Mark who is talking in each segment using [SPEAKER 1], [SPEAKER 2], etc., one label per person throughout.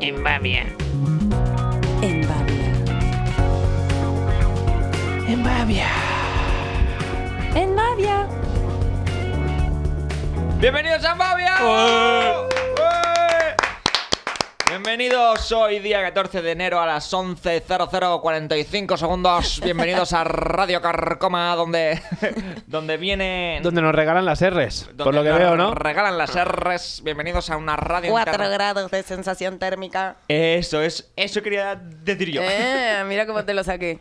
[SPEAKER 1] en Bavia.
[SPEAKER 2] En Bavia.
[SPEAKER 1] En Bavia.
[SPEAKER 2] En Bavia.
[SPEAKER 3] ¡Bienvenidos a Mavia! ¡Eh! Bienvenidos hoy día 14 de enero a las 11.0045 segundos. Bienvenidos a Radio Carcoma, donde, donde viene...
[SPEAKER 4] Donde nos regalan las R's, por lo que veo, ¿no?
[SPEAKER 3] Regalan las R's. Bienvenidos a una radio...
[SPEAKER 2] 4
[SPEAKER 3] interna-
[SPEAKER 2] grados de sensación térmica.
[SPEAKER 3] Eso es, eso quería decir yo.
[SPEAKER 2] Eh, mira cómo te lo saqué.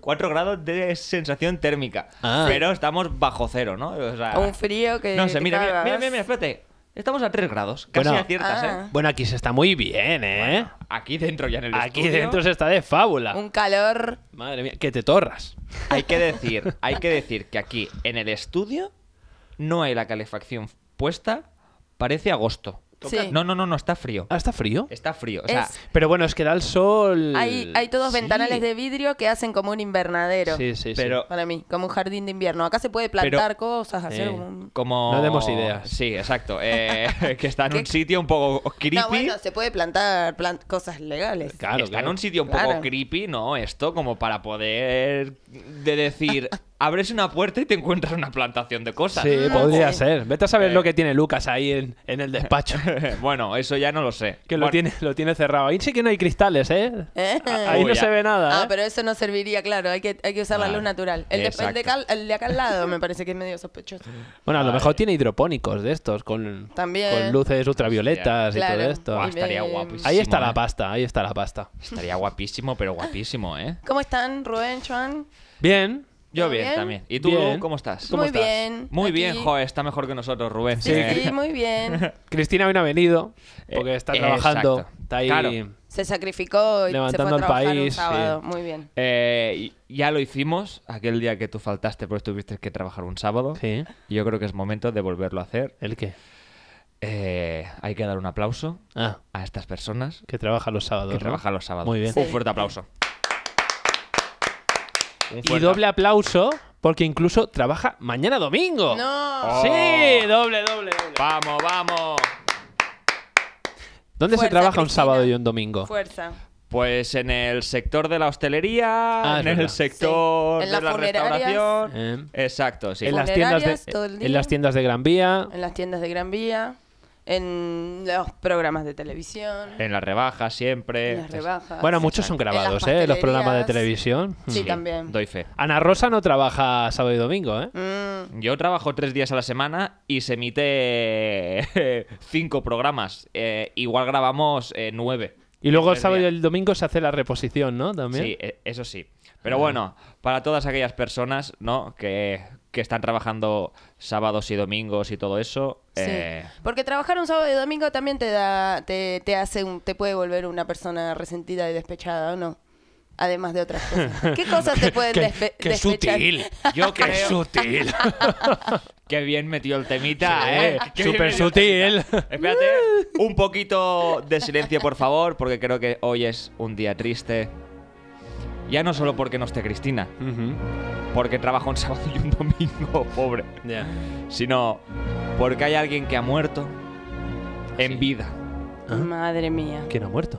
[SPEAKER 3] 4 grados de sensación térmica.
[SPEAKER 4] Ah.
[SPEAKER 3] Pero estamos bajo cero, ¿no? O sea,
[SPEAKER 2] Un frío que.
[SPEAKER 3] Ah. no sé,
[SPEAKER 2] te
[SPEAKER 3] mira, mira,
[SPEAKER 2] cagas.
[SPEAKER 3] mira, mira, espérate. Estamos a 3 grados, casi
[SPEAKER 4] Bueno.
[SPEAKER 3] aciertas,
[SPEAKER 2] Ah.
[SPEAKER 3] ¿eh?
[SPEAKER 4] Bueno, aquí se está muy bien, ¿eh?
[SPEAKER 3] Aquí dentro ya en el
[SPEAKER 4] Aquí
[SPEAKER 3] estudio.
[SPEAKER 4] dentro se está de fábula.
[SPEAKER 2] Un calor.
[SPEAKER 4] Madre mía, que te torras.
[SPEAKER 3] Hay que decir, hay que decir que aquí en el estudio no hay la calefacción puesta, parece agosto.
[SPEAKER 2] Toca- Sí.
[SPEAKER 3] No, no, no, no, está frío.
[SPEAKER 4] Ah, está frío.
[SPEAKER 3] Está frío, o sea,
[SPEAKER 2] Es-
[SPEAKER 4] Pero bueno, es que da el sol.
[SPEAKER 2] Hay, hay todos
[SPEAKER 4] Sí.
[SPEAKER 2] ventanales de vidrio que hacen como un invernadero.
[SPEAKER 4] Sí, sí, sí.
[SPEAKER 3] pero
[SPEAKER 2] Para mí, como un jardín de invierno. Acá se puede plantar cosas, hacer
[SPEAKER 4] Eh,
[SPEAKER 2] como un.
[SPEAKER 3] como
[SPEAKER 4] No demos ideas.
[SPEAKER 3] Sí, exacto, eh, que está en un
[SPEAKER 2] ¿Qué?
[SPEAKER 3] sitio un poco creepy.
[SPEAKER 2] No, bueno, se puede plantar plant- cosas legales.
[SPEAKER 4] Claro,
[SPEAKER 3] está en
[SPEAKER 4] claro.
[SPEAKER 3] un sitio un
[SPEAKER 2] Claro.
[SPEAKER 3] poco creepy, ¿no? Esto como para poder de decir, abres una puerta y te encuentras una plantación de cosas.
[SPEAKER 4] Sí,
[SPEAKER 2] Ah,
[SPEAKER 4] podría
[SPEAKER 2] sí.
[SPEAKER 4] ser. Vete a saber
[SPEAKER 3] Eh.
[SPEAKER 4] lo que tiene Lucas ahí en, en el despacho.
[SPEAKER 3] bueno, eso ya no lo sé.
[SPEAKER 4] que
[SPEAKER 3] Bueno,
[SPEAKER 4] lo, tiene, lo tiene cerrado. Ahí sí que no hay cristales, ¿eh?
[SPEAKER 2] Eh.
[SPEAKER 4] A- Ahí
[SPEAKER 3] Uy,
[SPEAKER 4] no
[SPEAKER 3] ya.
[SPEAKER 4] se ve nada.
[SPEAKER 2] Ah,
[SPEAKER 4] ¿eh?
[SPEAKER 2] pero eso no serviría, claro. Hay que, hay que usar la
[SPEAKER 3] Ah,
[SPEAKER 2] luz natural. El de, el, de
[SPEAKER 3] exacto.
[SPEAKER 2] cal- el de acá al lado me parece que es medio sospechoso.
[SPEAKER 4] Bueno, a lo mejor tiene hidropónicos de estos, con,
[SPEAKER 2] También.
[SPEAKER 4] con luces ultravioletas y
[SPEAKER 2] Claro.
[SPEAKER 4] todo esto. Ah,
[SPEAKER 3] Buah,
[SPEAKER 2] Y
[SPEAKER 3] estaría
[SPEAKER 2] me-
[SPEAKER 3] guapísimo.
[SPEAKER 4] Ahí está
[SPEAKER 3] ¿eh?
[SPEAKER 4] la pasta, ahí está la pasta.
[SPEAKER 3] Estaría guapísimo, pero guapísimo, ¿eh?
[SPEAKER 2] ¿Cómo están, Rubén, Joan?
[SPEAKER 4] Bien.
[SPEAKER 3] Yo
[SPEAKER 2] ¿Todo
[SPEAKER 3] bien,
[SPEAKER 2] bien?
[SPEAKER 3] también. ¿Y tú
[SPEAKER 4] Bien.
[SPEAKER 3] cómo estás?
[SPEAKER 4] ¿Cómo
[SPEAKER 2] muy
[SPEAKER 4] estás?
[SPEAKER 2] bien.
[SPEAKER 3] Muy
[SPEAKER 2] aquí.
[SPEAKER 3] bien, joe, está mejor que nosotros, Rubén.
[SPEAKER 2] Sí,
[SPEAKER 3] Eh,
[SPEAKER 2] sí, muy bien.
[SPEAKER 4] Cristina hoy no ha venido porque
[SPEAKER 3] Eh,
[SPEAKER 4] está
[SPEAKER 3] exacto.
[SPEAKER 4] trabajando. Está ahí.
[SPEAKER 3] Claro.
[SPEAKER 2] Se sacrificó y se fue
[SPEAKER 4] Levantando
[SPEAKER 2] a
[SPEAKER 4] al
[SPEAKER 2] trabajar un
[SPEAKER 4] país,
[SPEAKER 2] sábado.
[SPEAKER 4] sí.
[SPEAKER 2] Muy bien.
[SPEAKER 3] eh, y- ya lo hicimos aquel día que tú faltaste porque tuviste que trabajar un sábado.
[SPEAKER 4] Sí.
[SPEAKER 3] Y Yo creo que es momento de volverlo a hacer.
[SPEAKER 4] ¿El qué?
[SPEAKER 3] Eh, hay que dar un aplauso
[SPEAKER 4] Ah,
[SPEAKER 3] a estas personas
[SPEAKER 4] que trabaja los sábados.
[SPEAKER 3] que
[SPEAKER 4] ¿no?
[SPEAKER 3] trabajan los sábados.
[SPEAKER 4] Muy bien.
[SPEAKER 3] Un fuerte aplauso. Un
[SPEAKER 4] Y
[SPEAKER 3] fuerte-
[SPEAKER 4] doble aplauso porque incluso trabaja mañana domingo.
[SPEAKER 2] No.
[SPEAKER 3] Oh.
[SPEAKER 4] Sí, doble, doble, doble.
[SPEAKER 3] Vamos, vamos.
[SPEAKER 4] ¿Dónde
[SPEAKER 2] Fuerza,
[SPEAKER 4] se trabaja un
[SPEAKER 2] Cristina.
[SPEAKER 4] sábado y un domingo?
[SPEAKER 2] Fuerza.
[SPEAKER 3] Pues en el sector de la hostelería,
[SPEAKER 4] Ah, es
[SPEAKER 3] en el
[SPEAKER 4] verdad.
[SPEAKER 3] sector
[SPEAKER 2] Sí. En
[SPEAKER 3] de
[SPEAKER 2] las
[SPEAKER 3] la
[SPEAKER 2] funerarias.
[SPEAKER 3] restauración.
[SPEAKER 4] Eh,
[SPEAKER 3] Exacto, sí.
[SPEAKER 4] en, las tiendas
[SPEAKER 2] Funerarias todo el
[SPEAKER 4] de,
[SPEAKER 2] día.
[SPEAKER 4] en las tiendas de Gran Vía.
[SPEAKER 2] En las tiendas de Gran Vía, en los programas de televisión,
[SPEAKER 3] En las rebajas siempre.
[SPEAKER 2] en las rebajas.
[SPEAKER 4] Eh, Bueno, muchos son
[SPEAKER 2] En las
[SPEAKER 4] grabados, ¿eh? Los programas de
[SPEAKER 2] pastelerías.
[SPEAKER 4] televisión.
[SPEAKER 2] Sí,
[SPEAKER 4] Mm.
[SPEAKER 2] también.
[SPEAKER 3] Pues Doy fe.
[SPEAKER 4] Ana Rosa no trabaja sábado y domingo, ¿eh?
[SPEAKER 2] Mm,
[SPEAKER 3] Yo trabajo tres días a la semana y se emite cinco programas. Eh, igual grabamos eh, nueve.
[SPEAKER 4] Y luego el
[SPEAKER 3] Tres
[SPEAKER 4] sábado y
[SPEAKER 3] días.
[SPEAKER 4] el domingo se hace la reposición, ¿no? También.
[SPEAKER 3] Sí, eh, eso sí. Pero bueno, para todas aquellas personas, ¿no? Que, que están trabajando sábados y domingos y todo eso.
[SPEAKER 2] sí.
[SPEAKER 3] eh,
[SPEAKER 2] Porque trabajar un sábado y domingo también te da, te, te hace, un- te puede volver una persona resentida y despechada, ¿o no? Además de otras cosas. ¿Qué cosas te pueden
[SPEAKER 4] Qué-
[SPEAKER 2] despe-
[SPEAKER 4] qué
[SPEAKER 2] despechar?
[SPEAKER 4] sutil.
[SPEAKER 3] Yo
[SPEAKER 4] ¡Qué
[SPEAKER 3] creo-
[SPEAKER 4] sutil!
[SPEAKER 3] Qué bien metió el temita,
[SPEAKER 4] Sí,
[SPEAKER 3] ¿eh? Qué bien
[SPEAKER 4] súper
[SPEAKER 3] metido el
[SPEAKER 4] sutil.
[SPEAKER 3] temita. Espérate, un poquito de silencio, por favor, porque creo que hoy es un día triste. Ya no solo porque no esté Cristina,
[SPEAKER 4] Ujú.
[SPEAKER 3] porque trabaja un sábado y un domingo, pobre,
[SPEAKER 4] Ya.
[SPEAKER 3] sino porque hay alguien que ha muerto en vida.
[SPEAKER 4] Ah.
[SPEAKER 2] Madre mía.
[SPEAKER 4] ¿Quién ha muerto?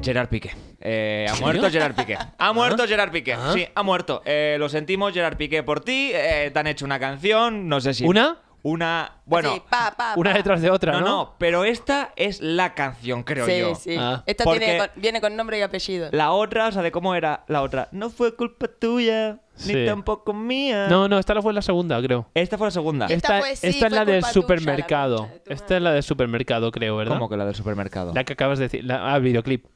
[SPEAKER 3] Gerard Piqué. Eh, ha
[SPEAKER 4] ¿En
[SPEAKER 3] muerto
[SPEAKER 4] serio?
[SPEAKER 3] Gerard Piqué. Ha muerto Gerard Piqué.
[SPEAKER 4] Ah.
[SPEAKER 3] Sí, ha muerto. Eh, lo sentimos, Gerard Piqué, por ti. Eh, te han hecho una canción, no sé si...
[SPEAKER 4] ¿Una?
[SPEAKER 3] Una... Bueno...
[SPEAKER 2] Sí, pa, pa,
[SPEAKER 4] Una
[SPEAKER 2] pa.
[SPEAKER 4] detrás de otra,
[SPEAKER 3] No,
[SPEAKER 4] ¿no?
[SPEAKER 3] no, pero esta es la canción, creo
[SPEAKER 2] Sí,
[SPEAKER 3] yo.
[SPEAKER 2] sí.
[SPEAKER 4] Ah.
[SPEAKER 2] Esta
[SPEAKER 3] Porque-
[SPEAKER 2] tiene con- viene con nombre y apellido.
[SPEAKER 3] La otra, o sea, de cómo era la otra. No fue culpa tuya, ni
[SPEAKER 4] Sí.
[SPEAKER 3] tampoco mía.
[SPEAKER 4] No, no, esta la fue la segunda, creo.
[SPEAKER 3] Esta fue la segunda.
[SPEAKER 2] Esta
[SPEAKER 4] Esta,
[SPEAKER 2] fue-
[SPEAKER 4] esta
[SPEAKER 2] sí,
[SPEAKER 4] es
[SPEAKER 2] fue
[SPEAKER 4] la del
[SPEAKER 2] culpa tuya, la
[SPEAKER 4] supermercado.
[SPEAKER 2] concha de tu
[SPEAKER 4] esta es la del supermercado, creo, ¿verdad?
[SPEAKER 3] ¿Cómo que la del supermercado?
[SPEAKER 4] La que acabas de decir. La, ah, videoclip.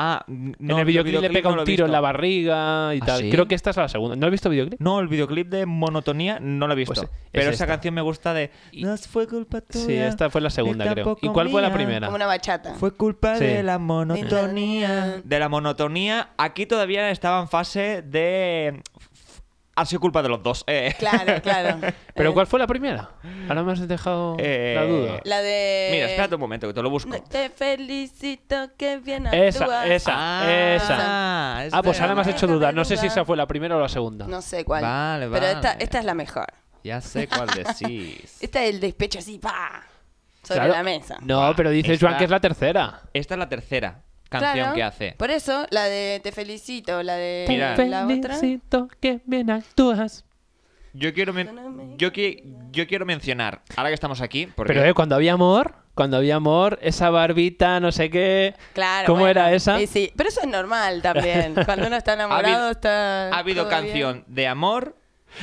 [SPEAKER 3] Ah, n- no.
[SPEAKER 4] en el videoclip, le pega
[SPEAKER 3] no lo
[SPEAKER 4] un
[SPEAKER 3] he
[SPEAKER 4] tiro en la
[SPEAKER 3] visto.
[SPEAKER 4] barriga y
[SPEAKER 3] ¿Ah,
[SPEAKER 4] tal.
[SPEAKER 3] sí?
[SPEAKER 4] Creo que esta es la segunda. ¿No has visto videoclip?
[SPEAKER 3] No, el videoclip de Monotonía no lo he visto.
[SPEAKER 4] Pues es
[SPEAKER 3] pero esa
[SPEAKER 4] esta.
[SPEAKER 3] canción me gusta de. No fue culpa tuya.
[SPEAKER 4] Sí, esta fue la
[SPEAKER 3] ni
[SPEAKER 4] segunda, creo.
[SPEAKER 3] tampoco
[SPEAKER 4] ¿Y cuál fue la
[SPEAKER 3] mía.
[SPEAKER 4] primera?
[SPEAKER 2] Como una bachata.
[SPEAKER 3] Fue culpa
[SPEAKER 4] Sí.
[SPEAKER 3] de la monotonía. De la monotonía. Aquí todavía estaba en fase de. Ha sido culpa de los dos. eh.
[SPEAKER 2] Claro, claro.
[SPEAKER 4] ¿Pero
[SPEAKER 2] Eh,
[SPEAKER 4] cuál fue la primera? Ahora me has dejado
[SPEAKER 3] Eh,
[SPEAKER 4] la duda.
[SPEAKER 2] La de...
[SPEAKER 3] Mira, espérate un momento que te lo busco.
[SPEAKER 2] No te felicito, que bien
[SPEAKER 4] Esa,
[SPEAKER 2] actúas.
[SPEAKER 4] esa,
[SPEAKER 3] Ah,
[SPEAKER 4] esa.
[SPEAKER 3] es
[SPEAKER 4] Ah, pues
[SPEAKER 3] de-
[SPEAKER 4] ahora me has hecho
[SPEAKER 2] Déjame
[SPEAKER 4] dudar. No sé si
[SPEAKER 2] dudar.
[SPEAKER 4] esa fue la primera o la segunda.
[SPEAKER 2] No sé cuál.
[SPEAKER 3] Vale,
[SPEAKER 2] Pero esta,
[SPEAKER 3] vale.
[SPEAKER 2] esta es la mejor.
[SPEAKER 3] Ya sé cuál decís.
[SPEAKER 2] Esta es el despecho así, pa. sobre
[SPEAKER 4] Claro.
[SPEAKER 2] la mesa.
[SPEAKER 4] No,
[SPEAKER 3] Buah,
[SPEAKER 4] pero dice
[SPEAKER 3] esta-
[SPEAKER 4] Joan que es la tercera.
[SPEAKER 3] Esta es la tercera canción
[SPEAKER 2] Claro.
[SPEAKER 3] que hace.
[SPEAKER 2] Por eso, la de Te felicito, la de
[SPEAKER 3] Mira.
[SPEAKER 2] la otra.
[SPEAKER 4] que bien actúas.
[SPEAKER 3] Yo quiero, men-
[SPEAKER 2] Perdóname.
[SPEAKER 3] yo, qui- yo quiero mencionar, ahora que estamos aquí, porque
[SPEAKER 4] Pero eh, cuando había amor, cuando había amor, esa barbita, no sé qué.
[SPEAKER 2] Claro.
[SPEAKER 4] ¿Cómo
[SPEAKER 2] bueno.
[SPEAKER 4] era esa?
[SPEAKER 2] Sí, sí. Pero eso es normal también. Cuando uno está enamorado,
[SPEAKER 3] Ha habido-
[SPEAKER 2] está.
[SPEAKER 3] ha habido
[SPEAKER 2] todo
[SPEAKER 3] canción de amor.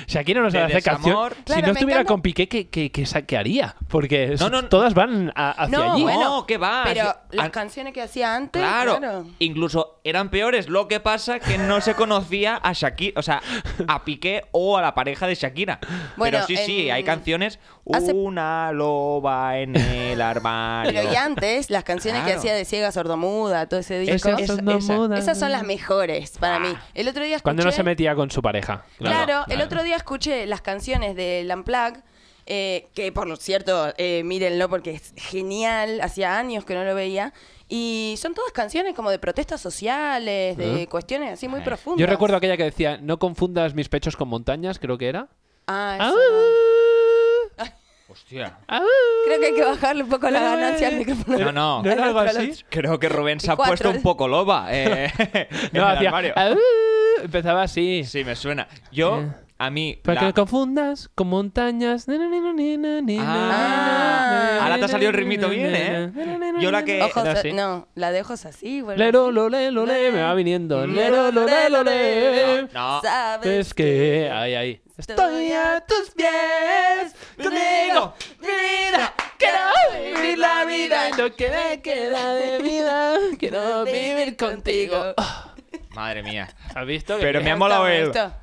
[SPEAKER 4] Shakira no
[SPEAKER 3] De
[SPEAKER 4] sabe hacer canción.
[SPEAKER 3] desamor.
[SPEAKER 4] si
[SPEAKER 2] Claro,
[SPEAKER 4] no
[SPEAKER 2] me
[SPEAKER 4] estuviera
[SPEAKER 2] encanta.
[SPEAKER 4] con Piqué, ¿qué, qué, qué sa- qué haría? Porque
[SPEAKER 3] No, no,
[SPEAKER 4] todas van a- hacia
[SPEAKER 2] bien. No,
[SPEAKER 4] allí.
[SPEAKER 2] bueno.
[SPEAKER 3] No, ¿qué va?
[SPEAKER 2] Pero
[SPEAKER 3] Ah,
[SPEAKER 2] las canciones que hacía antes.
[SPEAKER 3] Claro,
[SPEAKER 2] Claro.
[SPEAKER 3] incluso eran peores. Lo que pasa que no se conocía a Shakira, o sea, a Piqué o a la pareja de Shakira.
[SPEAKER 2] Bueno,
[SPEAKER 3] Pero sí, sí,
[SPEAKER 2] en-
[SPEAKER 3] hay canciones.
[SPEAKER 2] hace-
[SPEAKER 3] Una loba en el armario.
[SPEAKER 2] Pero y antes, las canciones que
[SPEAKER 3] Claro.
[SPEAKER 2] hacía de ciega sordomuda, todo ese disco.
[SPEAKER 3] Esa-
[SPEAKER 4] Esas
[SPEAKER 3] esa-
[SPEAKER 4] no
[SPEAKER 3] esa.
[SPEAKER 4] mudan.
[SPEAKER 2] Esas son las mejores para mí.
[SPEAKER 3] Ah.
[SPEAKER 2] El otro día escuché.
[SPEAKER 4] Cuando no se metía con su pareja.
[SPEAKER 2] Claro,
[SPEAKER 3] Claro,
[SPEAKER 2] el
[SPEAKER 3] claro.
[SPEAKER 2] otro día escuché las canciones de Lamplag, eh, que por lo cierto, eh, mírenlo porque es genial, hacía años que no lo veía, y son todas canciones como de protestas sociales, de cuestiones así muy
[SPEAKER 3] Eh,
[SPEAKER 2] profundas.
[SPEAKER 4] Yo recuerdo aquella que decía, no confundas mis pechos con montañas, creo que era.
[SPEAKER 2] Ah,
[SPEAKER 4] Ah,
[SPEAKER 2] eso no.
[SPEAKER 4] uh,
[SPEAKER 3] Hostia.
[SPEAKER 4] ah,
[SPEAKER 2] Creo que hay que bajarle un poco la
[SPEAKER 4] Ah,
[SPEAKER 2] ganancia al
[SPEAKER 4] eh.
[SPEAKER 2] micrófono.
[SPEAKER 3] No, no.
[SPEAKER 4] ¿No era algo
[SPEAKER 2] Al otro, al
[SPEAKER 4] así?
[SPEAKER 3] Creo que Rubén se ha
[SPEAKER 2] Cuatro.
[SPEAKER 3] puesto un poco loba eh, en
[SPEAKER 4] No,
[SPEAKER 3] el
[SPEAKER 4] hacía,
[SPEAKER 3] armario.
[SPEAKER 4] ah, uh, empezaba así.
[SPEAKER 3] Sí, me suena. Yo, a mí.
[SPEAKER 4] Para que
[SPEAKER 3] la-
[SPEAKER 4] no confundas con montañas. Na, na, na, na, na, na,
[SPEAKER 3] Ah,
[SPEAKER 4] na,
[SPEAKER 3] ahora te ha salido el
[SPEAKER 4] na,
[SPEAKER 3] ritmito
[SPEAKER 4] na,
[SPEAKER 3] bien,
[SPEAKER 4] na,
[SPEAKER 3] ¿eh?
[SPEAKER 4] na, na, na, na,
[SPEAKER 3] Yo la
[SPEAKER 4] na,
[SPEAKER 3] que-
[SPEAKER 4] na.
[SPEAKER 2] Ojos,
[SPEAKER 4] Era
[SPEAKER 2] eh,
[SPEAKER 4] así.
[SPEAKER 2] no, la dejo así. bueno,
[SPEAKER 4] Lero, lole, lole, me va viniendo. Lero, lole, lole.
[SPEAKER 3] No.
[SPEAKER 2] Ah, Sabes
[SPEAKER 4] Es que. Ay, ay. Estoy a tus pies. Contigo. Mira. Quiero vivir la vida. Lo que me queda de vida. Quiero vivir contigo. Ah,
[SPEAKER 3] Madre mía.
[SPEAKER 4] ¿Has visto? que-
[SPEAKER 3] Pero me ha molado
[SPEAKER 2] Me
[SPEAKER 3] el.
[SPEAKER 2] gusta.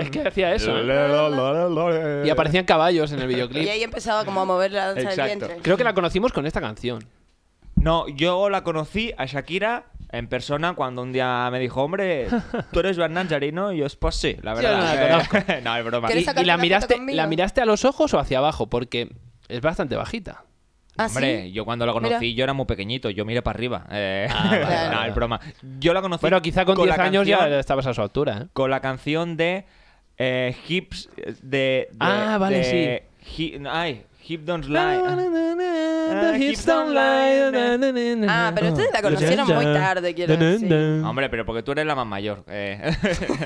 [SPEAKER 4] Es que hacía eso. Y aparecían caballos en el
[SPEAKER 2] Y
[SPEAKER 4] videoclip.
[SPEAKER 2] ahí empezaba como a mover la danza
[SPEAKER 3] Exacto.
[SPEAKER 2] del vientre.
[SPEAKER 4] Creo que la conocimos con esta canción.
[SPEAKER 3] No, yo la conocí a Shakira en persona cuando un día me dijo, hombre, tú eres Joan Nazarino y yo, pues sí, la
[SPEAKER 4] Yo
[SPEAKER 3] verdad.
[SPEAKER 4] no la
[SPEAKER 3] Eh, no, es broma.
[SPEAKER 4] ¿Y,
[SPEAKER 2] ¿Quieres
[SPEAKER 4] y
[SPEAKER 2] sacarte
[SPEAKER 4] la,
[SPEAKER 2] una foto
[SPEAKER 4] miraste,
[SPEAKER 2] conmigo?
[SPEAKER 4] la miraste a los ojos o hacia abajo? Porque es bastante bajita.
[SPEAKER 2] ¿Ah, sí?
[SPEAKER 3] Hombre, yo cuando la conocí
[SPEAKER 2] Mira.
[SPEAKER 3] yo era muy pequeñito, yo miré para arriba. Eh,
[SPEAKER 4] Ah, vale,
[SPEAKER 2] vale,
[SPEAKER 3] no,
[SPEAKER 4] vale.
[SPEAKER 3] es broma. Yo la conocí
[SPEAKER 4] Bueno, quizá con, 10
[SPEAKER 3] la
[SPEAKER 4] años ya
[SPEAKER 3] canción-
[SPEAKER 4] estabas a su altura. ¿eh?
[SPEAKER 3] Con la canción de eh, Hips eh, de, de-
[SPEAKER 4] Ah, vale,
[SPEAKER 3] de- Hi- ay, Hip Don't Lie.
[SPEAKER 4] The hips don't lie.
[SPEAKER 2] Ah, pero ustedes la conocieron muy tarde, quiero decir.
[SPEAKER 3] Hombre, pero porque tú eres la más mayor. eh.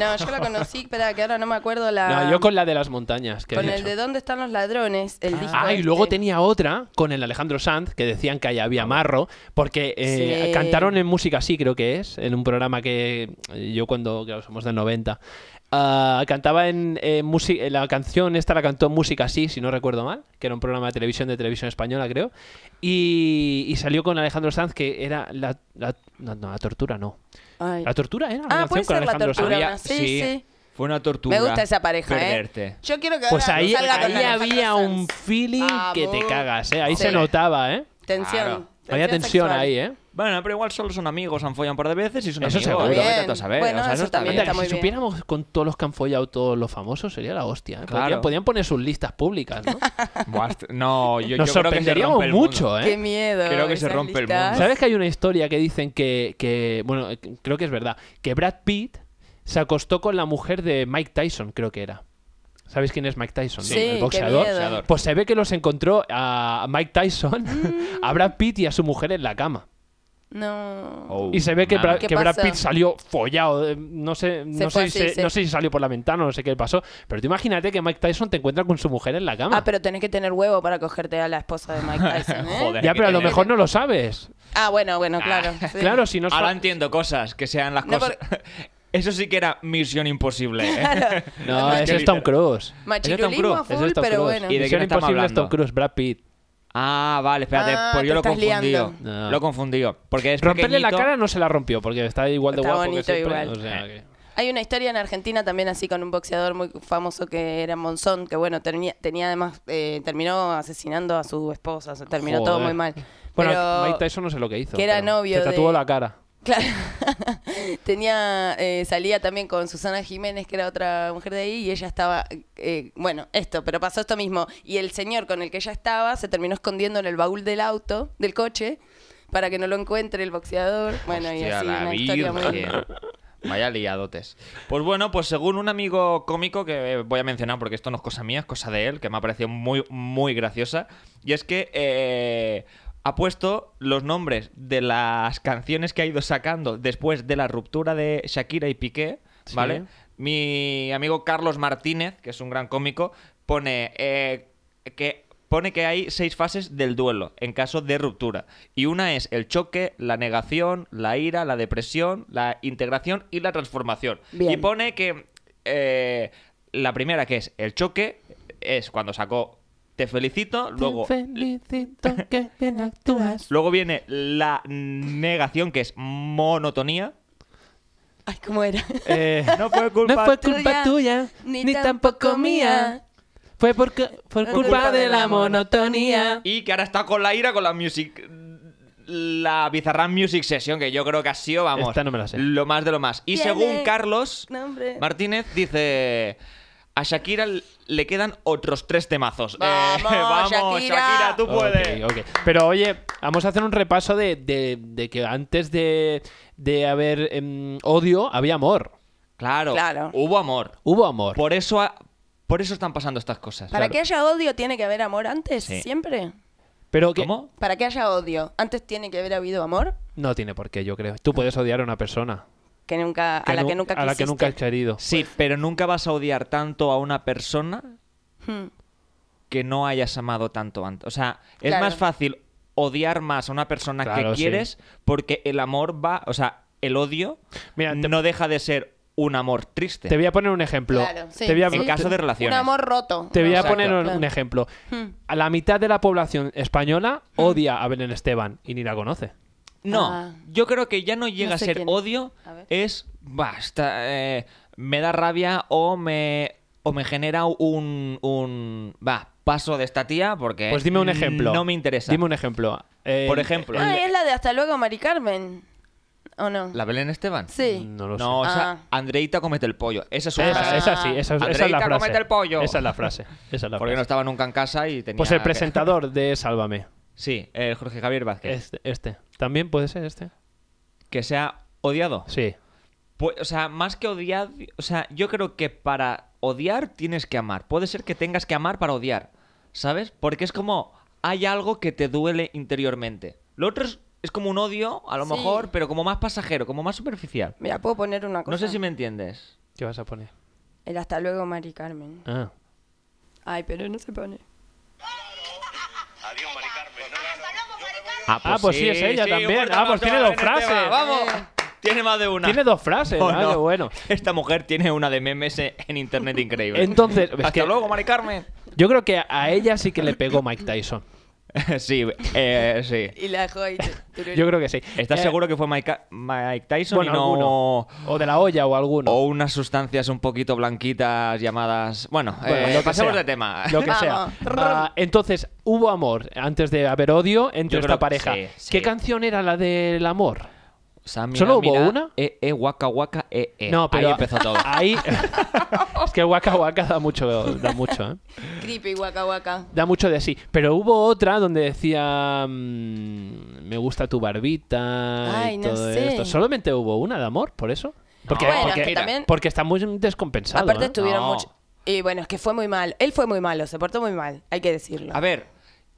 [SPEAKER 2] No, yo la conocí, espera, que ahora no me acuerdo la.
[SPEAKER 4] No, yo con la de las montañas. Que
[SPEAKER 2] con
[SPEAKER 4] he
[SPEAKER 2] el
[SPEAKER 4] dicho.
[SPEAKER 2] de dónde están los ladrones, el disco.
[SPEAKER 4] Ah, y luego
[SPEAKER 2] este.
[SPEAKER 4] tenía otra con el Alejandro Sanz que decían que ahí había marro, porque eh,
[SPEAKER 2] Ah, Sí.
[SPEAKER 4] cantaron en música, sí, creo que es, en un programa que eh, yo cuando, claro, somos del 90, ah, cantaba en, eh, musi- eh, la canción esta la cantó en música, sí, si no recuerdo mal, que era un programa de televisión de televisión española, creo, y, y salió con Alejandro Sanz que era la, la- no, no, la tortura, no.
[SPEAKER 2] Ay.
[SPEAKER 4] La tortura era. una
[SPEAKER 2] Ah,
[SPEAKER 4] canción
[SPEAKER 2] puede
[SPEAKER 4] con
[SPEAKER 2] ser la
[SPEAKER 4] Alejandro Sanz.
[SPEAKER 2] tortura. Programa, sí, sí.
[SPEAKER 3] Fue una tortura.
[SPEAKER 2] Me gusta esa pareja,
[SPEAKER 3] perderte.
[SPEAKER 2] ¿eh? Yo quiero que
[SPEAKER 4] Pues
[SPEAKER 2] ahora
[SPEAKER 4] ahí,
[SPEAKER 2] salga con
[SPEAKER 4] ahí
[SPEAKER 2] Alejandro
[SPEAKER 4] había
[SPEAKER 2] Sanz.
[SPEAKER 4] un feeling que te
[SPEAKER 2] Vamos.
[SPEAKER 4] cagas, ¿eh? ahí
[SPEAKER 2] Sí.
[SPEAKER 4] se notaba, ¿eh.
[SPEAKER 2] Tensión.
[SPEAKER 3] Claro.
[SPEAKER 4] Había tensión
[SPEAKER 2] sexual.
[SPEAKER 4] ahí, ¿eh?
[SPEAKER 3] Bueno, pero igual solo son amigos, han follado un par de veces y son
[SPEAKER 4] Eso
[SPEAKER 3] amigos.
[SPEAKER 4] seguro.
[SPEAKER 3] Vete
[SPEAKER 2] Bien.
[SPEAKER 3] tú a saber,
[SPEAKER 2] Bueno,
[SPEAKER 3] o sea, eso
[SPEAKER 2] eso
[SPEAKER 3] está
[SPEAKER 2] también
[SPEAKER 3] bien.
[SPEAKER 4] Anda, que
[SPEAKER 2] muy
[SPEAKER 4] si
[SPEAKER 2] bien.
[SPEAKER 4] supiéramos con todos los que han follado todos los famosos, sería la hostia. ¿eh? Podrían-
[SPEAKER 3] Claro.
[SPEAKER 4] podrían poner sus listas públicas, ¿no?
[SPEAKER 3] Buah, est- No,
[SPEAKER 4] Nos
[SPEAKER 3] yo, yo creo que se
[SPEAKER 4] sorprenderíamos
[SPEAKER 3] rompe el mundo.
[SPEAKER 4] mucho, ¿eh?
[SPEAKER 2] Qué miedo.
[SPEAKER 3] Creo que se
[SPEAKER 2] esas
[SPEAKER 3] rompe el
[SPEAKER 2] listas.
[SPEAKER 3] mundo.
[SPEAKER 4] ¿Sabes que hay una historia que dicen que, que- bueno, eh, creo que es verdad, que Brad Pitt se acostó con la mujer de Mike Tyson, creo que era. ¿Sabéis quién es Mike Tyson?
[SPEAKER 2] Sí,
[SPEAKER 4] el
[SPEAKER 2] qué
[SPEAKER 4] boxeador.
[SPEAKER 2] miedo.
[SPEAKER 3] Boxeador.
[SPEAKER 4] Pues se ve que los encontró a Mike Tyson,
[SPEAKER 2] Mm.
[SPEAKER 4] a Brad Pitt y a su mujer en la cama.
[SPEAKER 2] No.
[SPEAKER 3] Oh,
[SPEAKER 4] ¿eh? Y se ve que,
[SPEAKER 3] nada.
[SPEAKER 4] Bra-
[SPEAKER 2] ¿Qué
[SPEAKER 4] que Brad
[SPEAKER 2] pasó?
[SPEAKER 4] Pitt salió follado. eh, No sé,
[SPEAKER 2] Se
[SPEAKER 4] no,
[SPEAKER 2] fue
[SPEAKER 4] sé si
[SPEAKER 2] así,
[SPEAKER 4] se-
[SPEAKER 2] sí.
[SPEAKER 4] no sé si salió por la ventana, no sé qué pasó. Pero tú imagínate que Mike Tyson te encuentra con su mujer en la cama.
[SPEAKER 2] Ah, pero tenés que tener huevo para cogerte a la esposa de Mike Tyson, ¿eh?
[SPEAKER 3] Joder.
[SPEAKER 4] ya, pero a lo
[SPEAKER 3] Tiene-
[SPEAKER 4] mejor no lo sabes.
[SPEAKER 2] Ah, bueno, bueno, claro. sí.
[SPEAKER 4] Claro, si no es
[SPEAKER 3] Ahora
[SPEAKER 4] fa-
[SPEAKER 3] entiendo cosas, que sean las
[SPEAKER 2] No,
[SPEAKER 3] cosas. Eso sí que era misión imposible. ¿eh?
[SPEAKER 4] No, ese es Tom Cruise.
[SPEAKER 2] Machirulismo a
[SPEAKER 4] Ese
[SPEAKER 3] Ese
[SPEAKER 4] es
[SPEAKER 2] full,
[SPEAKER 4] Tom
[SPEAKER 2] pero
[SPEAKER 4] Cruise.
[SPEAKER 2] bueno.
[SPEAKER 3] ¿Y de quién
[SPEAKER 4] Misión
[SPEAKER 3] estamos
[SPEAKER 4] Imposible es
[SPEAKER 3] hablando?
[SPEAKER 4] Tom Cruise, Brad Pitt.
[SPEAKER 3] Ah, vale, espérate,
[SPEAKER 2] Ah,
[SPEAKER 3] pues yo
[SPEAKER 2] te
[SPEAKER 3] lo he
[SPEAKER 2] estás
[SPEAKER 3] confundido.
[SPEAKER 2] liando.
[SPEAKER 4] No.
[SPEAKER 3] Lo he confundido. Porque es
[SPEAKER 4] Romperle la
[SPEAKER 3] pequeñito.
[SPEAKER 4] cara no se la rompió, porque está igual de
[SPEAKER 2] Está
[SPEAKER 4] guapo que
[SPEAKER 2] bonito
[SPEAKER 4] siempre.
[SPEAKER 2] igual.
[SPEAKER 4] o sea que-
[SPEAKER 2] Hay una historia en Argentina también así con un boxeador muy famoso que era Monzón, que bueno, tenía, tenía además, eh, terminó asesinando a su esposa, o sea, terminó todo
[SPEAKER 4] Joder.
[SPEAKER 2] muy mal.
[SPEAKER 4] Bueno,
[SPEAKER 2] Pero-
[SPEAKER 4] Mike Tyson no sé lo que hizo.
[SPEAKER 2] que era
[SPEAKER 4] pero
[SPEAKER 2] novio
[SPEAKER 4] Se tatuó
[SPEAKER 2] de-
[SPEAKER 4] la cara.
[SPEAKER 2] Claro. Tenía, eh, salía también con Susana Jiménez, que era otra mujer de ahí, y ella estaba, eh, bueno, esto, pero pasó esto mismo. Y el señor con el que ella estaba se terminó escondiendo en el baúl del auto, del coche, para que no lo encuentre el boxeador. Bueno, y
[SPEAKER 3] Hostia,
[SPEAKER 2] así
[SPEAKER 3] la
[SPEAKER 2] una historia muy...
[SPEAKER 3] Virgen. Vaya liadotes. Pues bueno, pues según un amigo cómico que eh, voy a mencionar porque esto no es cosa mía, es cosa de él, que me ha parecido muy, muy graciosa. Y es que eh, ha puesto los nombres de las canciones que ha ido sacando después de la ruptura de Shakira y Piqué,
[SPEAKER 4] Sí.
[SPEAKER 3] ¿vale? Mi amigo Carlos Martínez, que es un gran cómico, pone eh, que pone que hay seis fases del duelo en caso de ruptura. Y una es el choque, la negación, la ira, la depresión, la integración y la transformación.
[SPEAKER 2] Bien.
[SPEAKER 3] Y pone que eh, la primera, que es el choque, es cuando sacó Te felicito, luego
[SPEAKER 4] felicito que bien actúas.
[SPEAKER 3] Luego viene la negación, que es monotonía.
[SPEAKER 2] Ay, ¿cómo era?
[SPEAKER 4] Eh,
[SPEAKER 3] No fue culpa
[SPEAKER 4] no fue
[SPEAKER 2] tuya,
[SPEAKER 4] culpa tuya, ni, tampoco mía. Fue por, cu- por
[SPEAKER 2] Por
[SPEAKER 4] culpa de la monotonía.
[SPEAKER 3] Y que ahora está con la ira, con la music. La Bizarrap Music Session, que yo creo que ha sido, vamos.
[SPEAKER 4] Esta no me la sé.
[SPEAKER 3] Lo más de lo más. Y
[SPEAKER 2] Tiene
[SPEAKER 3] según Carlos
[SPEAKER 2] nombre.
[SPEAKER 3] Martínez, dice. A Shakira le quedan otros tres temazos. Eh,
[SPEAKER 2] Vamos,
[SPEAKER 3] vamos,
[SPEAKER 2] Shakira.
[SPEAKER 3] Shakira, tú puedes.
[SPEAKER 4] Ok, ok. Pero oye, vamos a hacer un repaso de, de- de que antes de, de haber em, odio había amor.
[SPEAKER 3] Claro,
[SPEAKER 2] Claro.
[SPEAKER 3] hubo amor.
[SPEAKER 4] Hubo amor.
[SPEAKER 3] Por eso, ha- por eso están pasando estas cosas.
[SPEAKER 2] Para
[SPEAKER 4] Claro.
[SPEAKER 2] que haya odio tiene que haber amor antes,
[SPEAKER 3] Sí.
[SPEAKER 2] siempre.
[SPEAKER 4] Pero que-
[SPEAKER 3] ¿Cómo?
[SPEAKER 2] Para que haya odio, antes tiene que haber habido amor
[SPEAKER 4] No tiene por qué, yo creo. Tú puedes odiar a una persona
[SPEAKER 2] que nunca, a la
[SPEAKER 4] nu-
[SPEAKER 2] que nunca
[SPEAKER 4] a la que nunca has
[SPEAKER 2] quisiste.
[SPEAKER 4] querido.
[SPEAKER 3] Sí, pero nunca vas a odiar tanto a una persona
[SPEAKER 2] Hmm.
[SPEAKER 3] que no hayas amado tanto antes. O sea, es
[SPEAKER 2] Claro.
[SPEAKER 3] más fácil odiar más a una persona
[SPEAKER 4] Claro,
[SPEAKER 3] que
[SPEAKER 4] sí.
[SPEAKER 3] quieres porque el amor va, o sea, el odio
[SPEAKER 4] Mira, te-
[SPEAKER 3] no deja de ser un amor triste.
[SPEAKER 4] Te voy a poner un ejemplo.
[SPEAKER 2] Claro, sí,
[SPEAKER 4] te voy a,
[SPEAKER 2] sí.
[SPEAKER 3] En caso de
[SPEAKER 2] Un
[SPEAKER 3] relaciones.
[SPEAKER 2] amor roto.
[SPEAKER 4] te voy a
[SPEAKER 3] Exacto.
[SPEAKER 4] poner un,
[SPEAKER 2] Claro.
[SPEAKER 4] un ejemplo.
[SPEAKER 2] Hmm.
[SPEAKER 4] A la mitad de la población española odia a Belén Esteban y ni la conoce.
[SPEAKER 3] No,
[SPEAKER 2] Ah.
[SPEAKER 3] yo creo que ya no llega
[SPEAKER 2] sé
[SPEAKER 3] a ser
[SPEAKER 2] quién es.
[SPEAKER 3] odio,
[SPEAKER 2] A ver.
[SPEAKER 3] es basta, eh, me da rabia o me o me genera un un va, paso de esta tía porque
[SPEAKER 4] Pues dime un ejemplo.
[SPEAKER 3] Eh, No me interesa.
[SPEAKER 4] Dime un ejemplo. Eh,
[SPEAKER 3] Por ejemplo,
[SPEAKER 2] Ah, es la de hasta luego, Mari Carmen. ¿O no?
[SPEAKER 3] la Belén Esteban.
[SPEAKER 2] Sí.
[SPEAKER 4] No lo
[SPEAKER 3] No,
[SPEAKER 4] sé.
[SPEAKER 3] o sea,
[SPEAKER 2] Ah.
[SPEAKER 3] Andreita comete el pollo. Esa es su
[SPEAKER 4] Esa,
[SPEAKER 3] frase.
[SPEAKER 4] esa sí, esa, es- esa es la
[SPEAKER 3] Andreita,
[SPEAKER 4] frase.
[SPEAKER 3] cómete el pollo.
[SPEAKER 4] Esa es la frase. Esa es la
[SPEAKER 3] Porque no ¿eh?
[SPEAKER 4] frase.
[SPEAKER 3] estaba nunca en casa y tenía.
[SPEAKER 4] Pues el
[SPEAKER 3] que-
[SPEAKER 4] presentador de Sálvame.
[SPEAKER 3] Sí, eh, Jorge Javier Vázquez.
[SPEAKER 4] Este, este. ¿También puede ser este?
[SPEAKER 3] Que sea odiado.
[SPEAKER 4] Sí.
[SPEAKER 3] Pues, o sea, más que odiar. O sea, yo creo que para odiar tienes que amar. Puede ser que tengas que amar para odiar. ¿Sabes? Porque es como. Hay algo que te duele interiormente. Lo otro es, es como un odio, a lo
[SPEAKER 2] Sí.
[SPEAKER 3] mejor, pero como más pasajero, como más superficial.
[SPEAKER 2] Mira, puedo poner una cosa.
[SPEAKER 3] No sé si me entiendes.
[SPEAKER 4] ¿Qué vas a poner?
[SPEAKER 2] El hasta luego, Mari Carmen.
[SPEAKER 4] Ah.
[SPEAKER 2] Ay, pero no se pone.
[SPEAKER 1] Adiós, Mari Carmen. ¿no?
[SPEAKER 4] Ah, pues sí, es ella también.
[SPEAKER 3] fuerte
[SPEAKER 4] Ah, pues
[SPEAKER 3] aplauso
[SPEAKER 4] tiene
[SPEAKER 3] para
[SPEAKER 4] dos
[SPEAKER 3] Belén Esteban.
[SPEAKER 4] frases.
[SPEAKER 3] este,
[SPEAKER 2] Eh.
[SPEAKER 3] Vamos. Tiene más de una.
[SPEAKER 4] Tiene dos frases.
[SPEAKER 3] Oh,
[SPEAKER 4] ah,
[SPEAKER 3] no.
[SPEAKER 4] qué bueno.
[SPEAKER 3] Esta mujer tiene una de memes en en internet increíble.
[SPEAKER 4] Entonces, es
[SPEAKER 3] Hasta
[SPEAKER 4] que-
[SPEAKER 3] luego, Mari Carmen.
[SPEAKER 4] Yo creo que a ella sí que le pegó Mike Tyson.
[SPEAKER 3] sí, eh, sí.
[SPEAKER 2] Y la dejó ahí. tururú.
[SPEAKER 4] Yo creo que sí.
[SPEAKER 3] ¿Estás
[SPEAKER 4] Eh,
[SPEAKER 3] seguro que fue Mike, Mike Tyson
[SPEAKER 4] Bueno,
[SPEAKER 3] y no
[SPEAKER 4] alguno. O de la olla o alguno.
[SPEAKER 3] o unas sustancias un poquito blanquitas llamadas? Bueno,
[SPEAKER 4] Bueno,
[SPEAKER 3] eh,
[SPEAKER 4] lo que
[SPEAKER 3] pasemos
[SPEAKER 4] sea.
[SPEAKER 3] de tema.
[SPEAKER 4] Lo que
[SPEAKER 2] Vamos.
[SPEAKER 4] sea. Ah, entonces, hubo amor antes de haber odio entre
[SPEAKER 3] Yo
[SPEAKER 4] esta
[SPEAKER 3] creo que
[SPEAKER 4] pareja.
[SPEAKER 3] sí, sí.
[SPEAKER 4] ¿Qué canción era la del amor?
[SPEAKER 3] O sea, mira,
[SPEAKER 4] ¿Solo hubo
[SPEAKER 3] mira,
[SPEAKER 4] una?
[SPEAKER 3] Eh, eh, waka waka, eh, eh.
[SPEAKER 4] no, pero
[SPEAKER 3] Ahí empezó todo.
[SPEAKER 4] Ahí es que Waka Waka da mucho, da mucho, ¿eh?
[SPEAKER 2] Creepy, guaca, guaca.
[SPEAKER 4] da mucho de sí. Pero hubo otra donde decía mm, me gusta tu barbita
[SPEAKER 2] Ay,
[SPEAKER 4] y
[SPEAKER 2] no
[SPEAKER 4] todo
[SPEAKER 2] sé.
[SPEAKER 4] esto. Solamente hubo una de amor, por eso. Porque,
[SPEAKER 3] Bueno,
[SPEAKER 4] porque,
[SPEAKER 3] que
[SPEAKER 2] también-
[SPEAKER 4] porque está muy descompensado.
[SPEAKER 2] Aparte
[SPEAKER 4] ¿eh?
[SPEAKER 2] estuvieron
[SPEAKER 3] No.
[SPEAKER 2] mucho... Y bueno, es que fue muy mal. Él fue muy malo, se portó muy mal, hay que decirlo.
[SPEAKER 3] A ver,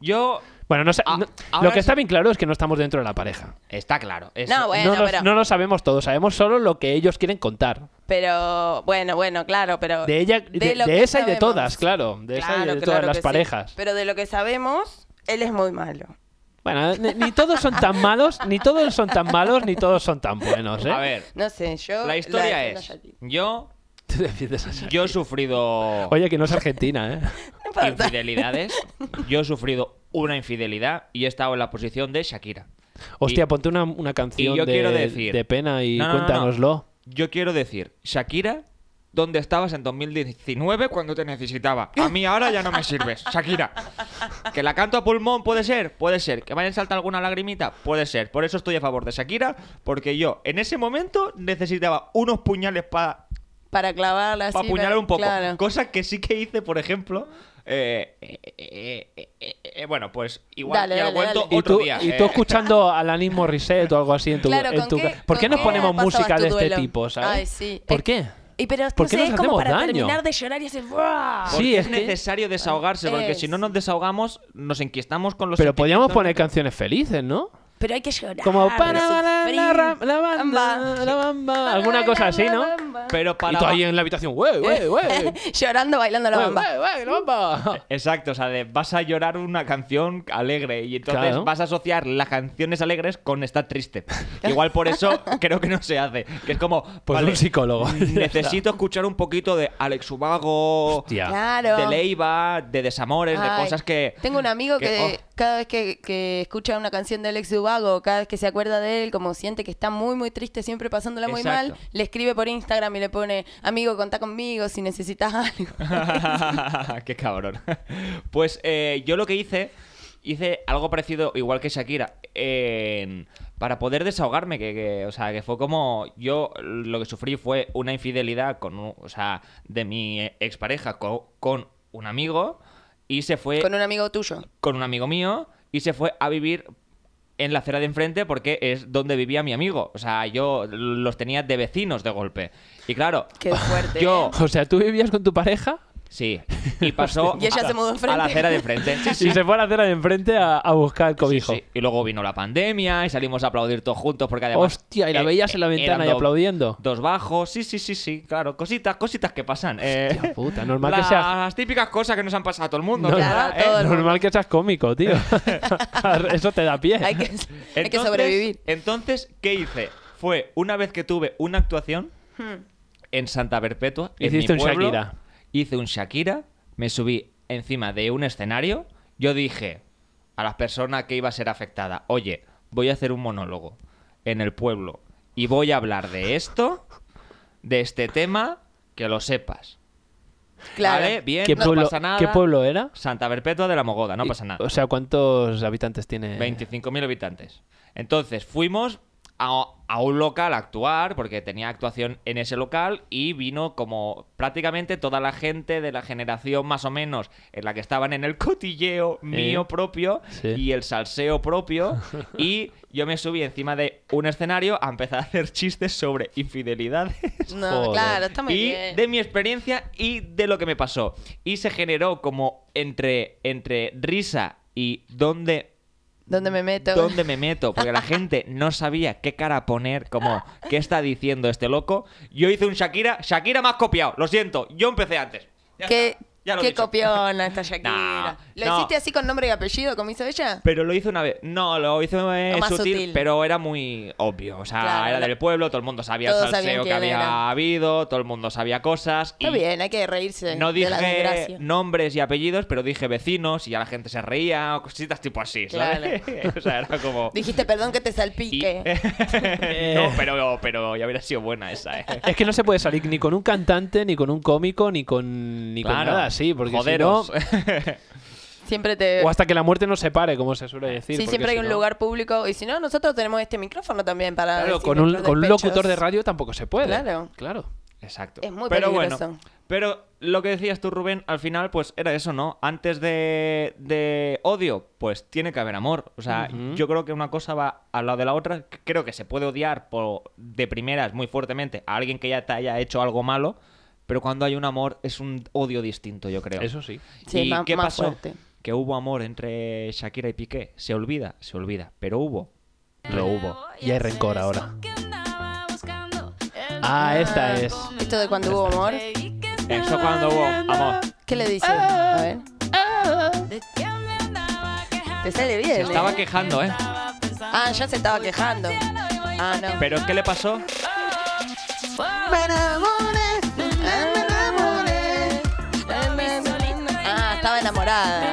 [SPEAKER 3] yo...
[SPEAKER 4] Bueno, no, sé-
[SPEAKER 3] Ah,
[SPEAKER 4] no-
[SPEAKER 3] ahora
[SPEAKER 4] lo que está
[SPEAKER 3] sí.
[SPEAKER 4] bien claro es que no estamos dentro de la pareja.
[SPEAKER 3] Está claro. es-
[SPEAKER 2] No, Ah, bueno,
[SPEAKER 4] no, nos-
[SPEAKER 2] pero,
[SPEAKER 4] no lo sabemos todo, sabemos solo lo que ellos quieren contar.
[SPEAKER 2] pero bueno, bueno, claro, pero...
[SPEAKER 4] De ella, de,
[SPEAKER 2] lo
[SPEAKER 4] de
[SPEAKER 2] que
[SPEAKER 4] esa y de
[SPEAKER 2] sabemos.
[SPEAKER 4] todas, claro. De esa y de
[SPEAKER 2] Claro, claro
[SPEAKER 4] todas
[SPEAKER 2] que
[SPEAKER 4] las
[SPEAKER 2] sí.
[SPEAKER 4] parejas.
[SPEAKER 2] Pero de lo que sabemos, él es muy malo.
[SPEAKER 4] Bueno, ni, ni todos son tan malos, ni todos son tan malos, ni todos son tan buenos, ¿eh?
[SPEAKER 3] A ver,
[SPEAKER 2] No sé, yo...
[SPEAKER 3] la historia
[SPEAKER 2] defiendo
[SPEAKER 3] es...
[SPEAKER 2] a ti.
[SPEAKER 3] Yo...
[SPEAKER 4] Te defiendes así.
[SPEAKER 3] Yo he sufrido...
[SPEAKER 4] Oye, que no es Argentina, ¿eh?
[SPEAKER 2] No importa.
[SPEAKER 3] infidelidades. Yo he sufrido una infidelidad y he estado en la posición de Shakira.
[SPEAKER 4] Hostia,
[SPEAKER 3] Y-
[SPEAKER 4] ponte una, una canción
[SPEAKER 3] y yo
[SPEAKER 4] de,
[SPEAKER 3] quiero decir-
[SPEAKER 4] de pena y
[SPEAKER 3] No, no, no, no.
[SPEAKER 4] cuéntanoslo.
[SPEAKER 3] Yo quiero decir, Shakira, ¿dónde estabas en 2019 cuando te necesitaba? A mí ahora ya no me sirves, Shakira. Que la canto a pulmón puede ser, puede ser. Que vayan salta alguna lagrimita, puede ser. Por eso estoy a favor de Shakira, porque yo en ese momento necesitaba unos puñales para
[SPEAKER 2] Para clavarla así.
[SPEAKER 3] apuñalar
[SPEAKER 2] para-
[SPEAKER 3] un poco.
[SPEAKER 2] claro.
[SPEAKER 3] Cosa que sí que hice, por ejemplo, Eh, eh, eh, eh, eh, eh, bueno, pues igual
[SPEAKER 2] Dale,
[SPEAKER 3] ya lo
[SPEAKER 2] dale,
[SPEAKER 3] cuento
[SPEAKER 2] dale.
[SPEAKER 4] Y
[SPEAKER 3] otro
[SPEAKER 4] tú,
[SPEAKER 3] día.
[SPEAKER 4] y tú
[SPEAKER 3] eh.
[SPEAKER 4] escuchando a Alanis Morissette o algo así en tu,
[SPEAKER 2] Claro,
[SPEAKER 4] en
[SPEAKER 2] ¿con
[SPEAKER 4] tu
[SPEAKER 2] qué-
[SPEAKER 4] ca- ¿Por qué
[SPEAKER 2] con
[SPEAKER 4] nos
[SPEAKER 2] qué
[SPEAKER 4] ponemos
[SPEAKER 2] pasabas
[SPEAKER 4] música
[SPEAKER 2] tu
[SPEAKER 4] de este
[SPEAKER 2] duelo?
[SPEAKER 4] tipo, sabes?
[SPEAKER 2] Ay, sí.
[SPEAKER 4] ¿Por
[SPEAKER 2] Es-
[SPEAKER 4] qué?
[SPEAKER 2] Y pero
[SPEAKER 4] ¿Por
[SPEAKER 2] no
[SPEAKER 4] qué
[SPEAKER 2] sé,
[SPEAKER 4] nos
[SPEAKER 2] es como
[SPEAKER 4] hacemos
[SPEAKER 2] para
[SPEAKER 4] daño?
[SPEAKER 2] terminar de llorar y hacer ¡buah!
[SPEAKER 4] Sí,
[SPEAKER 3] Porque
[SPEAKER 4] es
[SPEAKER 3] es,
[SPEAKER 4] que-
[SPEAKER 3] necesario desahogarse, porque
[SPEAKER 2] Es.
[SPEAKER 3] si no nos desahogamos, nos enquistamos con los.
[SPEAKER 4] Pero podíamos
[SPEAKER 3] sentimientos.
[SPEAKER 4] poner canciones felices, ¿no?
[SPEAKER 2] Pero hay que llorar.
[SPEAKER 4] Como para la,
[SPEAKER 2] sufrir.
[SPEAKER 4] la, ra- la banda,
[SPEAKER 2] Amba.
[SPEAKER 4] la bamba, alguna cosa así, ¿no?
[SPEAKER 2] La bamba.
[SPEAKER 3] Pero para.
[SPEAKER 4] Y tú ahí en la habitación, wey, wey, wey.
[SPEAKER 2] Llorando, bailando la bamba.
[SPEAKER 4] la bamba.
[SPEAKER 3] Exacto, o sea, de- vas a llorar una canción alegre y entonces
[SPEAKER 4] Claro.
[SPEAKER 3] vas a asociar las canciones alegres con estar triste. Igual por eso creo que no se hace. Que es como.
[SPEAKER 4] Pues
[SPEAKER 3] vale,
[SPEAKER 4] un psicólogo.
[SPEAKER 3] Necesito escuchar un poquito de Alex Ubago.
[SPEAKER 4] Hostia.
[SPEAKER 2] Claro.
[SPEAKER 3] de Leiva, de desamores,
[SPEAKER 2] Ay,
[SPEAKER 3] de cosas que.
[SPEAKER 2] Tengo un amigo que,
[SPEAKER 3] oh,
[SPEAKER 2] cada vez que, que escucha una canción de Alex Ubago, cada vez que se acuerda de él, como siente que está muy, muy triste, siempre pasándola muy
[SPEAKER 3] Exacto.
[SPEAKER 2] mal, le escribe por Instagram y le pone, amigo, contá conmigo si necesitas algo.
[SPEAKER 3] Qué cabrón. Pues eh, yo lo que hice, hice algo parecido, igual que Shakira, en- para poder desahogarme. Que, que, o sea, que fue como. Yo lo que sufrí fue una infidelidad con, un- o sea, de mi expareja con, con un amigo y se fue
[SPEAKER 2] Con un amigo tuyo.
[SPEAKER 3] con un amigo mío y se fue a vivir en la acera de enfrente porque es donde vivía mi amigo. O sea, yo los tenía de vecinos de golpe. Y claro,
[SPEAKER 2] Qué fuerte.
[SPEAKER 3] yo
[SPEAKER 4] O sea, tú vivías con tu pareja
[SPEAKER 3] sí. Y pasó
[SPEAKER 2] Y ella
[SPEAKER 3] a,
[SPEAKER 2] se mudó enfrente.
[SPEAKER 3] a la acera de enfrente. Sí, sí.
[SPEAKER 4] y se fue a la acera de enfrente a, a buscar
[SPEAKER 3] Sí,
[SPEAKER 4] cobijo.
[SPEAKER 3] sí. Y luego vino la pandemia y salimos a aplaudir todos juntos porque además...
[SPEAKER 4] Hostia, y la
[SPEAKER 3] eh,
[SPEAKER 4] veías en la
[SPEAKER 3] eh,
[SPEAKER 4] ventana
[SPEAKER 3] eran
[SPEAKER 4] y
[SPEAKER 3] dos-
[SPEAKER 4] aplaudiendo.
[SPEAKER 3] Dos bajos, sí, sí, sí, sí, claro, cositas, cositas que pasan. eh.
[SPEAKER 4] Hostia puta, normal que
[SPEAKER 3] Las
[SPEAKER 4] sea-
[SPEAKER 3] típicas cosas que nos han pasado a todo el mundo.
[SPEAKER 4] Normal-
[SPEAKER 2] Claro,
[SPEAKER 3] ¿verdad?
[SPEAKER 2] todo el mundo.
[SPEAKER 4] Normal que seas cómico, tío. Eso te da pie.
[SPEAKER 2] Hay que, hay que
[SPEAKER 3] Entonces-
[SPEAKER 2] sobrevivir.
[SPEAKER 3] Entonces, ¿qué hice? Fue una vez que tuve una actuación
[SPEAKER 2] Hmm.
[SPEAKER 3] en Santa Perpetua, en mi
[SPEAKER 4] Hiciste un
[SPEAKER 3] pueblo,
[SPEAKER 4] Shakira.
[SPEAKER 3] hice un Shakira, me subí encima de un escenario, yo dije a las personas que iba a ser afectada, oye, voy a hacer un monólogo en el pueblo y voy a hablar de esto, de este tema, que lo sepas.
[SPEAKER 2] Claro.
[SPEAKER 3] ¿Vale? Bien,
[SPEAKER 4] ¿Qué,
[SPEAKER 3] no
[SPEAKER 4] pueblo,
[SPEAKER 3] pasa nada.
[SPEAKER 4] ¿Qué pueblo era?
[SPEAKER 3] Santa Perpetua de la Mogoda, no
[SPEAKER 4] Y-
[SPEAKER 3] pasa nada.
[SPEAKER 4] O sea, ¿cuántos habitantes tiene?
[SPEAKER 3] 25.000 habitantes. Entonces fuimos a, a un local a actuar, porque tenía actuación en ese local, y vino como prácticamente toda la gente de la generación más o menos en la que estaban en el cotilleo mío propio
[SPEAKER 4] Sí.
[SPEAKER 3] y el salseo propio, y yo me subí encima de un escenario a empezar a hacer chistes sobre infidelidades
[SPEAKER 2] No,
[SPEAKER 4] Joder.
[SPEAKER 2] claro, está muy
[SPEAKER 3] y
[SPEAKER 2] bien.
[SPEAKER 3] de mi experiencia y de lo que me pasó. Y se generó como entre, entre risa y dónde...
[SPEAKER 2] ¿Dónde me meto?
[SPEAKER 3] ¿Dónde me meto? Porque la gente no sabía qué cara poner, como, ¿qué está diciendo este loco? Yo hice un Shakira, Shakira más copiado, lo siento, yo empecé antes. Ya
[SPEAKER 2] ¿Qué,
[SPEAKER 3] está, ya lo he
[SPEAKER 2] qué
[SPEAKER 3] dicho.
[SPEAKER 2] copiona esta Shakira? ¿Lo
[SPEAKER 3] no.
[SPEAKER 2] hiciste así con nombre y apellido, como hizo ella?
[SPEAKER 3] Pero lo hizo una vez. No, lo hizo eh,
[SPEAKER 2] O más
[SPEAKER 3] sutil,
[SPEAKER 2] sutil.
[SPEAKER 3] pero era muy obvio. O sea,
[SPEAKER 2] Claro,
[SPEAKER 3] era
[SPEAKER 2] lo-
[SPEAKER 3] del pueblo, todo el mundo sabía el
[SPEAKER 2] Todos
[SPEAKER 3] salseo
[SPEAKER 2] sabían
[SPEAKER 3] que
[SPEAKER 2] quién
[SPEAKER 3] había
[SPEAKER 2] era.
[SPEAKER 3] habido, todo el mundo sabía cosas.
[SPEAKER 2] Está
[SPEAKER 3] y
[SPEAKER 2] bien, hay que reírse
[SPEAKER 3] No
[SPEAKER 2] de la
[SPEAKER 3] dije
[SPEAKER 2] desgracia.
[SPEAKER 3] nombres y apellidos, pero dije vecinos y ya la gente se reía o cositas tipo así, ¿sabes? o sea, era como...
[SPEAKER 2] Dijiste perdón que te salpique.
[SPEAKER 3] Y- no, pero, pero ya hubiera sido buena esa, ¿eh?
[SPEAKER 4] Es que no se puede salir ni con un cantante, ni con un cómico, ni con, ni con
[SPEAKER 3] Claro.
[SPEAKER 4] nada así. Porque si
[SPEAKER 3] Joderos.
[SPEAKER 4] no-
[SPEAKER 2] Siempre te...
[SPEAKER 4] o hasta que la muerte nos separe, como se suele decir.
[SPEAKER 2] Sí,
[SPEAKER 4] porque
[SPEAKER 2] siempre hay
[SPEAKER 4] si
[SPEAKER 2] un
[SPEAKER 4] no-
[SPEAKER 2] lugar público. Y si no, nosotros tenemos este micrófono también para.
[SPEAKER 4] Claro,
[SPEAKER 2] decir
[SPEAKER 4] con un,
[SPEAKER 2] nuestros
[SPEAKER 4] con un
[SPEAKER 2] despechos.
[SPEAKER 4] locutor de radio tampoco se puede.
[SPEAKER 2] Claro.
[SPEAKER 4] Claro.
[SPEAKER 3] Exacto.
[SPEAKER 2] Es muy
[SPEAKER 3] pero
[SPEAKER 2] peligroso.
[SPEAKER 3] Bueno, pero lo que decías tú, Rubén, al final, pues era eso, ¿no? Antes de, de odio, pues tiene que haber amor. O sea, yo creo que una cosa va al lado de la otra. C- Creo que se puede odiar por, de primeras muy fuertemente a alguien que ya te haya hecho algo malo, pero cuando hay un amor es un odio distinto, yo creo.
[SPEAKER 4] Eso sí.
[SPEAKER 2] Sí,
[SPEAKER 3] ¿Y
[SPEAKER 2] ma-
[SPEAKER 3] qué
[SPEAKER 2] más
[SPEAKER 3] pasó?
[SPEAKER 2] fuerte.
[SPEAKER 3] Que hubo amor entre Shakira y Piqué. Se olvida, se olvida, pero hubo. Lo hubo.
[SPEAKER 4] Y hay rencor ahora. Ah, esta es.
[SPEAKER 2] Esto de cuando hubo amor.
[SPEAKER 3] Eso cuando hubo amor.
[SPEAKER 2] ¿Qué le dice? A ver. Te sale bien.
[SPEAKER 3] Se
[SPEAKER 2] ¿eh?
[SPEAKER 3] estaba quejando, ¿eh?
[SPEAKER 2] Ah, ya se estaba quejando. Ah, no.
[SPEAKER 3] ¿Pero qué le pasó?
[SPEAKER 2] Ah, estaba enamorada.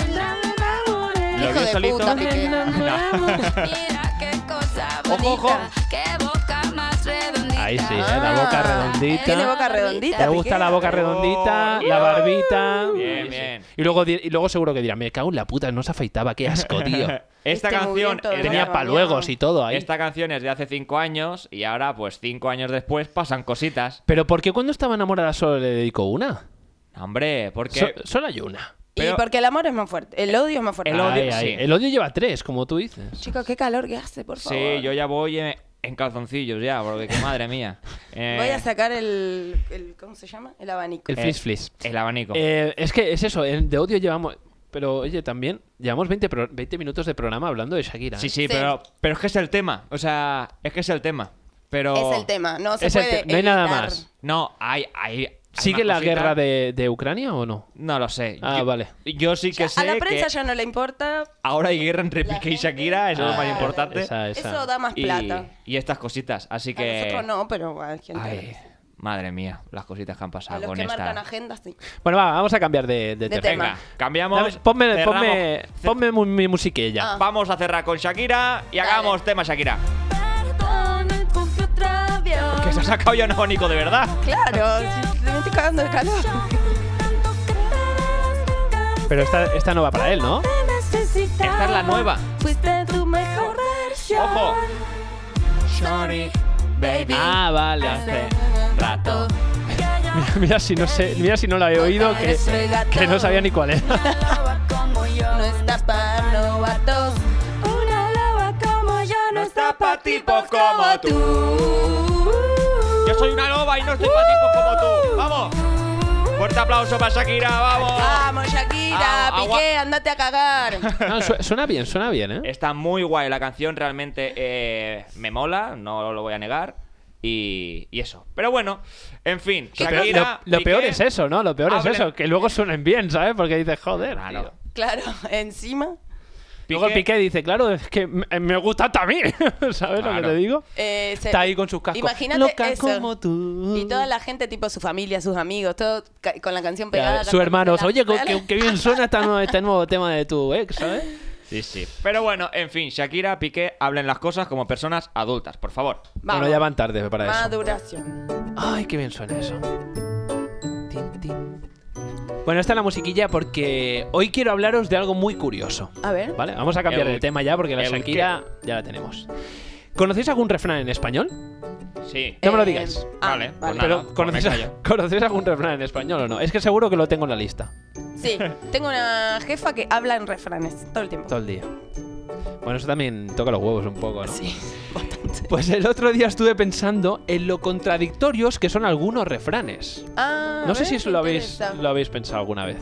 [SPEAKER 3] ¿Lo
[SPEAKER 2] Hijo
[SPEAKER 3] vio
[SPEAKER 2] de
[SPEAKER 3] solito?
[SPEAKER 2] puta, Piqué.
[SPEAKER 1] Mira qué cosa
[SPEAKER 3] Ojo, ojo.
[SPEAKER 1] bonita, qué boca más redondita.
[SPEAKER 4] Ahí sí, ¿eh? la boca
[SPEAKER 2] Ah,
[SPEAKER 4] redondita.
[SPEAKER 2] Tiene boca redondita.
[SPEAKER 4] Te gusta
[SPEAKER 2] Piqué.
[SPEAKER 4] la boca redondita,
[SPEAKER 3] Oh,
[SPEAKER 4] la barbita.
[SPEAKER 3] Bien,
[SPEAKER 4] Sí, sí.
[SPEAKER 3] bien.
[SPEAKER 4] Y luego, di- y luego seguro que dirá, me cago en la puta, no se afeitaba, qué asco, tío.
[SPEAKER 3] Esta
[SPEAKER 2] Este
[SPEAKER 3] canción
[SPEAKER 2] movimiento de
[SPEAKER 3] es de-
[SPEAKER 4] Tenía
[SPEAKER 2] Claro,
[SPEAKER 4] paluegos
[SPEAKER 2] mira.
[SPEAKER 4] y todo ahí.
[SPEAKER 3] Esta canción es de hace cinco años y ahora, pues cinco años después, pasan cositas.
[SPEAKER 4] Pero ¿por qué cuando estaba enamorada solo le dedicó una?
[SPEAKER 3] Hombre, porque
[SPEAKER 4] So- solo hay una.
[SPEAKER 2] y
[SPEAKER 3] Pero-
[SPEAKER 2] porque el amor es más fuerte, el odio es más fuerte.
[SPEAKER 3] El odio-
[SPEAKER 4] Ay, ay,
[SPEAKER 3] sí.
[SPEAKER 4] El odio lleva tres, como tú dices.
[SPEAKER 2] Chicos, qué calor que hace, por favor.
[SPEAKER 3] Sí, yo ya voy en, en calzoncillos ya, porque que madre mía. Eh,
[SPEAKER 2] Voy a sacar el, el- ¿Cómo se llama? El abanico.
[SPEAKER 4] El
[SPEAKER 3] Eh,
[SPEAKER 4] flis flis.
[SPEAKER 3] El abanico.
[SPEAKER 4] Eh, es que es eso, el de odio llevamos. Pero oye, también llevamos 20, pro- 20 minutos de programa hablando de Shakira.
[SPEAKER 3] sí,
[SPEAKER 4] ¿eh?
[SPEAKER 3] sí,
[SPEAKER 2] Sí.
[SPEAKER 3] Pero, pero es que es el tema. O sea, es que es el tema. Pero...
[SPEAKER 2] Es el tema, no se
[SPEAKER 4] Es el
[SPEAKER 2] puede.
[SPEAKER 4] te- no hay nada
[SPEAKER 2] evitar.
[SPEAKER 4] más.
[SPEAKER 3] No, hay... hay, hay
[SPEAKER 4] ¿Sigue
[SPEAKER 3] más
[SPEAKER 4] la
[SPEAKER 3] cositas.
[SPEAKER 4] guerra de, de Ucrania o no?
[SPEAKER 3] No lo sé.
[SPEAKER 4] Ah,
[SPEAKER 3] Yo-
[SPEAKER 4] vale.
[SPEAKER 3] Yo sí que
[SPEAKER 2] Ya,
[SPEAKER 3] sé
[SPEAKER 2] a la prensa
[SPEAKER 3] que
[SPEAKER 2] ya no le importa.
[SPEAKER 3] ahora hay guerra entre
[SPEAKER 2] La
[SPEAKER 3] Piqué y
[SPEAKER 2] gente-
[SPEAKER 3] Shakira, eso es lo más
[SPEAKER 2] Ah,
[SPEAKER 3] importante.
[SPEAKER 4] esa, esa.
[SPEAKER 2] Eso da más
[SPEAKER 3] Y,
[SPEAKER 2] plata.
[SPEAKER 3] y estas cositas, así que...
[SPEAKER 2] A nosotros no, pero a, gente-
[SPEAKER 3] Ay, madre mía, las cositas que han
[SPEAKER 2] a
[SPEAKER 3] pasado
[SPEAKER 2] los
[SPEAKER 3] con
[SPEAKER 2] que marcan
[SPEAKER 3] esta.
[SPEAKER 2] agendas, sí.
[SPEAKER 4] Bueno, va, vamos a cambiar de, de
[SPEAKER 2] De
[SPEAKER 4] tema.
[SPEAKER 2] tema.
[SPEAKER 3] Venga, cambiamos.
[SPEAKER 4] Dame- ponme,
[SPEAKER 3] cerramos.
[SPEAKER 4] ponme,
[SPEAKER 3] Ce-
[SPEAKER 4] ponme mu- mi musiquilla.
[SPEAKER 2] Ah.
[SPEAKER 3] Vamos a cerrar con Shakira y hagamos tema Shakira.
[SPEAKER 1] Perdón, compré otra avión.
[SPEAKER 3] Que se ha sacado ya un abanico de verdad.
[SPEAKER 2] Claro, si me estoy cagando de calor.
[SPEAKER 4] Pero esta, esta no va para él, ¿no?
[SPEAKER 1] Esta
[SPEAKER 3] es la nueva.
[SPEAKER 1] Fuiste tu mejor versión.
[SPEAKER 3] ¡Ojo! Shorty, baby.
[SPEAKER 4] Ah, vale.
[SPEAKER 3] Hace rato.
[SPEAKER 4] Mira, mira si no sé, mira si no la he oído que, que no sabía ni cuál era.
[SPEAKER 2] No está para novatos.
[SPEAKER 1] Una loba como yo no está pa' tipos como tú.
[SPEAKER 3] Yo soy una loba y no estoy para tipos como
[SPEAKER 2] Uh.
[SPEAKER 3] tú. ¡Vamos! Fuerte aplauso para Shakira, vamos.
[SPEAKER 2] Vamos,
[SPEAKER 3] Ah,
[SPEAKER 2] Shakira,
[SPEAKER 3] agua-
[SPEAKER 2] Piqué, andate a cagar.
[SPEAKER 4] No, su- suena bien, suena bien, ¿eh?
[SPEAKER 3] Está muy guay la canción, realmente eh, me mola, no lo voy a negar. Y, y eso. Pero bueno, en fin,
[SPEAKER 4] Lo
[SPEAKER 3] Shakira.
[SPEAKER 4] peor- lo, lo
[SPEAKER 3] Piqué-
[SPEAKER 4] peor es eso, ¿no? Lo peor es
[SPEAKER 3] Hablen-
[SPEAKER 4] eso, que luego suenen bien, ¿sabes? Porque dices, joder.
[SPEAKER 3] Claro.
[SPEAKER 4] tío.
[SPEAKER 2] Claro, encima.
[SPEAKER 4] Luego el
[SPEAKER 3] Piqué-
[SPEAKER 4] Piqué dice, claro, es que me me gusta también, ¿sabes lo que
[SPEAKER 3] Claro.
[SPEAKER 4] te digo?
[SPEAKER 2] eh, se-
[SPEAKER 4] Está ahí con sus cascos.
[SPEAKER 2] Imagínate
[SPEAKER 4] Loca
[SPEAKER 2] eso.
[SPEAKER 4] como tú.
[SPEAKER 2] Y toda la gente, tipo su familia, sus amigos, todo ca- con la canción
[SPEAKER 4] Ya,
[SPEAKER 2] pegada.
[SPEAKER 4] Sus
[SPEAKER 2] cantando
[SPEAKER 4] hermanos,
[SPEAKER 2] la-
[SPEAKER 4] oye, co- qué, qué bien suena esta nueva- este nuevo tema de tu ex, ¿sabes?
[SPEAKER 3] Sí, sí. Pero bueno, en fin, Shakira, Piqué, hablen las cosas como personas adultas, por favor.
[SPEAKER 2] Vamos.
[SPEAKER 4] Bueno, ya van tarde para eso.
[SPEAKER 2] Maduración.
[SPEAKER 4] Ay, qué bien suena eso. Tin, tin. Bueno, esta es la musiquilla porque hoy quiero hablaros de algo muy curioso.
[SPEAKER 2] A ver.
[SPEAKER 4] Vale, vamos a cambiar
[SPEAKER 3] El-
[SPEAKER 4] de tema ya porque la
[SPEAKER 3] el
[SPEAKER 4] Shakira ya la tenemos. ¿Conocéis algún refrán en español?
[SPEAKER 3] Sí.
[SPEAKER 4] No me lo
[SPEAKER 2] Eh,
[SPEAKER 4] digáis.
[SPEAKER 2] ah,
[SPEAKER 3] Vale, pues nada.
[SPEAKER 4] Pero
[SPEAKER 3] pues
[SPEAKER 4] ¿conocéis,
[SPEAKER 3] me callo.
[SPEAKER 4] ¿conocéis algún refrán en español o no? Es que seguro que lo tengo en la lista
[SPEAKER 2] Sí, tengo una jefa que habla en refranes todo el tiempo.
[SPEAKER 4] todo el día. Bueno, eso también toca los huevos un poco, ¿no?
[SPEAKER 2] Sí, bastante.
[SPEAKER 4] Pues el otro día estuve pensando en lo contradictorios que son algunos refranes.
[SPEAKER 2] Ah,
[SPEAKER 4] No sé
[SPEAKER 2] ¿ves?
[SPEAKER 4] si eso
[SPEAKER 2] Me
[SPEAKER 4] lo habéis,
[SPEAKER 2] interesa.
[SPEAKER 4] lo habéis pensado alguna vez.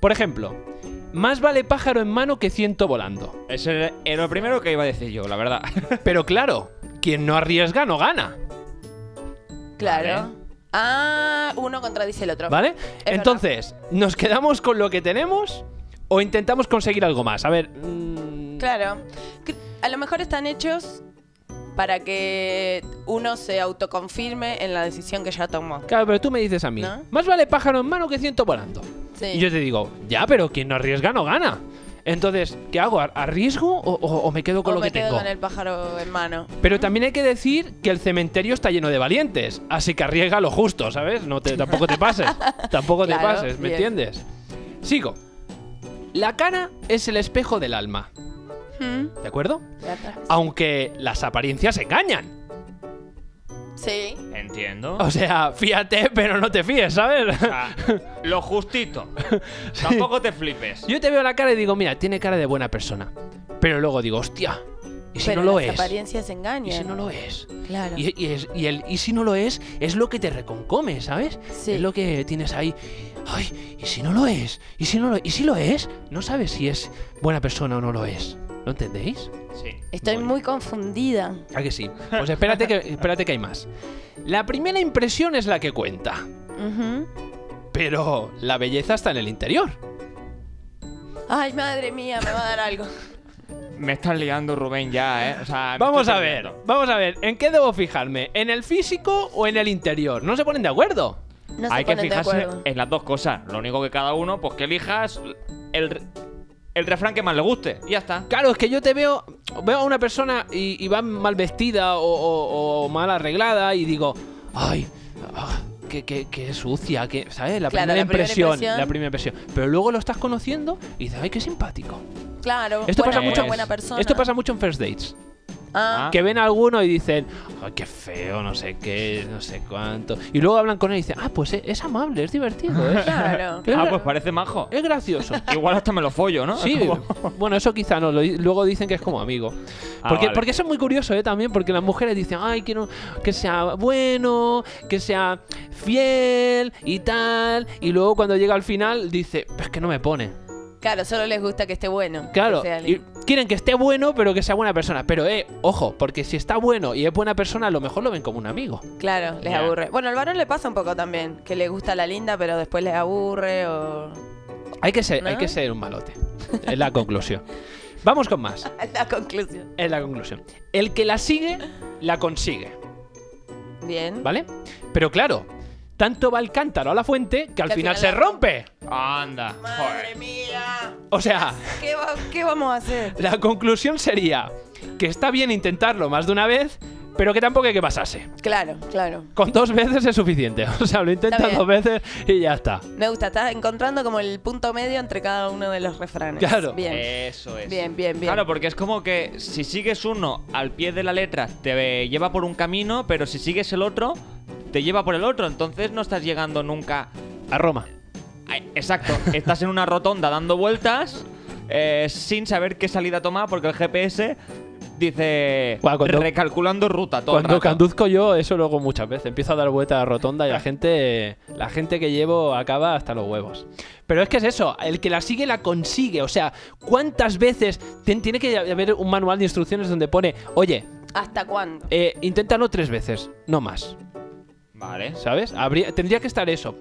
[SPEAKER 4] Por ejemplo, más vale pájaro en mano que ciento volando.
[SPEAKER 3] Eso era era lo primero que iba a decir yo, la verdad.
[SPEAKER 4] Pero claro, quien no arriesga no gana,
[SPEAKER 2] Claro.
[SPEAKER 3] Vale.
[SPEAKER 2] Ah, uno contradice el otro.
[SPEAKER 4] ¿vale?
[SPEAKER 2] verdad.
[SPEAKER 4] Entonces, ¿nos quedamos con lo que tenemos o intentamos conseguir algo más? A ver... mm,
[SPEAKER 2] Claro. Cre- A lo mejor están hechos para que uno se autoconfirme en la decisión que ya tomó.
[SPEAKER 4] Claro, pero tú me dices a mí,
[SPEAKER 2] ¿No?
[SPEAKER 4] más vale pájaro en mano que ciento volando.
[SPEAKER 2] Sí.
[SPEAKER 4] Y yo te digo, ya, pero quien no arriesga no gana. Entonces, ¿qué hago? ¿Ar- ¿Arriesgo o, o- o me quedo con
[SPEAKER 2] O
[SPEAKER 4] lo
[SPEAKER 2] me
[SPEAKER 4] que
[SPEAKER 2] quedo
[SPEAKER 4] tengo?
[SPEAKER 2] con el pájaro en mano.
[SPEAKER 4] Pero también hay que decir que el cementerio está lleno de valientes, así que arriesga lo justo, ¿sabes? No te, tampoco te pases, tampoco te
[SPEAKER 2] Claro,
[SPEAKER 4] pases, ¿me
[SPEAKER 2] bien.
[SPEAKER 4] entiendes? Sigo. La cara es el espejo del alma,
[SPEAKER 2] Hmm.
[SPEAKER 4] ¿de acuerdo?
[SPEAKER 2] Ya está.
[SPEAKER 4] Aunque las apariencias engañan.
[SPEAKER 2] Sí.
[SPEAKER 3] Entiendo.
[SPEAKER 2] Oh.
[SPEAKER 4] O sea, fíate, pero no te fíes, ¿sabes?
[SPEAKER 3] Ah, lo justito. Tampoco te flipes.
[SPEAKER 4] Yo te veo la cara y digo, mira, tiene cara de buena persona. Pero luego digo, hostia, ¿y si
[SPEAKER 2] Pero
[SPEAKER 4] no lo es?
[SPEAKER 2] las apariencias engañan.
[SPEAKER 4] ¿Y si no lo es?
[SPEAKER 2] Claro.
[SPEAKER 4] Y, y es- y el y si no lo es, es lo que te reconcome, ¿sabes?
[SPEAKER 2] Sí.
[SPEAKER 4] Es lo que tienes ahí. Ay, ¿y si no lo es? ¿Y si no lo, y si lo es? No sabes si es buena persona o no lo es. ¿Lo entendéis?
[SPEAKER 3] Sí.
[SPEAKER 2] Estoy muy confundida.
[SPEAKER 4] ¿A que sí? Pues espérate que, espérate que hay más. La primera impresión es la que cuenta.
[SPEAKER 2] Ujú.
[SPEAKER 4] Pero la belleza está en el interior.
[SPEAKER 2] Ay, madre mía, me va a dar algo.
[SPEAKER 3] Me estás liando, Rubén, ya, ¿eh? O sea, me
[SPEAKER 4] Vamos
[SPEAKER 3] estoy
[SPEAKER 4] a ver,
[SPEAKER 3] perdiendo.
[SPEAKER 4] vamos a ver, ¿en qué debo fijarme? ¿En el físico o en el interior? ¿No se ponen de acuerdo?
[SPEAKER 2] No se
[SPEAKER 3] Hay que
[SPEAKER 2] ponen de
[SPEAKER 3] fijarse
[SPEAKER 2] acuerdo.
[SPEAKER 3] en las dos cosas. Lo único que cada uno, pues que elijas el, re- el refrán que más le guste. Y ya está.
[SPEAKER 4] Claro, es que yo te veo, veo a una persona y, y va mal vestida o, o- o mal arreglada y digo, ay, ah, qué, qué- qué sucia, que, ¿sabes? La, primera,
[SPEAKER 2] Claro, la primera
[SPEAKER 4] impresión,
[SPEAKER 2] impresión.
[SPEAKER 4] la primera impresión. Pero luego lo estás conociendo y dices, ay, qué simpático.
[SPEAKER 2] Claro.
[SPEAKER 4] Esto
[SPEAKER 2] buena-
[SPEAKER 4] pasa mucho,
[SPEAKER 2] buena persona.
[SPEAKER 4] Esto pasa mucho en first dates.
[SPEAKER 2] Ah.
[SPEAKER 4] Que ven a alguno y dicen, "Ay, qué feo, no sé qué, no sé cuánto. Y luego hablan con él y dicen, ah, pues es, es amable, es divertido. Es,
[SPEAKER 2] Claro.
[SPEAKER 4] es
[SPEAKER 3] Ah,
[SPEAKER 4] gra-
[SPEAKER 3] pues parece majo.
[SPEAKER 4] es gracioso.
[SPEAKER 3] Igual hasta me lo follo, ¿no?
[SPEAKER 4] Sí,
[SPEAKER 3] Como-
[SPEAKER 4] bueno, eso quizá no. lo di- luego dicen que es como amigo.
[SPEAKER 3] Ah,
[SPEAKER 4] Porque,
[SPEAKER 3] vale.
[SPEAKER 4] porque eso es muy curioso, ¿eh? También, porque las mujeres dicen, ay, quiero que sea bueno, que sea fiel y tal. Y luego cuando llega al final, dice, es que no me pone.
[SPEAKER 2] Claro, solo les gusta que esté bueno.
[SPEAKER 4] Claro,
[SPEAKER 2] que sea
[SPEAKER 4] y
[SPEAKER 2] lindo.
[SPEAKER 4] quieren que esté bueno, pero que sea buena persona. Pero, eh, ojo, porque si está bueno y es buena persona, a lo mejor lo ven como un amigo.
[SPEAKER 2] Claro, les
[SPEAKER 3] Ya.
[SPEAKER 2] aburre. Bueno, al varón le pasa un poco también, que le gusta la linda, pero después les aburre o...
[SPEAKER 4] Hay que ser, hay
[SPEAKER 2] ¿No?
[SPEAKER 4] que ser un malote. Es la conclusión. Vamos con más.
[SPEAKER 2] La conclusión.
[SPEAKER 4] Es la conclusión. El que la sigue, la consigue.
[SPEAKER 2] Bien.
[SPEAKER 4] ¿Vale? Pero claro, tanto va el cántaro a la fuente que al
[SPEAKER 2] Que al
[SPEAKER 4] final,
[SPEAKER 2] final
[SPEAKER 4] se
[SPEAKER 2] la-
[SPEAKER 4] rompe.
[SPEAKER 3] Anda. Joder.
[SPEAKER 2] mía!
[SPEAKER 4] O sea,
[SPEAKER 2] ¿Qué, va- qué vamos a hacer?
[SPEAKER 4] la conclusión sería que está bien intentarlo más de una vez, pero que tampoco hay que pasarse.
[SPEAKER 2] Claro, claro.
[SPEAKER 4] Con dos veces es suficiente. O sea, lo intentas
[SPEAKER 2] bien.
[SPEAKER 4] dos veces y ya está.
[SPEAKER 2] Me gusta, estás encontrando como el punto medio entre cada uno de los refranes.
[SPEAKER 4] Claro. Eh.
[SPEAKER 2] Bien,
[SPEAKER 3] Eso es.
[SPEAKER 2] bien, bien, bien.
[SPEAKER 3] Claro, porque es como que si sigues uno al pie de la letra te lleva por un camino, pero si sigues el otro te lleva por el otro, entonces no estás llegando nunca.
[SPEAKER 4] A Roma.
[SPEAKER 3] a- Exacto, estás en una rotonda dando vueltas eh, sin saber qué salida tomar porque el GPS dice
[SPEAKER 4] Guau, cuando-
[SPEAKER 3] recalculando ruta todo el
[SPEAKER 4] Cuando
[SPEAKER 3] rato.
[SPEAKER 4] conduzco yo, eso lo hago muchas veces. Empiezo a dar vueltas a la rotonda y la gente, la gente que llevo acaba hasta los huevos. Pero es que es eso, el que la sigue la consigue. O sea, ¿cuántas veces ten- tiene que haber un manual de instrucciones donde pone, oye,
[SPEAKER 2] ¿Hasta cuándo?
[SPEAKER 4] eh, inténtalo tres veces, no más?
[SPEAKER 3] Vale,
[SPEAKER 4] ¿Sabes? Habría, tendría que estar eso,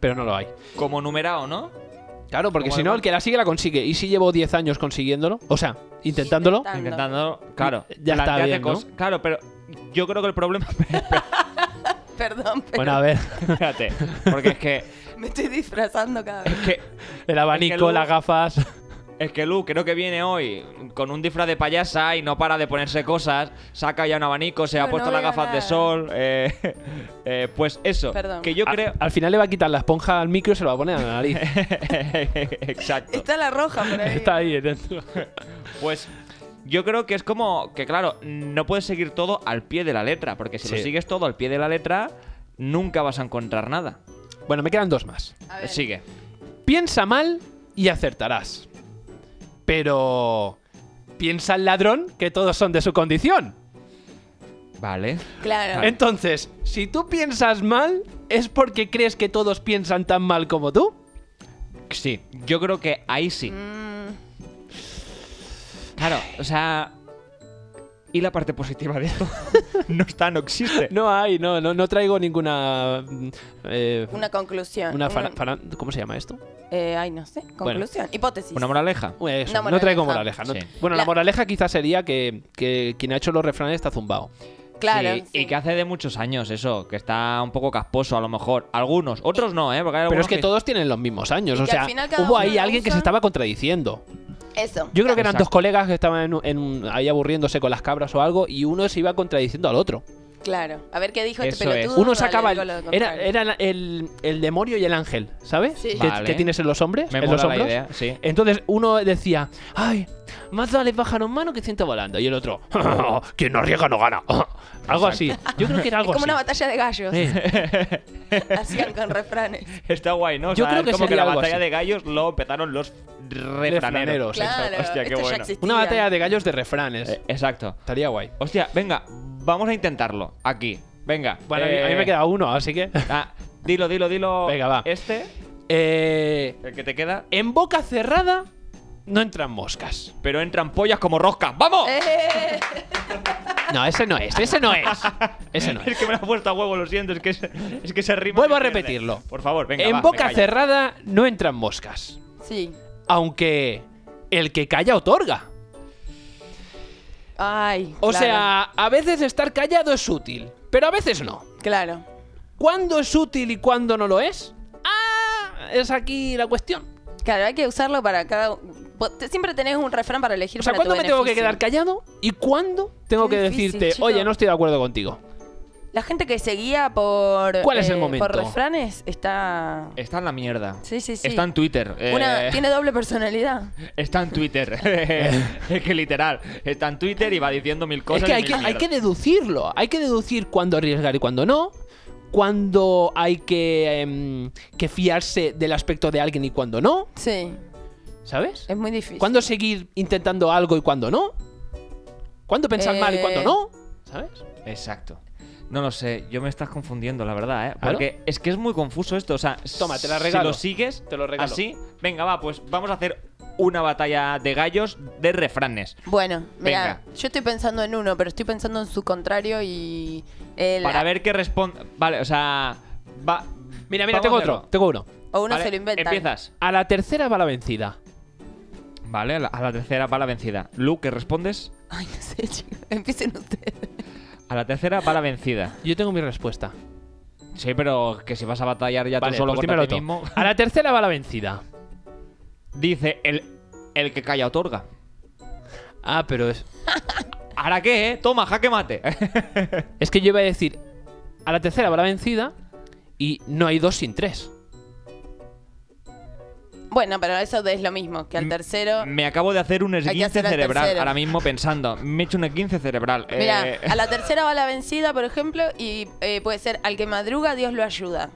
[SPEAKER 4] pero no lo hay.
[SPEAKER 3] como numerado, ¿no?
[SPEAKER 4] Claro, porque
[SPEAKER 3] Como
[SPEAKER 4] si
[SPEAKER 3] de
[SPEAKER 4] no,
[SPEAKER 3] cual-
[SPEAKER 4] el que la sigue la consigue. Y si llevo 10 años consiguiéndolo, o sea, intentándolo,
[SPEAKER 2] Intentando.
[SPEAKER 3] Intentando, claro.
[SPEAKER 4] Ya está
[SPEAKER 3] planteate
[SPEAKER 4] bien, ¿no?
[SPEAKER 3] cos- Claro, pero yo creo que el problema.
[SPEAKER 2] Perdón, pero
[SPEAKER 4] bueno, a ver,
[SPEAKER 3] Espérate, porque es que.
[SPEAKER 2] me estoy disfrazando cada vez.
[SPEAKER 3] Es que
[SPEAKER 4] el abanico,
[SPEAKER 3] luego-
[SPEAKER 4] las gafas.
[SPEAKER 3] Es que Lu creo que viene hoy con un disfraz de payasa y no para de ponerse cosas. Saca ya un abanico, se ha
[SPEAKER 2] No,
[SPEAKER 3] puesto
[SPEAKER 2] no
[SPEAKER 3] las
[SPEAKER 2] veo
[SPEAKER 3] gafas de
[SPEAKER 2] nada.
[SPEAKER 3] sol. eh, eh, pues eso,
[SPEAKER 2] Perdón.
[SPEAKER 3] que yo
[SPEAKER 4] A-
[SPEAKER 3] creo...
[SPEAKER 4] Al final le va a quitar la esponja al micro y se lo va a poner a la nariz.
[SPEAKER 3] Exacto.
[SPEAKER 2] Está la roja por ahí.
[SPEAKER 4] Está ahí eh, dentro.
[SPEAKER 3] Pues yo creo que es como que, claro, no puedes seguir todo al pie de la letra, porque si lo
[SPEAKER 4] Sí.
[SPEAKER 3] sigues todo al pie de la letra, nunca vas a encontrar nada.
[SPEAKER 4] Bueno, me quedan dos más.
[SPEAKER 2] A ver.
[SPEAKER 3] Sigue.
[SPEAKER 4] Piensa mal y acertarás. Pero piensa el ladrón que todos son de su condición.
[SPEAKER 3] Vale.
[SPEAKER 2] Claro.
[SPEAKER 4] Entonces, si tú piensas mal, es porque crees que todos piensan tan mal como tú.
[SPEAKER 3] Sí, yo creo que ahí sí.
[SPEAKER 2] Mm.
[SPEAKER 3] Claro, o sea... ¿Y la parte positiva de esto? no está, no existe.
[SPEAKER 4] No hay, no, no, no traigo ninguna. mm, eh,
[SPEAKER 2] Una conclusión.
[SPEAKER 4] una fara-
[SPEAKER 2] Un-
[SPEAKER 4] fara- ¿Cómo se llama esto?
[SPEAKER 2] eh, ay, no sé. Conclusión. Hipótesis.
[SPEAKER 3] ¿Una moraleja?
[SPEAKER 4] Eso,
[SPEAKER 2] Una
[SPEAKER 4] no traigo moraleja.
[SPEAKER 2] moraleja.
[SPEAKER 4] no-
[SPEAKER 3] Sí.
[SPEAKER 4] Bueno, la
[SPEAKER 2] La-
[SPEAKER 4] moraleja quizás sería que, que quien ha hecho los refranes está zumbado.
[SPEAKER 2] Claro.
[SPEAKER 3] Sí,
[SPEAKER 2] sí.
[SPEAKER 3] Y que hace de muchos años eso, que está un poco casposo a lo mejor. Algunos, otros no, ¿eh? Porque hay
[SPEAKER 4] Pero
[SPEAKER 3] algunos
[SPEAKER 4] es que todos tienen los mismos años.
[SPEAKER 2] Y
[SPEAKER 4] O
[SPEAKER 2] que al
[SPEAKER 4] sea,
[SPEAKER 2] final cada
[SPEAKER 4] hubo
[SPEAKER 2] uno
[SPEAKER 4] ahí
[SPEAKER 2] lo
[SPEAKER 4] alguien que se
[SPEAKER 2] usa.
[SPEAKER 4] estaba contradiciendo.
[SPEAKER 2] Eso.
[SPEAKER 4] Yo creo que eran
[SPEAKER 3] Exacto.
[SPEAKER 4] dos colegas que estaban en un- en un- ahí aburriéndose con las cabras o algo y uno se iba contradiciendo al otro.
[SPEAKER 2] Claro. A ver qué dijo este
[SPEAKER 3] Eso es.
[SPEAKER 2] pelotudo.
[SPEAKER 4] Uno
[SPEAKER 2] vale,
[SPEAKER 4] sacaba el,
[SPEAKER 2] digo lo
[SPEAKER 4] era,
[SPEAKER 2] contrario.
[SPEAKER 4] era la- el, el demonio y el ángel, ¿sabes?
[SPEAKER 2] Sí.
[SPEAKER 4] Que,
[SPEAKER 3] Vale.
[SPEAKER 4] que tienes en los hombres,
[SPEAKER 3] Me
[SPEAKER 4] en
[SPEAKER 3] mola
[SPEAKER 4] los
[SPEAKER 3] la
[SPEAKER 4] hombros.
[SPEAKER 3] idea, sí.
[SPEAKER 4] Entonces uno decía, ay, más vale pájaro en mano que ciento volando. Y el otro, quien no arriesga no gana. algo así. Yo creo que era
[SPEAKER 2] Es
[SPEAKER 4] algo
[SPEAKER 2] como una
[SPEAKER 4] así.
[SPEAKER 2] batalla de gallos.
[SPEAKER 4] Eh,
[SPEAKER 2] Hacían con refranes.
[SPEAKER 3] Está guay, ¿no? O
[SPEAKER 4] Yo
[SPEAKER 3] sea,
[SPEAKER 4] creo
[SPEAKER 3] es
[SPEAKER 4] que
[SPEAKER 3] como que
[SPEAKER 4] sería
[SPEAKER 3] la
[SPEAKER 4] algo
[SPEAKER 3] batalla
[SPEAKER 4] así.
[SPEAKER 3] de gallos lo empezaron los refraneros.
[SPEAKER 4] Refraneros,
[SPEAKER 2] Claro.
[SPEAKER 3] Hostia, qué
[SPEAKER 2] esto ya
[SPEAKER 3] bueno.
[SPEAKER 2] existía.
[SPEAKER 4] una batalla de gallos de refranes.
[SPEAKER 3] Eh, exacto.
[SPEAKER 4] Estaría guay.
[SPEAKER 3] Hostia, venga, vamos a intentarlo. Aquí. Venga.
[SPEAKER 4] Bueno, a mí-
[SPEAKER 3] eh,
[SPEAKER 4] a mí me queda uno, así que...
[SPEAKER 3] ah, dilo, dilo, dilo.
[SPEAKER 4] Venga, va.
[SPEAKER 3] Este,
[SPEAKER 4] Eh,
[SPEAKER 3] el que te queda.
[SPEAKER 4] en boca cerrada no entran moscas.
[SPEAKER 3] Pero entran pollas como roscas. ¡Vamos!
[SPEAKER 2] Eh,
[SPEAKER 4] No, ese no es, ese no es. Ese no
[SPEAKER 3] Es
[SPEAKER 4] es.
[SPEAKER 3] que me lo has puesto a huevo, lo siento. Es que, es, es que se rima.
[SPEAKER 4] Vuelvo
[SPEAKER 3] me
[SPEAKER 4] a
[SPEAKER 3] pierde.
[SPEAKER 4] repetirlo.
[SPEAKER 3] Por favor, venga. va,
[SPEAKER 4] En
[SPEAKER 3] me
[SPEAKER 4] boca
[SPEAKER 3] callo.
[SPEAKER 4] cerrada no entran moscas.
[SPEAKER 2] Sí.
[SPEAKER 4] Aunque el que calla otorga.
[SPEAKER 2] Ay.
[SPEAKER 4] O
[SPEAKER 2] claro,
[SPEAKER 4] sea, a veces estar callado es útil, pero a veces no.
[SPEAKER 2] Claro.
[SPEAKER 4] ¿Cuándo es útil y cuándo no lo es? Ah, es aquí la cuestión.
[SPEAKER 2] Claro, hay que usarlo para cada. vos te- Siempre tenés un refrán para elegir.
[SPEAKER 4] O sea,
[SPEAKER 2] para tu
[SPEAKER 4] ¿cuándo me tengo que
[SPEAKER 2] beneficio.
[SPEAKER 4] quedar callado y cuándo tengo
[SPEAKER 2] Qué
[SPEAKER 4] que
[SPEAKER 2] difícil,
[SPEAKER 4] decirte,
[SPEAKER 2] chico.
[SPEAKER 4] oye, no estoy de acuerdo contigo?
[SPEAKER 2] La gente que se guía por,
[SPEAKER 4] ¿Cuál es el momento?
[SPEAKER 2] por refranes está...
[SPEAKER 3] Está en la mierda.
[SPEAKER 2] Sí, sí, sí.
[SPEAKER 3] Está en Twitter.
[SPEAKER 2] Una,
[SPEAKER 3] eh,
[SPEAKER 2] tiene doble personalidad.
[SPEAKER 3] Está en Twitter. es que literal. Está en Twitter y va diciendo mil cosas.
[SPEAKER 4] es que
[SPEAKER 3] y
[SPEAKER 4] hay,
[SPEAKER 3] mil
[SPEAKER 4] que hay
[SPEAKER 3] mierdas.
[SPEAKER 4] que deducirlo. Hay que deducir cuándo arriesgar y cuándo no. Cuándo hay que, em, que fiarse del aspecto de alguien y cuándo no.
[SPEAKER 2] Sí,
[SPEAKER 4] ¿Sabes?
[SPEAKER 2] es muy difícil.
[SPEAKER 4] ¿Cuándo seguir intentando algo y cuándo no? ¿Cuándo pensar mal y cuándo
[SPEAKER 2] Eh.
[SPEAKER 4] no? ¿Sabes?
[SPEAKER 3] Exacto. No lo sé, yo me estás confundiendo, la verdad, ¿eh?
[SPEAKER 4] Claro.
[SPEAKER 3] Porque es que es muy confuso esto. O sea,
[SPEAKER 4] Toma, te la
[SPEAKER 3] Si
[SPEAKER 4] regalo.
[SPEAKER 3] lo sigues,
[SPEAKER 4] Te lo regalo.
[SPEAKER 3] Así, venga, va, pues vamos a hacer una batalla de gallos de refranes.
[SPEAKER 2] Bueno, mira,
[SPEAKER 3] Venga.
[SPEAKER 2] yo estoy pensando en uno, pero estoy pensando en su contrario y... el-
[SPEAKER 3] Para ver qué responde. Vale, o sea. Va.
[SPEAKER 4] Mira, mira,
[SPEAKER 3] vamos
[SPEAKER 4] tengo
[SPEAKER 3] a hacerlo.
[SPEAKER 4] otro. Tengo uno.
[SPEAKER 2] O uno
[SPEAKER 3] Vale,
[SPEAKER 2] se lo inventa.
[SPEAKER 3] Empiezas.
[SPEAKER 4] A la tercera va la vencida.
[SPEAKER 3] Vale, a la, a la tercera va la vencida. Luke, ¿qué respondes?
[SPEAKER 2] Ay, no sé, chicos. Empiecen ustedes.
[SPEAKER 3] A la tercera va la vencida.
[SPEAKER 4] Yo tengo mi respuesta.
[SPEAKER 3] Sí, pero que si vas a batallar ya
[SPEAKER 4] Vale,
[SPEAKER 3] tú solo
[SPEAKER 4] pues
[SPEAKER 3] contra
[SPEAKER 4] dímelo tú.
[SPEAKER 3] ti mismo.
[SPEAKER 4] A la tercera va la vencida.
[SPEAKER 3] Dice el, el que calla otorga.
[SPEAKER 4] Ah, pero es.
[SPEAKER 3] ¿Ahora qué, eh? Toma, jaque mate.
[SPEAKER 4] Es que yo iba a decir. A la tercera va la vencida. Y no hay dos sin tres.
[SPEAKER 2] Bueno, pero eso es lo
[SPEAKER 4] Mm,
[SPEAKER 2] mismo, que al tercero...
[SPEAKER 3] Me acabo de hacer un
[SPEAKER 2] que
[SPEAKER 3] esguince
[SPEAKER 2] hacer al
[SPEAKER 3] cerebral
[SPEAKER 2] tercero.
[SPEAKER 3] ahora mismo pensando. Me he hecho un esguince cerebral. Eh,
[SPEAKER 2] Mira, a la tercera va la vencida, por ejemplo, y eh, puede ser al que madruga, Dios lo ayuda.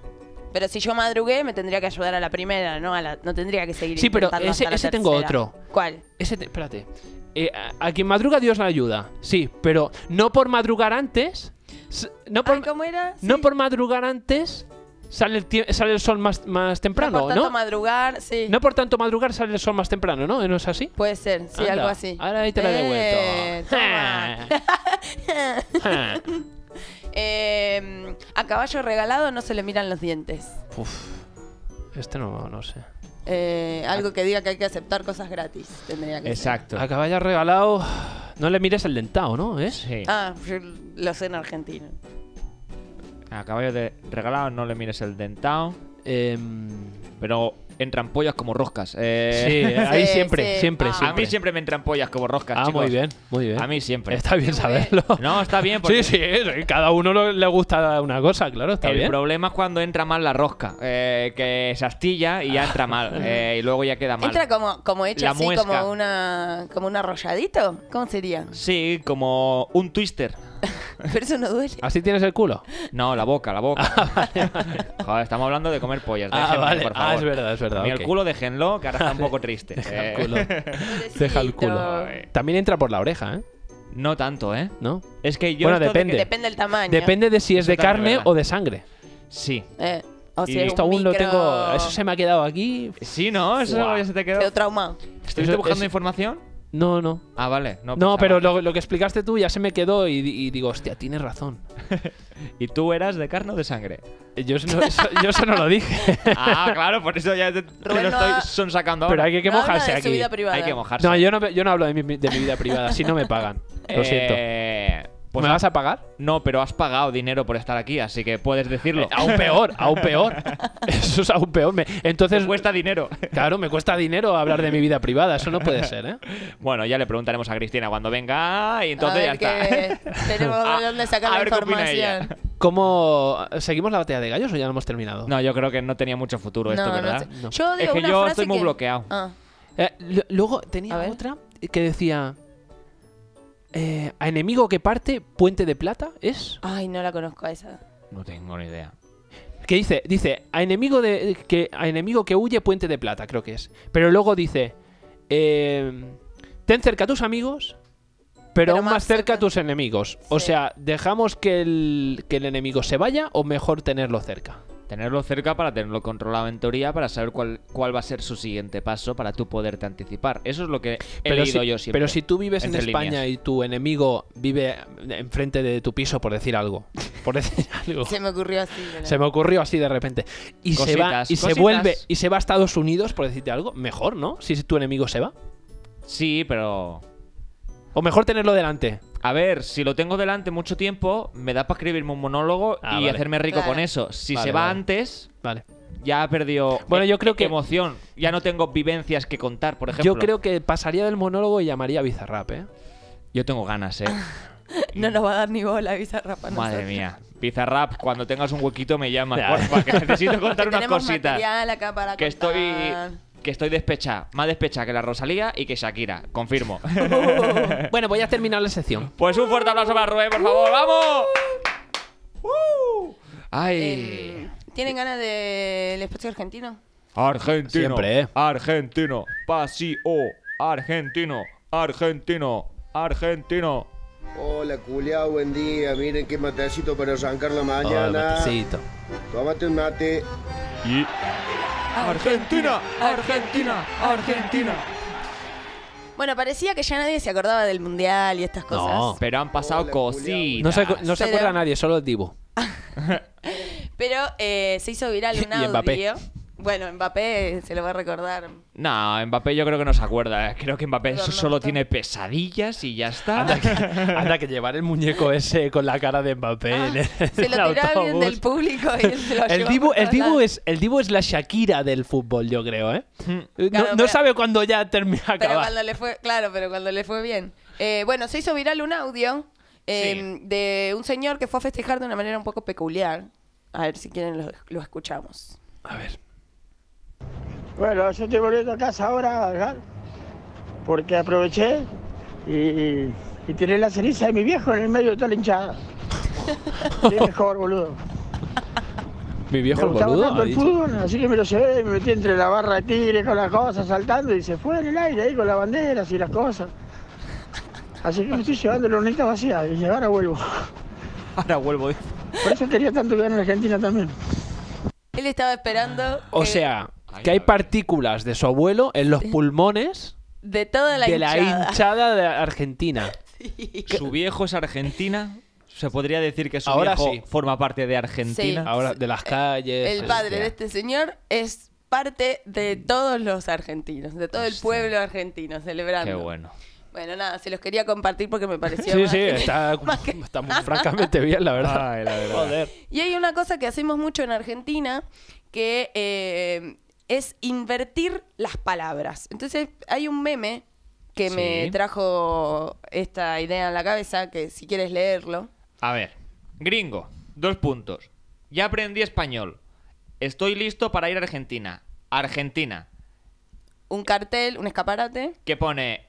[SPEAKER 2] Pero si yo madrugué, me tendría que ayudar a la primera, no a la, no tendría que seguir.
[SPEAKER 4] Sí, pero
[SPEAKER 2] intentando
[SPEAKER 4] ese-
[SPEAKER 2] hasta la
[SPEAKER 4] ese tengo
[SPEAKER 2] tercera.
[SPEAKER 4] otro.
[SPEAKER 2] ¿Cuál?
[SPEAKER 4] Ese. te- espérate. Eh, a, a quien madruga, Dios la ayuda. Sí, pero no por madrugar antes. s- No por,
[SPEAKER 2] Ay, ¿Cómo era?
[SPEAKER 4] no
[SPEAKER 2] Sí.
[SPEAKER 4] por madrugar antes. Sale el, tie- sale el sol más, más
[SPEAKER 2] No por
[SPEAKER 4] temprano,
[SPEAKER 2] tanto
[SPEAKER 4] ¿no?
[SPEAKER 2] madrugar, sí.
[SPEAKER 4] No por tanto madrugar sale el sol más temprano, ¿no? ¿No es así?
[SPEAKER 2] Puede ser, sí,
[SPEAKER 4] Anda,
[SPEAKER 2] algo así.
[SPEAKER 4] Ahora ahí te la he
[SPEAKER 2] Eh,
[SPEAKER 4] devuelto.
[SPEAKER 2] toma.
[SPEAKER 4] Ja.
[SPEAKER 2] Eh, a caballo regalado no se le miran los dientes.
[SPEAKER 4] Uf. Este no, no sé.
[SPEAKER 2] Eh, algo que diga que hay que aceptar cosas gratis. Tendría que ser.
[SPEAKER 3] Exacto.
[SPEAKER 4] A caballo regalado. No le mires el dentado, ¿no? ¿Eh? ¿Es?
[SPEAKER 3] Sí.
[SPEAKER 2] Ah, yo lo sé en argentino.
[SPEAKER 3] A caballo de regalado, no le mires el dentado.
[SPEAKER 4] Em,
[SPEAKER 3] Pero entran pollas como roscas. Eh,
[SPEAKER 4] sí, ahí
[SPEAKER 2] Sí,
[SPEAKER 4] siempre,
[SPEAKER 2] sí.
[SPEAKER 4] siempre,
[SPEAKER 2] Ah.
[SPEAKER 3] A
[SPEAKER 4] siempre.
[SPEAKER 3] mí siempre me entran pollas como roscas.
[SPEAKER 4] Ah,
[SPEAKER 3] chicos.
[SPEAKER 4] muy bien, muy bien.
[SPEAKER 3] A mí siempre.
[SPEAKER 4] Está bien saberlo.
[SPEAKER 3] No, está bien. Porque
[SPEAKER 4] Sí, sí, eh, cada uno lo- le gusta una cosa, claro, está
[SPEAKER 3] el
[SPEAKER 4] bien.
[SPEAKER 3] problema es cuando entra mal la rosca. eh, que se astilla y ya entra mal. eh, y luego ya queda mal.
[SPEAKER 2] Entra como, como hecho
[SPEAKER 3] La
[SPEAKER 2] así,
[SPEAKER 3] muesca.
[SPEAKER 2] como una como un arrolladito. ¿Cómo sería?
[SPEAKER 3] Sí, como un twister.
[SPEAKER 2] Pero eso no duele.
[SPEAKER 4] ¿Así tienes el culo?
[SPEAKER 3] No, la boca, la boca. Joder, estamos hablando de comer pollas.
[SPEAKER 4] Ah,
[SPEAKER 3] déjenme,
[SPEAKER 4] vale.
[SPEAKER 3] por
[SPEAKER 4] Ah,
[SPEAKER 3] favor.
[SPEAKER 4] es verdad, es verdad,
[SPEAKER 3] Ni
[SPEAKER 4] ok.
[SPEAKER 3] el culo, déjenlo, que ahora está un poco triste. Eh,
[SPEAKER 4] El culo. Deja el culo.
[SPEAKER 2] Pobrecito.
[SPEAKER 4] También entra por la oreja, ¿eh?
[SPEAKER 3] No tanto, ¿eh?
[SPEAKER 4] ¿No?
[SPEAKER 3] Es que yo.
[SPEAKER 4] Bueno,
[SPEAKER 3] esto de
[SPEAKER 4] depende.
[SPEAKER 3] que-
[SPEAKER 2] Depende del tamaño.
[SPEAKER 4] Depende de si es
[SPEAKER 3] Eso
[SPEAKER 4] de
[SPEAKER 3] también es
[SPEAKER 4] carne
[SPEAKER 3] verdad.
[SPEAKER 4] o de sangre.
[SPEAKER 3] Sí.
[SPEAKER 2] Eh, o
[SPEAKER 3] Y
[SPEAKER 2] sea,
[SPEAKER 4] Esto
[SPEAKER 2] un
[SPEAKER 4] aún lo
[SPEAKER 2] micro-
[SPEAKER 4] tengo. Eso se me ha quedado aquí.
[SPEAKER 3] Sí, ¿no? Eso
[SPEAKER 4] Guau.
[SPEAKER 3] ya se te quedó.
[SPEAKER 2] quedó traumado.
[SPEAKER 3] ¿Estuviste
[SPEAKER 4] Eso-
[SPEAKER 3] buscando
[SPEAKER 4] eso-
[SPEAKER 3] información?
[SPEAKER 4] No, no.
[SPEAKER 3] Ah, vale. No,
[SPEAKER 4] No,
[SPEAKER 3] pensaba.
[SPEAKER 4] pero lo, lo que explicaste tú ya se me quedó y, y digo, hostia, tienes razón.
[SPEAKER 3] ¿Y tú eras de carne o de sangre?
[SPEAKER 4] Yo eso no, eso- yo eso no lo dije.
[SPEAKER 3] ah, claro, por eso ya te, te
[SPEAKER 2] Rubén
[SPEAKER 3] lo
[SPEAKER 2] no
[SPEAKER 3] estoy
[SPEAKER 2] ha-
[SPEAKER 3] sonsacando ahora.
[SPEAKER 4] Pero hay que, que
[SPEAKER 2] No habla
[SPEAKER 4] mojarse
[SPEAKER 2] de su
[SPEAKER 4] aquí.
[SPEAKER 2] vida privada.
[SPEAKER 3] Hay que mojarse.
[SPEAKER 4] No, yo no, yo no hablo de mi, de mi vida privada, si no me pagan. Lo siento.
[SPEAKER 3] Eh, pues
[SPEAKER 4] ¿Me
[SPEAKER 3] ha-
[SPEAKER 4] vas a pagar?
[SPEAKER 3] No, pero has pagado dinero por estar aquí, así que puedes decirlo.
[SPEAKER 4] Eh, aún peor, aún peor. Eso es aún peor. Me- entonces,
[SPEAKER 3] Te cuesta dinero.
[SPEAKER 4] claro, me cuesta dinero hablar de mi vida privada. Eso no puede ser, ¿eh?
[SPEAKER 3] Bueno, ya le preguntaremos a Cristina cuando venga y entonces
[SPEAKER 2] a ver
[SPEAKER 3] ya está.
[SPEAKER 2] que tenemos
[SPEAKER 3] A-
[SPEAKER 2] de dónde sacar
[SPEAKER 3] a
[SPEAKER 2] la
[SPEAKER 3] ver qué opina ella.
[SPEAKER 2] información.
[SPEAKER 4] ¿Cómo. ¿Seguimos la batalla de gallos o ya lo hemos terminado?
[SPEAKER 3] No, yo creo que no tenía mucho futuro esto, ¿verdad?
[SPEAKER 2] sé.
[SPEAKER 4] No.
[SPEAKER 2] Yo
[SPEAKER 3] Es
[SPEAKER 2] digo
[SPEAKER 3] que
[SPEAKER 2] una
[SPEAKER 3] yo
[SPEAKER 2] frase
[SPEAKER 3] estoy muy
[SPEAKER 2] que-
[SPEAKER 3] bloqueado.
[SPEAKER 2] Ah,
[SPEAKER 4] Eh, lu- luego
[SPEAKER 2] A
[SPEAKER 4] tenía
[SPEAKER 2] ver.
[SPEAKER 4] otra que decía. eh, a enemigo que parte, puente de plata, ¿es?
[SPEAKER 2] Ay, no la conozco a esa.
[SPEAKER 3] No tengo ni idea.
[SPEAKER 4] Que dice, dice, a enemigo de. que a enemigo que huye, puente de plata, creo que es. Pero luego dice. eh, ten cerca a tus amigos. Pero, aún más, cerca a tus enemigos. O
[SPEAKER 2] Sí.
[SPEAKER 4] sea, ¿dejamos que el, que el enemigo se vaya o mejor tenerlo cerca?
[SPEAKER 3] Tenerlo cerca para tenerlo controlado en teoría, para saber cuál, cuál va a ser su siguiente paso, para tú poderte anticipar. Eso es lo que he leído
[SPEAKER 4] si,
[SPEAKER 3] yo siempre.
[SPEAKER 4] pero si tú vives en
[SPEAKER 3] entre
[SPEAKER 4] España
[SPEAKER 3] líneas.
[SPEAKER 4] y tu enemigo vive enfrente de tu piso, por decir algo. Por decir algo.
[SPEAKER 2] Se me ocurrió así. pero-
[SPEAKER 4] Se me ocurrió así de repente. Y se va,
[SPEAKER 3] Cositas,
[SPEAKER 4] y se
[SPEAKER 3] cositas.
[SPEAKER 4] vuelve, y se va a Estados Unidos, por decirte algo, mejor, ¿no? Si tu enemigo se va.
[SPEAKER 3] Sí, pero...
[SPEAKER 4] O mejor tenerlo delante.
[SPEAKER 3] A ver, si lo tengo delante mucho tiempo, me da para escribirme un monólogo
[SPEAKER 4] Ah,
[SPEAKER 3] y
[SPEAKER 4] vale.
[SPEAKER 3] hacerme rico
[SPEAKER 2] Claro.
[SPEAKER 3] con eso. Si
[SPEAKER 4] Vale,
[SPEAKER 3] se va
[SPEAKER 4] vale.
[SPEAKER 3] antes,
[SPEAKER 4] Vale.
[SPEAKER 3] ya ha perdido
[SPEAKER 4] Bueno,
[SPEAKER 3] e-
[SPEAKER 4] yo creo que-
[SPEAKER 3] emoción. Ya no tengo vivencias que contar, por ejemplo.
[SPEAKER 4] Yo creo que pasaría del monólogo y llamaría a Bizarrap, ¿eh?
[SPEAKER 3] Yo tengo ganas, eh.
[SPEAKER 2] No nos va a dar ni bola, Bizarrap. a
[SPEAKER 3] Madre
[SPEAKER 2] nosotros.
[SPEAKER 3] mía. Pizarrap, cuando tengas un huequito me llamas,
[SPEAKER 4] Ya.
[SPEAKER 3] porfa, que necesito contar
[SPEAKER 2] Que
[SPEAKER 3] unas
[SPEAKER 2] tenemos
[SPEAKER 3] cositas.
[SPEAKER 2] material acá para
[SPEAKER 3] Que estoy
[SPEAKER 2] contar.
[SPEAKER 3] que estoy despechada, más despechada que la Rosalía y que Shakira, confirmo.
[SPEAKER 4] Uh. Bueno, voy a terminar la sección.
[SPEAKER 3] pues un fuerte aplauso para Rubén, por favor, vamos. Uh. Ay.
[SPEAKER 2] Eh, ¿Tienen ganas del espacio argentino?
[SPEAKER 3] Argentino.
[SPEAKER 4] Siempre, ¿eh?
[SPEAKER 3] Argentino. Paseo. Argentino. Argentino. Argentino.
[SPEAKER 5] Hola, culiao, buen día. Miren qué matecito para arrancar la
[SPEAKER 4] Oh, el
[SPEAKER 5] mañana.
[SPEAKER 4] matecito.
[SPEAKER 5] Tómate un mate.
[SPEAKER 3] Y... Argentina. Argentina. Argentina.
[SPEAKER 2] Bueno, parecía que ya nadie se acordaba del mundial y estas cosas.
[SPEAKER 4] No.
[SPEAKER 3] Pero han pasado
[SPEAKER 5] Hola,
[SPEAKER 3] cositas.
[SPEAKER 4] No se, acu- no se
[SPEAKER 2] Pero-
[SPEAKER 4] acuerda nadie, solo el Divo.
[SPEAKER 2] Pero eh, se hizo viral un
[SPEAKER 4] Y
[SPEAKER 2] audio.
[SPEAKER 4] Mbappé.
[SPEAKER 2] Bueno, Mbappé se lo va a recordar.
[SPEAKER 3] No, Mbappé yo creo que no se acuerda. eh. Creo que Mbappé
[SPEAKER 2] Pero no
[SPEAKER 3] solo
[SPEAKER 2] está.
[SPEAKER 3] tiene pesadillas y ya está.
[SPEAKER 4] Anda que, anda que llevar el muñeco ese con la cara de Mbappé en el,
[SPEAKER 2] Se lo tiró a alguien del público y él se lo
[SPEAKER 4] El
[SPEAKER 2] llevó
[SPEAKER 4] Dibu,
[SPEAKER 2] por
[SPEAKER 4] el,
[SPEAKER 2] todos
[SPEAKER 4] Dibu
[SPEAKER 2] lados.
[SPEAKER 4] es, el Dibu es la Shakira del fútbol, yo creo, ¿eh? No,
[SPEAKER 2] Claro,
[SPEAKER 4] no
[SPEAKER 2] pero-
[SPEAKER 4] sabe cuándo ya termina
[SPEAKER 2] Pero
[SPEAKER 4] acabar.
[SPEAKER 2] cuando le fue, claro, pero cuando le fue bien. Eh, bueno, se hizo viral un audio eh, de un señor que fue a festejar de una manera un poco peculiar. A ver si quieren lo, lo escuchamos.
[SPEAKER 4] A ver.
[SPEAKER 6] Bueno, yo estoy volviendo a casa ahora, ¿verdad? porque aproveché y, y tiré la ceniza de mi viejo en el medio de toda la hinchada. Qué mejor, boludo.
[SPEAKER 4] Mi viejo
[SPEAKER 6] Me
[SPEAKER 4] el
[SPEAKER 6] gustaba
[SPEAKER 4] boludo.
[SPEAKER 6] tanto
[SPEAKER 4] ha
[SPEAKER 6] el
[SPEAKER 4] dicho.
[SPEAKER 6] fútbol, así que me lo llevé y me metí entre la barra de tigres con las cosas saltando y se fue en el aire ahí con las banderas y las cosas. Así que me estoy llevando la horneta vacía y ahora vuelvo.
[SPEAKER 3] Ahora vuelvo.
[SPEAKER 6] Por eso quería tanto que en Argentina también.
[SPEAKER 2] Él estaba esperando.
[SPEAKER 4] O
[SPEAKER 2] que
[SPEAKER 4] sea,
[SPEAKER 3] Ay,
[SPEAKER 4] que hay
[SPEAKER 3] a ver.
[SPEAKER 4] partículas de su abuelo en los pulmones
[SPEAKER 2] de toda la
[SPEAKER 4] de la
[SPEAKER 2] hinchada.
[SPEAKER 4] hinchada de Argentina.
[SPEAKER 3] Su viejo es Argentina. Se podría decir que su
[SPEAKER 4] Ahora
[SPEAKER 3] viejo
[SPEAKER 4] sí.
[SPEAKER 3] forma parte de Argentina.
[SPEAKER 2] Sí.
[SPEAKER 4] Ahora, de las calles.
[SPEAKER 2] El padre
[SPEAKER 4] hostia.
[SPEAKER 2] de este señor es parte de todos los argentinos, de todo el
[SPEAKER 3] Hostia.
[SPEAKER 2] pueblo argentino celebrando.
[SPEAKER 3] Qué bueno.
[SPEAKER 2] Bueno, nada, se los quería compartir porque me pareció.
[SPEAKER 4] Sí,
[SPEAKER 2] más
[SPEAKER 4] sí,
[SPEAKER 2] que-
[SPEAKER 4] está,
[SPEAKER 2] más que-
[SPEAKER 4] está muy francamente bien, la verdad.
[SPEAKER 3] Ay, la verdad.
[SPEAKER 4] Joder.
[SPEAKER 2] Y hay una cosa que hacemos mucho en Argentina que eh, es invertir las palabras. Entonces, hay un meme que me
[SPEAKER 3] Sí.
[SPEAKER 2] trajo esta idea en la cabeza, que si quieres leerlo.
[SPEAKER 3] A ver, gringo, dos puntos. Ya aprendí español. Estoy listo para ir a Argentina. Argentina,
[SPEAKER 2] Un cartel, un escaparate.
[SPEAKER 3] que pone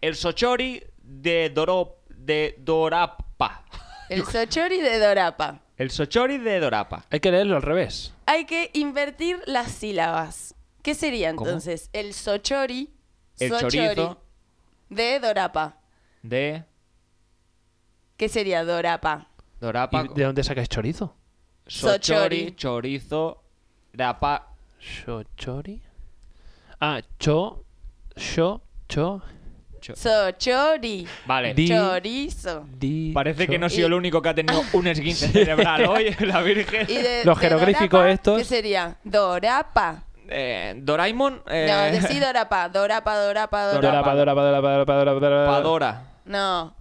[SPEAKER 3] el sochori de Dorop, de Dorapa.
[SPEAKER 2] El sochori de Dorapa.
[SPEAKER 3] El sochori de Dorapa.
[SPEAKER 4] Hay que leerlo al revés.
[SPEAKER 2] Hay que invertir las sílabas. ¿Qué sería
[SPEAKER 3] ¿Cómo?
[SPEAKER 2] entonces? El sochori,
[SPEAKER 3] El
[SPEAKER 2] sochori
[SPEAKER 3] chorizo
[SPEAKER 2] de Dorapa.
[SPEAKER 3] de
[SPEAKER 2] ¿Qué sería Dorapa?
[SPEAKER 3] Dorapa.
[SPEAKER 4] ¿Y ¿De dónde sacáis chorizo?
[SPEAKER 3] Sochori,
[SPEAKER 2] Sochori.
[SPEAKER 3] chorizo, rapa.
[SPEAKER 4] Cho- chori. Ah, cho. Cho. Cho.
[SPEAKER 2] Sochori.
[SPEAKER 3] Vale.
[SPEAKER 4] Di-
[SPEAKER 2] Chorizo.
[SPEAKER 4] Di.
[SPEAKER 3] Parece que
[SPEAKER 4] cho-
[SPEAKER 3] no he sido el único que ha tenido un esguince cerebral hoy, la Virgen.
[SPEAKER 2] Y de,
[SPEAKER 4] Los
[SPEAKER 2] de
[SPEAKER 4] jeroglíficos
[SPEAKER 2] Dorapa,
[SPEAKER 4] estos.
[SPEAKER 2] ¿Qué sería? Dorapa.
[SPEAKER 3] Eh, Doraemon. Eh,
[SPEAKER 2] No, decí Dorapa. Dorapa, Dorapa, Dorapa.
[SPEAKER 4] Dorapa, dorapa, dorapa, dorapa, dorapa, dorapa.
[SPEAKER 3] Padora.
[SPEAKER 2] No.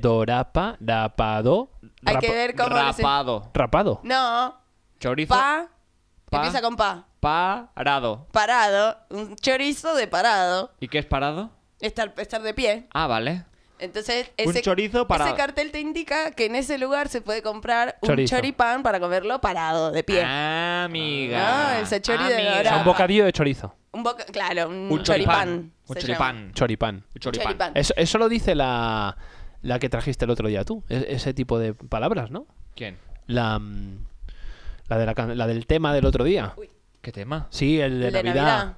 [SPEAKER 4] Dorapa, dapado.
[SPEAKER 2] Hay que
[SPEAKER 4] rapa-
[SPEAKER 2] ver cómo. lo se-
[SPEAKER 3] Rapado.
[SPEAKER 4] Rapado.
[SPEAKER 2] No.
[SPEAKER 3] Chorizo.
[SPEAKER 2] Pa.
[SPEAKER 3] Pa.
[SPEAKER 2] Empieza con pa.
[SPEAKER 3] Parado.
[SPEAKER 2] Parado. Un chorizo de parado.
[SPEAKER 3] ¿Y qué es parado?
[SPEAKER 2] Estar, estar de pie.
[SPEAKER 3] Ah, vale.
[SPEAKER 2] Entonces,
[SPEAKER 3] Un
[SPEAKER 2] ese,
[SPEAKER 3] chorizo parado.
[SPEAKER 2] ese cartel te indica que en ese lugar se puede comprar un
[SPEAKER 4] Chorizo.
[SPEAKER 2] choripán para comerlo parado, de pie.
[SPEAKER 3] Ah, amiga.
[SPEAKER 2] Ah, el sachori de
[SPEAKER 3] Amiga.
[SPEAKER 4] O sea,
[SPEAKER 2] dorapa.
[SPEAKER 4] un bocadillo de chorizo.
[SPEAKER 2] Un boca- claro, un,
[SPEAKER 3] Un choripán.
[SPEAKER 2] choripán.
[SPEAKER 3] Un
[SPEAKER 2] se llama.
[SPEAKER 3] choripán.
[SPEAKER 4] Choripán.
[SPEAKER 3] Un choripán.
[SPEAKER 2] Choripán.
[SPEAKER 4] Eso, eso lo dice la, la que trajiste el otro día tú. E- ese tipo de palabras, ¿no?
[SPEAKER 3] ¿Quién?
[SPEAKER 4] La, mm, la, de la, can- la del tema del otro día.
[SPEAKER 3] ¿Qué tema?
[SPEAKER 4] Sí, el de,
[SPEAKER 2] El de
[SPEAKER 4] Navidad.
[SPEAKER 2] Navidad.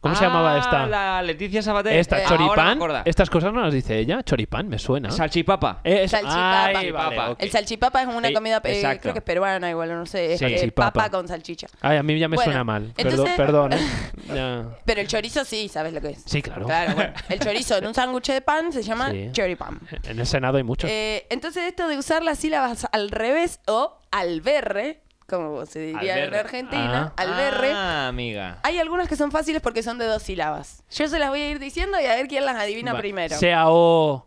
[SPEAKER 4] ¿Cómo se llamaba
[SPEAKER 3] Ah,
[SPEAKER 4] esta?
[SPEAKER 3] La Leticia Sabater.
[SPEAKER 4] Esta,
[SPEAKER 3] Eh, ahora
[SPEAKER 4] choripán.
[SPEAKER 3] me acuerdo.
[SPEAKER 4] Estas cosas no las dice ella. Choripán, me suena.
[SPEAKER 3] Salchipapa.
[SPEAKER 4] Eh, es-
[SPEAKER 2] Salchipapa.
[SPEAKER 4] Ay, vale,
[SPEAKER 3] Salchipapa.
[SPEAKER 4] ok.
[SPEAKER 2] El salchipapa es una
[SPEAKER 3] Sí,
[SPEAKER 2] comida, eh,
[SPEAKER 3] exacto.
[SPEAKER 2] creo que es peruana igual, no sé, es
[SPEAKER 4] Sí.
[SPEAKER 2] eh,
[SPEAKER 4] Salchipapa.
[SPEAKER 2] papa con salchicha.
[SPEAKER 4] Ay, a mí ya me
[SPEAKER 2] Bueno,
[SPEAKER 4] suena mal.
[SPEAKER 2] entonces-
[SPEAKER 4] Perdón, perdón. ¿eh? Ya.
[SPEAKER 2] Pero el chorizo sí, ¿sabes lo que es?
[SPEAKER 4] Sí, claro.
[SPEAKER 2] Claro, bueno, el chorizo en un sándwich de pan se llama
[SPEAKER 4] Sí.
[SPEAKER 2] choripán.
[SPEAKER 4] En el Senado hay muchos.
[SPEAKER 2] Eh, entonces esto de usar las sílabas al revés o alberre, como se diría
[SPEAKER 3] Alberre.
[SPEAKER 2] en Argentina,
[SPEAKER 4] Ah.
[SPEAKER 2] alberre,
[SPEAKER 3] Ah, amiga.
[SPEAKER 2] hay algunas que son fáciles porque son de dos sílabas. Yo se las voy a ir diciendo y a ver quién las adivina
[SPEAKER 4] Va,
[SPEAKER 2] primero.
[SPEAKER 4] Sea o.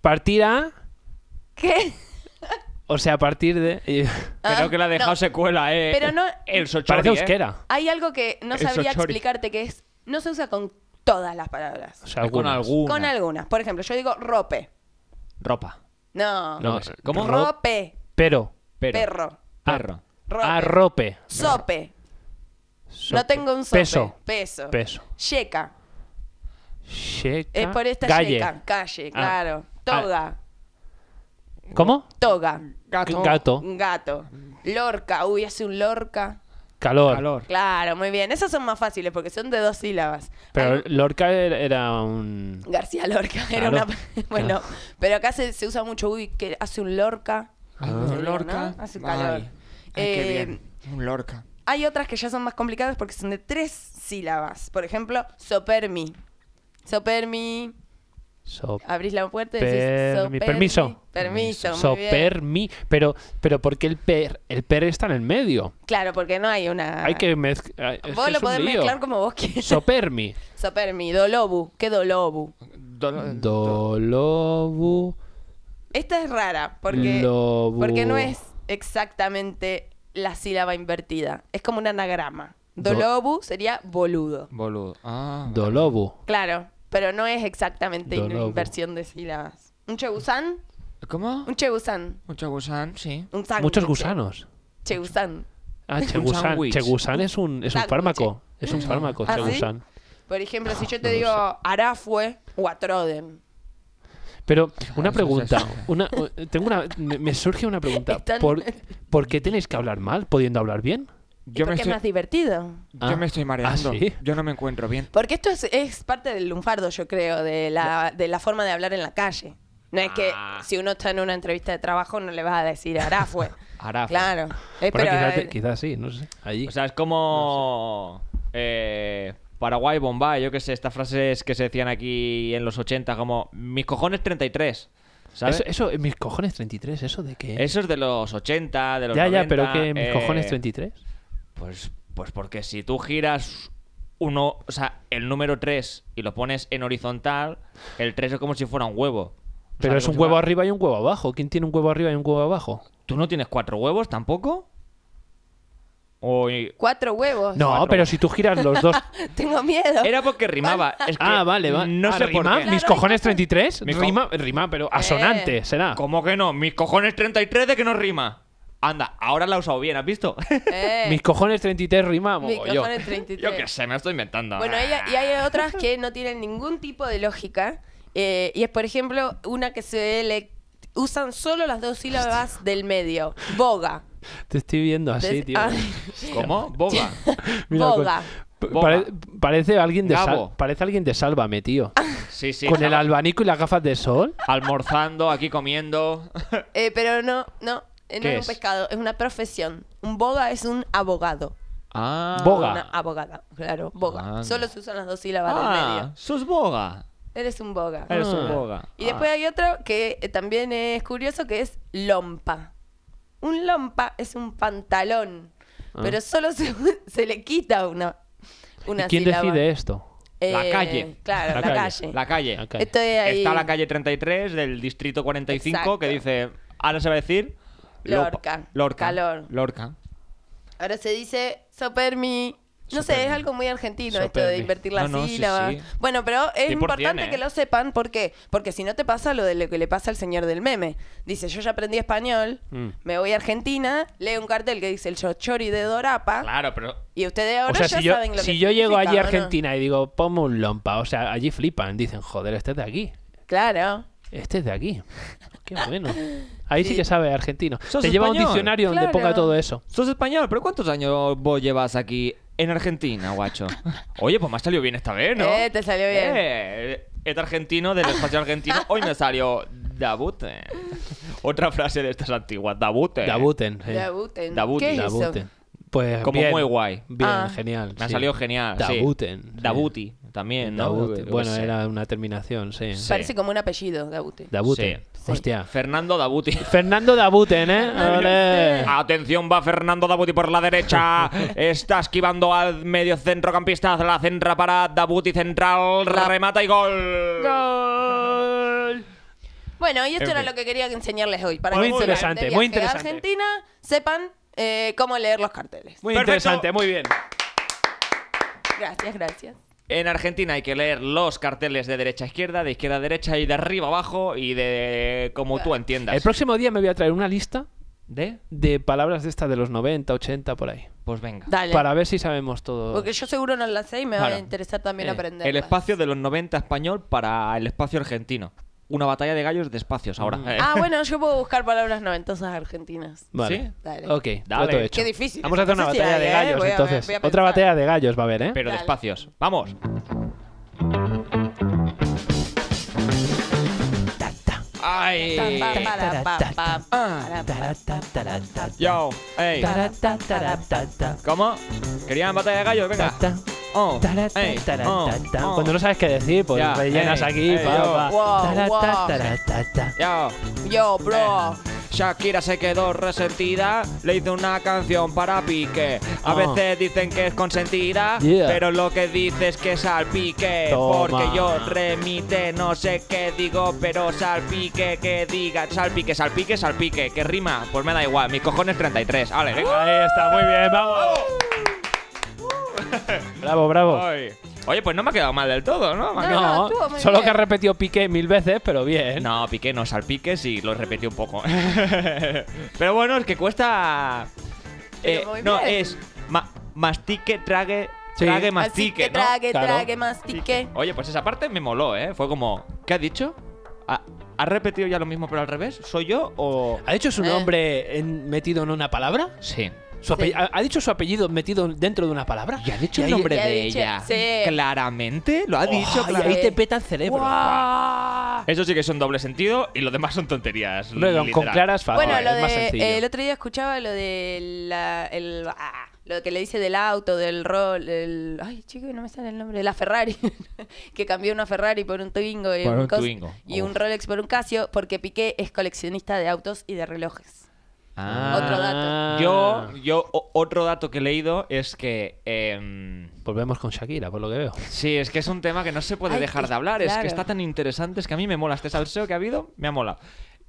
[SPEAKER 4] Partir a.
[SPEAKER 2] ¿Qué?
[SPEAKER 4] O sea, a partir de. eh, y-
[SPEAKER 3] Creo
[SPEAKER 2] Ah,
[SPEAKER 3] que la ha dejado
[SPEAKER 2] no.
[SPEAKER 3] secuela, eh.
[SPEAKER 2] Pero no-
[SPEAKER 3] El sochori,
[SPEAKER 4] Parece
[SPEAKER 3] eh.
[SPEAKER 4] euskera.
[SPEAKER 2] Hay algo que no
[SPEAKER 3] Eso,
[SPEAKER 2] sabría
[SPEAKER 3] Chori.
[SPEAKER 2] explicarte que es, no se usa con todas las palabras.
[SPEAKER 4] O sea,
[SPEAKER 3] Con
[SPEAKER 4] algunas.
[SPEAKER 3] alguna.
[SPEAKER 2] Con algunas. Por ejemplo, yo digo rope.
[SPEAKER 3] Ropa.
[SPEAKER 2] No.
[SPEAKER 4] No,
[SPEAKER 3] ¿Cómo?
[SPEAKER 4] ro-
[SPEAKER 2] Rope.
[SPEAKER 4] pero.
[SPEAKER 3] Pero.
[SPEAKER 2] Perro.
[SPEAKER 4] Ah.
[SPEAKER 3] Perro.
[SPEAKER 2] Rope.
[SPEAKER 4] Arrope.
[SPEAKER 2] Sope. No
[SPEAKER 4] Sope.
[SPEAKER 2] tengo un sope.
[SPEAKER 4] Peso.
[SPEAKER 2] Peso.
[SPEAKER 4] Peso.
[SPEAKER 2] Yeca.
[SPEAKER 4] Checa.
[SPEAKER 2] Es por esta
[SPEAKER 4] Galle.
[SPEAKER 2] yeca. Calle,
[SPEAKER 4] Ah.
[SPEAKER 2] claro. Toga.
[SPEAKER 4] ¿Cómo?
[SPEAKER 2] Toga.
[SPEAKER 3] Gato.
[SPEAKER 4] Gato.
[SPEAKER 2] Un gato. Lorca. Uy, hace un lorca.
[SPEAKER 4] Calor.
[SPEAKER 3] Calor.
[SPEAKER 2] Claro, muy bien. Esos son más fáciles porque son de dos sílabas.
[SPEAKER 4] Pero
[SPEAKER 2] Ay,
[SPEAKER 4] Lorca era- era un.
[SPEAKER 2] García Lorca era
[SPEAKER 4] Claro.
[SPEAKER 2] una. Bueno,
[SPEAKER 4] Ah, Claro.
[SPEAKER 2] pero acá se, se usa mucho, uy, que hace un Lorca. Te digo,
[SPEAKER 3] Ah, Lorca.
[SPEAKER 2] ¿no? Hace
[SPEAKER 3] Ay.
[SPEAKER 2] calor.
[SPEAKER 3] Ay, qué
[SPEAKER 2] Eh,
[SPEAKER 3] bien. Un Lorca.
[SPEAKER 2] Hay otras que ya son más complicadas porque son de tres sílabas. Por ejemplo, sopermi. Sopermi.
[SPEAKER 4] Sop-
[SPEAKER 2] Abrís la puerta y decís.
[SPEAKER 4] Permi-
[SPEAKER 2] sopermi.
[SPEAKER 4] permiso.
[SPEAKER 2] Permiso. muy bien.
[SPEAKER 4] Sopermi. Pero, pero ¿por qué el per? El per está en el medio.
[SPEAKER 2] Claro, porque no hay una.
[SPEAKER 4] Hay que mezclar.
[SPEAKER 2] Ah. Vos lo podés mezclar como vos quieras.
[SPEAKER 4] Sopermi.
[SPEAKER 2] sopermi. Dolobu. ¿Qué dolobu?
[SPEAKER 3] Dolo-
[SPEAKER 4] Dolobu.
[SPEAKER 2] Esta es rara porque,
[SPEAKER 4] Lobo.
[SPEAKER 2] porque no es exactamente la sílaba invertida. Es como un anagrama.
[SPEAKER 4] Do-
[SPEAKER 2] Dolobu sería boludo.
[SPEAKER 3] Boludo. Ah.
[SPEAKER 4] Dolobu.
[SPEAKER 2] Claro, pero no es exactamente una
[SPEAKER 4] Dolobu.
[SPEAKER 2] inversión de sílabas. ¿Un chegusán?
[SPEAKER 3] ¿Cómo?
[SPEAKER 2] Un chegusán.
[SPEAKER 3] Un chagusán, sí.
[SPEAKER 2] Un sándwich.
[SPEAKER 4] Muchos gusanos.
[SPEAKER 2] Chegusán.
[SPEAKER 4] Ah, Chegusan.
[SPEAKER 3] sándwich.
[SPEAKER 4] Chegusan es un, es un
[SPEAKER 2] Sándwich.
[SPEAKER 4] fármaco. Es un fármaco,
[SPEAKER 2] ¿Ah, sí?
[SPEAKER 4] Chegusan.
[SPEAKER 2] Por ejemplo, si yo
[SPEAKER 4] No
[SPEAKER 2] te
[SPEAKER 4] lo
[SPEAKER 2] digo Arafue o Atroden.
[SPEAKER 4] Pero una
[SPEAKER 3] eso
[SPEAKER 4] pregunta.
[SPEAKER 3] es-
[SPEAKER 4] Una, eh, tengo una, me, me surge una pregunta.
[SPEAKER 2] Están-
[SPEAKER 4] ¿Por, por qué tenéis que hablar mal pudiendo hablar bien?
[SPEAKER 2] Yo
[SPEAKER 3] Yo
[SPEAKER 2] porque
[SPEAKER 3] me,
[SPEAKER 2] es
[SPEAKER 3] estoy,
[SPEAKER 2] más divertido.
[SPEAKER 4] Ah.
[SPEAKER 3] yo me estoy mareando.
[SPEAKER 4] Ah, ¿sí?
[SPEAKER 3] Yo no me encuentro bien.
[SPEAKER 2] Porque esto es, es parte del lunfardo, yo creo, de la, de la forma de hablar en la calle. No es que
[SPEAKER 3] Ah.
[SPEAKER 2] si uno está en una entrevista de trabajo no le vas a decir Arafue.
[SPEAKER 3] Arafue.
[SPEAKER 2] Claro. Eh,
[SPEAKER 4] Bueno,
[SPEAKER 2] pero,
[SPEAKER 4] quizás,
[SPEAKER 2] eh,
[SPEAKER 4] quizás sí, no sé. Allí.
[SPEAKER 3] O sea, es como. eh, Paraguay, Bombay, yo qué sé, estas frases que se decían aquí en los 80, como mis cojones 33. ¿Sabes?
[SPEAKER 4] eso,
[SPEAKER 3] Eso,
[SPEAKER 4] eso, mis cojones 33, ¿eso de qué?
[SPEAKER 3] es de los 80, de los
[SPEAKER 4] ¿Eh? ya, ya,
[SPEAKER 3] 90,
[SPEAKER 4] pero que mis
[SPEAKER 3] eh,
[SPEAKER 4] cojones 33.
[SPEAKER 3] Pues, pues porque si tú giras uno, o sea, el número 3 y lo pones en horizontal, el 3 es como si fuera un huevo. O sea,
[SPEAKER 4] Pero es
[SPEAKER 3] como
[SPEAKER 4] un
[SPEAKER 3] si
[SPEAKER 4] huevo
[SPEAKER 3] fuera-
[SPEAKER 4] arriba y un huevo abajo. ¿Quién tiene un huevo arriba y un huevo abajo?
[SPEAKER 3] ¿Tú no tienes cuatro huevos tampoco? O-
[SPEAKER 2] Cuatro huevos.
[SPEAKER 4] No,
[SPEAKER 3] Cuatro.
[SPEAKER 4] pero si tú giras los dos.
[SPEAKER 2] Tengo miedo.
[SPEAKER 3] Era porque rimaba. es que
[SPEAKER 4] Ah, vale, vale.
[SPEAKER 3] No
[SPEAKER 4] Ah,
[SPEAKER 3] sé
[SPEAKER 4] rima.
[SPEAKER 3] por
[SPEAKER 4] Mis
[SPEAKER 3] qué.
[SPEAKER 2] Claro, Eh.
[SPEAKER 4] cojones
[SPEAKER 2] rima.
[SPEAKER 4] 33.
[SPEAKER 3] Mi co-
[SPEAKER 4] Rima, rima, pero asonante será.
[SPEAKER 3] ¿Cómo que no? Mis cojones 33 de que no rima. Anda, ahora la he usado bien, ¿has visto?
[SPEAKER 2] Eh,
[SPEAKER 4] Mis cojones 33 rima.
[SPEAKER 2] mis
[SPEAKER 4] mogollón.
[SPEAKER 2] cojones 33.
[SPEAKER 3] Yo qué sé, me lo estoy inventando.
[SPEAKER 2] Bueno, ella- y hay otras que no tienen ningún tipo de lógica. eh, y es, por ejemplo, una que se le usan solo las dos sílabas del medio. Boga.
[SPEAKER 4] Te estoy viendo así,
[SPEAKER 2] Entonces,
[SPEAKER 4] tío.
[SPEAKER 2] ay,
[SPEAKER 3] ¿Cómo? Boba.
[SPEAKER 4] Mira, con-
[SPEAKER 2] boga.
[SPEAKER 4] pa-
[SPEAKER 3] Boba.
[SPEAKER 4] pare- parece alguien de
[SPEAKER 3] Gabo.
[SPEAKER 4] Sál- parece alguien de Sálvame, tío.
[SPEAKER 3] Sí, sí.
[SPEAKER 4] Con el
[SPEAKER 3] estaba
[SPEAKER 4] albanico y las gafas de sol.
[SPEAKER 3] Almorzando, aquí comiendo.
[SPEAKER 2] Eh, pero no, no, eh, no
[SPEAKER 3] ¿Qué es?
[SPEAKER 2] es, un pescado, es una profesión. Un boga es un abogado.
[SPEAKER 3] Ah.
[SPEAKER 4] Boga.
[SPEAKER 2] Una abogada, claro, boga.
[SPEAKER 3] Anda.
[SPEAKER 2] Solo se usan las dos sílabas del
[SPEAKER 3] Ah,
[SPEAKER 2] medio.
[SPEAKER 3] sos boga.
[SPEAKER 2] Eres un boga.
[SPEAKER 3] Eres un
[SPEAKER 4] Ah.
[SPEAKER 3] boga.
[SPEAKER 2] Y después hay otro que eh, también es curioso que es lompa. Un lompa es un pantalón, pero solo se, se le quita una, una
[SPEAKER 4] ¿Y ¿Quién
[SPEAKER 2] sílaba. Eh,
[SPEAKER 4] decide esto?
[SPEAKER 3] La calle.
[SPEAKER 2] Claro,
[SPEAKER 4] La calle.
[SPEAKER 2] la, calle.
[SPEAKER 3] La calle.
[SPEAKER 4] La calle.
[SPEAKER 2] Esto es ahí.
[SPEAKER 3] Está la calle 33 del distrito 45 que
[SPEAKER 2] Exacto.
[SPEAKER 3] dice. Ahora se va a decir. Lopa-
[SPEAKER 2] Lorca.
[SPEAKER 3] Lorca.
[SPEAKER 2] Calor.
[SPEAKER 3] Lorca.
[SPEAKER 2] Ahora se dice sopermi. No sé,
[SPEAKER 3] Sopermi.
[SPEAKER 2] es algo muy argentino esto
[SPEAKER 4] Sopermi.
[SPEAKER 2] de invertir las
[SPEAKER 3] No, no, sí,
[SPEAKER 2] sílabas.
[SPEAKER 3] sí.
[SPEAKER 2] Bueno, pero es
[SPEAKER 3] Sí, por
[SPEAKER 2] importante
[SPEAKER 3] bien, ¿eh?
[SPEAKER 2] que lo sepan. ¿Por qué? Porque si no te pasa lo de lo que le pasa al señor del meme. Dice, yo ya aprendí español,
[SPEAKER 4] Mm.
[SPEAKER 2] me voy a Argentina, leo un cartel que dice el chochori de Dorapa.
[SPEAKER 3] Claro, pero.
[SPEAKER 2] Y ustedes ahora
[SPEAKER 4] o sea,
[SPEAKER 2] ya
[SPEAKER 4] si yo,
[SPEAKER 2] saben lo que
[SPEAKER 4] si yo llego
[SPEAKER 2] significa,
[SPEAKER 4] allí a
[SPEAKER 2] ¿o no?
[SPEAKER 4] Argentina y digo, ponme un lompa, o sea, allí flipan, dicen, joder, este es de aquí,
[SPEAKER 2] Claro.
[SPEAKER 4] este es de aquí. Qué bueno. Ahí sí,
[SPEAKER 2] Sí.
[SPEAKER 4] que sabe argentino. Te
[SPEAKER 3] ¿Sos
[SPEAKER 4] lleva un
[SPEAKER 3] español?
[SPEAKER 4] diccionario donde
[SPEAKER 2] Claro.
[SPEAKER 4] ponga todo eso.
[SPEAKER 3] Sos español, pero ¿cuántos años vos llevas aquí en Argentina, guacho? Oye, pues me ha salido bien esta vez, ¿no?
[SPEAKER 2] Eh, te salió bien.
[SPEAKER 3] Eh, este argentino del espacio argentino, hoy me salió Dabute. Otra frase de estas antiguas, Dabute.
[SPEAKER 4] Dabuten. sí.
[SPEAKER 2] Dabuten.
[SPEAKER 3] Dabuti.
[SPEAKER 2] ¿Qué es eso?
[SPEAKER 4] Dabuten. Pues
[SPEAKER 3] Como
[SPEAKER 4] bien,
[SPEAKER 3] muy guay.
[SPEAKER 4] Bien,
[SPEAKER 2] Ah.
[SPEAKER 4] genial.
[SPEAKER 3] Me ha
[SPEAKER 4] sí.
[SPEAKER 3] salido genial. sí.
[SPEAKER 4] Dabuten. sí.
[SPEAKER 3] Dabuti, también, ¿no?
[SPEAKER 4] Dabuten.
[SPEAKER 3] Yo qué
[SPEAKER 4] Bueno,
[SPEAKER 3] sé.
[SPEAKER 4] era una terminación, sí.
[SPEAKER 3] Sí.
[SPEAKER 2] Parece como un apellido, Dabuten.
[SPEAKER 4] Dabuten.
[SPEAKER 3] Sí.
[SPEAKER 4] Hostia.
[SPEAKER 3] Fernando Dabuti.
[SPEAKER 4] Fernando Dabuten, ¿eh? Ole.
[SPEAKER 3] Ah, Atención, va Fernando Dabuti por la derecha. Está esquivando al medio centrocampista. La centra para Dabuti central.
[SPEAKER 2] La-
[SPEAKER 3] Remata y gol. ¡Gol!
[SPEAKER 2] Bueno, y esto
[SPEAKER 3] En
[SPEAKER 2] era
[SPEAKER 3] fin.
[SPEAKER 2] lo que quería enseñarles hoy. Para
[SPEAKER 4] Muy
[SPEAKER 2] que si van de
[SPEAKER 4] interesante,
[SPEAKER 2] viaje
[SPEAKER 4] muy
[SPEAKER 2] a
[SPEAKER 4] interesante.
[SPEAKER 2] Argentina sepan eh, cómo leer los carteles.
[SPEAKER 4] Muy
[SPEAKER 3] Perfecto.
[SPEAKER 4] interesante, muy bien.
[SPEAKER 2] Gracias, gracias.
[SPEAKER 3] En Argentina hay que leer los carteles de derecha a izquierda, de izquierda a derecha y de arriba a abajo y de como tú entiendas.
[SPEAKER 4] El próximo día me voy a traer una lista
[SPEAKER 3] ¿De?
[SPEAKER 4] de palabras de estas de los 90, 80, por ahí.
[SPEAKER 3] Pues venga.
[SPEAKER 2] Dale.
[SPEAKER 4] Para ver si sabemos todo.
[SPEAKER 2] Porque yo seguro no la sé y me va a
[SPEAKER 4] Claro.
[SPEAKER 2] interesar también
[SPEAKER 4] Eh,
[SPEAKER 2] aprender.
[SPEAKER 3] El espacio de los 90 español para el espacio argentino. Una batalla de gallos de espacios ahora. Eh,
[SPEAKER 2] Ah, bueno, yo puedo buscar palabras noventosas argentinas.
[SPEAKER 4] Vale.
[SPEAKER 3] ¿Sí?
[SPEAKER 2] Dale.
[SPEAKER 4] Ok,
[SPEAKER 3] Dale.
[SPEAKER 4] trato hecho.
[SPEAKER 2] Qué difícil.
[SPEAKER 4] Vamos a hacer
[SPEAKER 2] No
[SPEAKER 4] una
[SPEAKER 2] sé si
[SPEAKER 4] batalla
[SPEAKER 2] hay,
[SPEAKER 4] de
[SPEAKER 2] ¿eh?
[SPEAKER 4] gallos
[SPEAKER 2] Voy a-
[SPEAKER 4] entonces.
[SPEAKER 2] voy a
[SPEAKER 4] Otra
[SPEAKER 2] pensar.
[SPEAKER 4] batalla de gallos va a haber, ¿eh?
[SPEAKER 3] Pero de
[SPEAKER 2] Dale.
[SPEAKER 3] espacios. ¡Vamos! ¡Ay!
[SPEAKER 2] Pa, para, pa, pa, para, pa.
[SPEAKER 3] Yo, ey. ¿Cómo? ¿Querían batalla de gallos? Venga. Oh, ey, oh, oh.
[SPEAKER 4] Cuando no sabes qué decir, pues
[SPEAKER 3] Ya,
[SPEAKER 4] rellenas
[SPEAKER 3] ey,
[SPEAKER 4] aquí.
[SPEAKER 3] ey,
[SPEAKER 4] pa,
[SPEAKER 3] yo.
[SPEAKER 4] pa.
[SPEAKER 2] Wow,
[SPEAKER 4] Tara,
[SPEAKER 2] wow.
[SPEAKER 4] ta, tara, ta, ta.
[SPEAKER 3] Yo.
[SPEAKER 2] Yo, bro.
[SPEAKER 3] Shakira se quedó resentida, le hizo una canción para Piqué. A
[SPEAKER 4] Ah.
[SPEAKER 3] veces dicen que es consentida,
[SPEAKER 4] Yeah.
[SPEAKER 3] pero lo que dice es que salpique.
[SPEAKER 4] Toma.
[SPEAKER 3] Porque yo remite, no sé qué digo, pero salpique, que diga salpique, salpique, salpique, que rima. Pues me da igual, mis cojones 33. Vale, venga.
[SPEAKER 4] Ahí está, muy bien, vamos. Bravo, bravo.
[SPEAKER 3] Ay. Oye, pues no me ha quedado mal del todo, ¿no? Me ha
[SPEAKER 2] No,
[SPEAKER 3] quedado-
[SPEAKER 2] no, estuvo muy
[SPEAKER 4] solo
[SPEAKER 2] bien.
[SPEAKER 4] que has repetido pique mil veces, pero
[SPEAKER 2] ¿Eh?
[SPEAKER 4] bien.
[SPEAKER 3] No, piqué, no, salpique sí, lo repetí un poco. Pero bueno, es que cuesta. eh,
[SPEAKER 2] Pero muy
[SPEAKER 3] no,
[SPEAKER 2] bien.
[SPEAKER 3] es ma- mastique, trague,
[SPEAKER 4] Sí.
[SPEAKER 3] trague,
[SPEAKER 2] Así
[SPEAKER 3] mastique.
[SPEAKER 2] que
[SPEAKER 3] ¿no?
[SPEAKER 2] trague,
[SPEAKER 4] Claro.
[SPEAKER 2] trague, mastique.
[SPEAKER 3] Oye, pues esa parte me moló, ¿eh? Fue como, ¿qué ha dicho? ¿Ha, ha repetido ya lo mismo pero al revés? ¿Soy yo o.?
[SPEAKER 4] ¿Ha dicho su
[SPEAKER 2] Eh.
[SPEAKER 4] nombre en- metido en una palabra?
[SPEAKER 3] Sí.
[SPEAKER 4] Su ape- ha, ha dicho su apellido metido dentro de una palabra?
[SPEAKER 3] ¿Y ha dicho el
[SPEAKER 4] ahí-
[SPEAKER 3] nombre
[SPEAKER 2] y ha
[SPEAKER 3] de
[SPEAKER 2] dicho-
[SPEAKER 3] ella?
[SPEAKER 2] sí.
[SPEAKER 3] Claramente, lo ha
[SPEAKER 4] Oh,
[SPEAKER 3] dicho.
[SPEAKER 4] y
[SPEAKER 3] clara-
[SPEAKER 4] ahí te peta el cerebro.
[SPEAKER 2] Guau.
[SPEAKER 3] Eso sí que son doble sentido y lo demás son tonterías.
[SPEAKER 4] Luego, con
[SPEAKER 3] literal.
[SPEAKER 4] claras fácil,
[SPEAKER 2] Bueno, lo
[SPEAKER 4] es más
[SPEAKER 2] de,
[SPEAKER 4] sencillo.
[SPEAKER 2] el otro día escuchaba lo de la, el, ah, lo que le dice del auto, del rol, el, ay, chico, no me sale el nombre, de la Ferrari, que cambió una Ferrari por un Twingo y,
[SPEAKER 3] Por
[SPEAKER 2] un,
[SPEAKER 3] un
[SPEAKER 2] cos-
[SPEAKER 3] Twingo,
[SPEAKER 2] y
[SPEAKER 3] uf.
[SPEAKER 2] un Rolex por un Casio, porque Piqué es coleccionista de autos y de relojes.
[SPEAKER 3] Ah.
[SPEAKER 2] Otro dato.
[SPEAKER 4] Ah.
[SPEAKER 3] Yo, yo o- otro dato que he leído es que em,
[SPEAKER 4] Volvemos con Shakira, por lo que veo.
[SPEAKER 3] sí, es que es un tema que no se puede
[SPEAKER 2] Ay,
[SPEAKER 3] dejar
[SPEAKER 2] es-
[SPEAKER 3] de hablar. Es que
[SPEAKER 2] claro.
[SPEAKER 3] está tan interesante, es que a mí me mola este salseo que ha habido, me ha molado.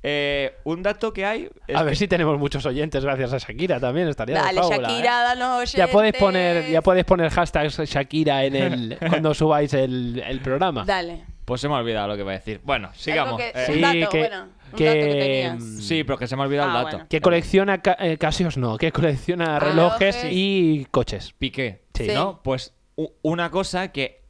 [SPEAKER 3] Eh, un dato que hay. es
[SPEAKER 4] A
[SPEAKER 3] que-
[SPEAKER 4] ver si tenemos muchos oyentes gracias a Shakira también. Estaría de
[SPEAKER 2] Dale,
[SPEAKER 4] fábula,
[SPEAKER 2] Shakira,
[SPEAKER 4] ¿eh?
[SPEAKER 2] danos
[SPEAKER 4] Ya podéis
[SPEAKER 2] oyentes.
[SPEAKER 4] poner, ya podéis poner hashtags Shakira en el cuando subáis el, el programa.
[SPEAKER 2] Dale.
[SPEAKER 3] Pues se me ha olvidado lo que iba a decir. Bueno, sigamos.
[SPEAKER 2] que-
[SPEAKER 3] Eh,
[SPEAKER 2] Un dato, bueno, un dato que tenías.
[SPEAKER 3] sí, pero que se me ha olvidado
[SPEAKER 2] Ah,
[SPEAKER 3] el dato.
[SPEAKER 2] bueno.
[SPEAKER 4] Que colecciona ca- eh, Casios, no, que colecciona
[SPEAKER 2] Relojes.
[SPEAKER 4] relojes y coches.
[SPEAKER 3] Piqué,
[SPEAKER 4] Sí.
[SPEAKER 2] Sí.
[SPEAKER 3] ¿no? Pues u- una cosa que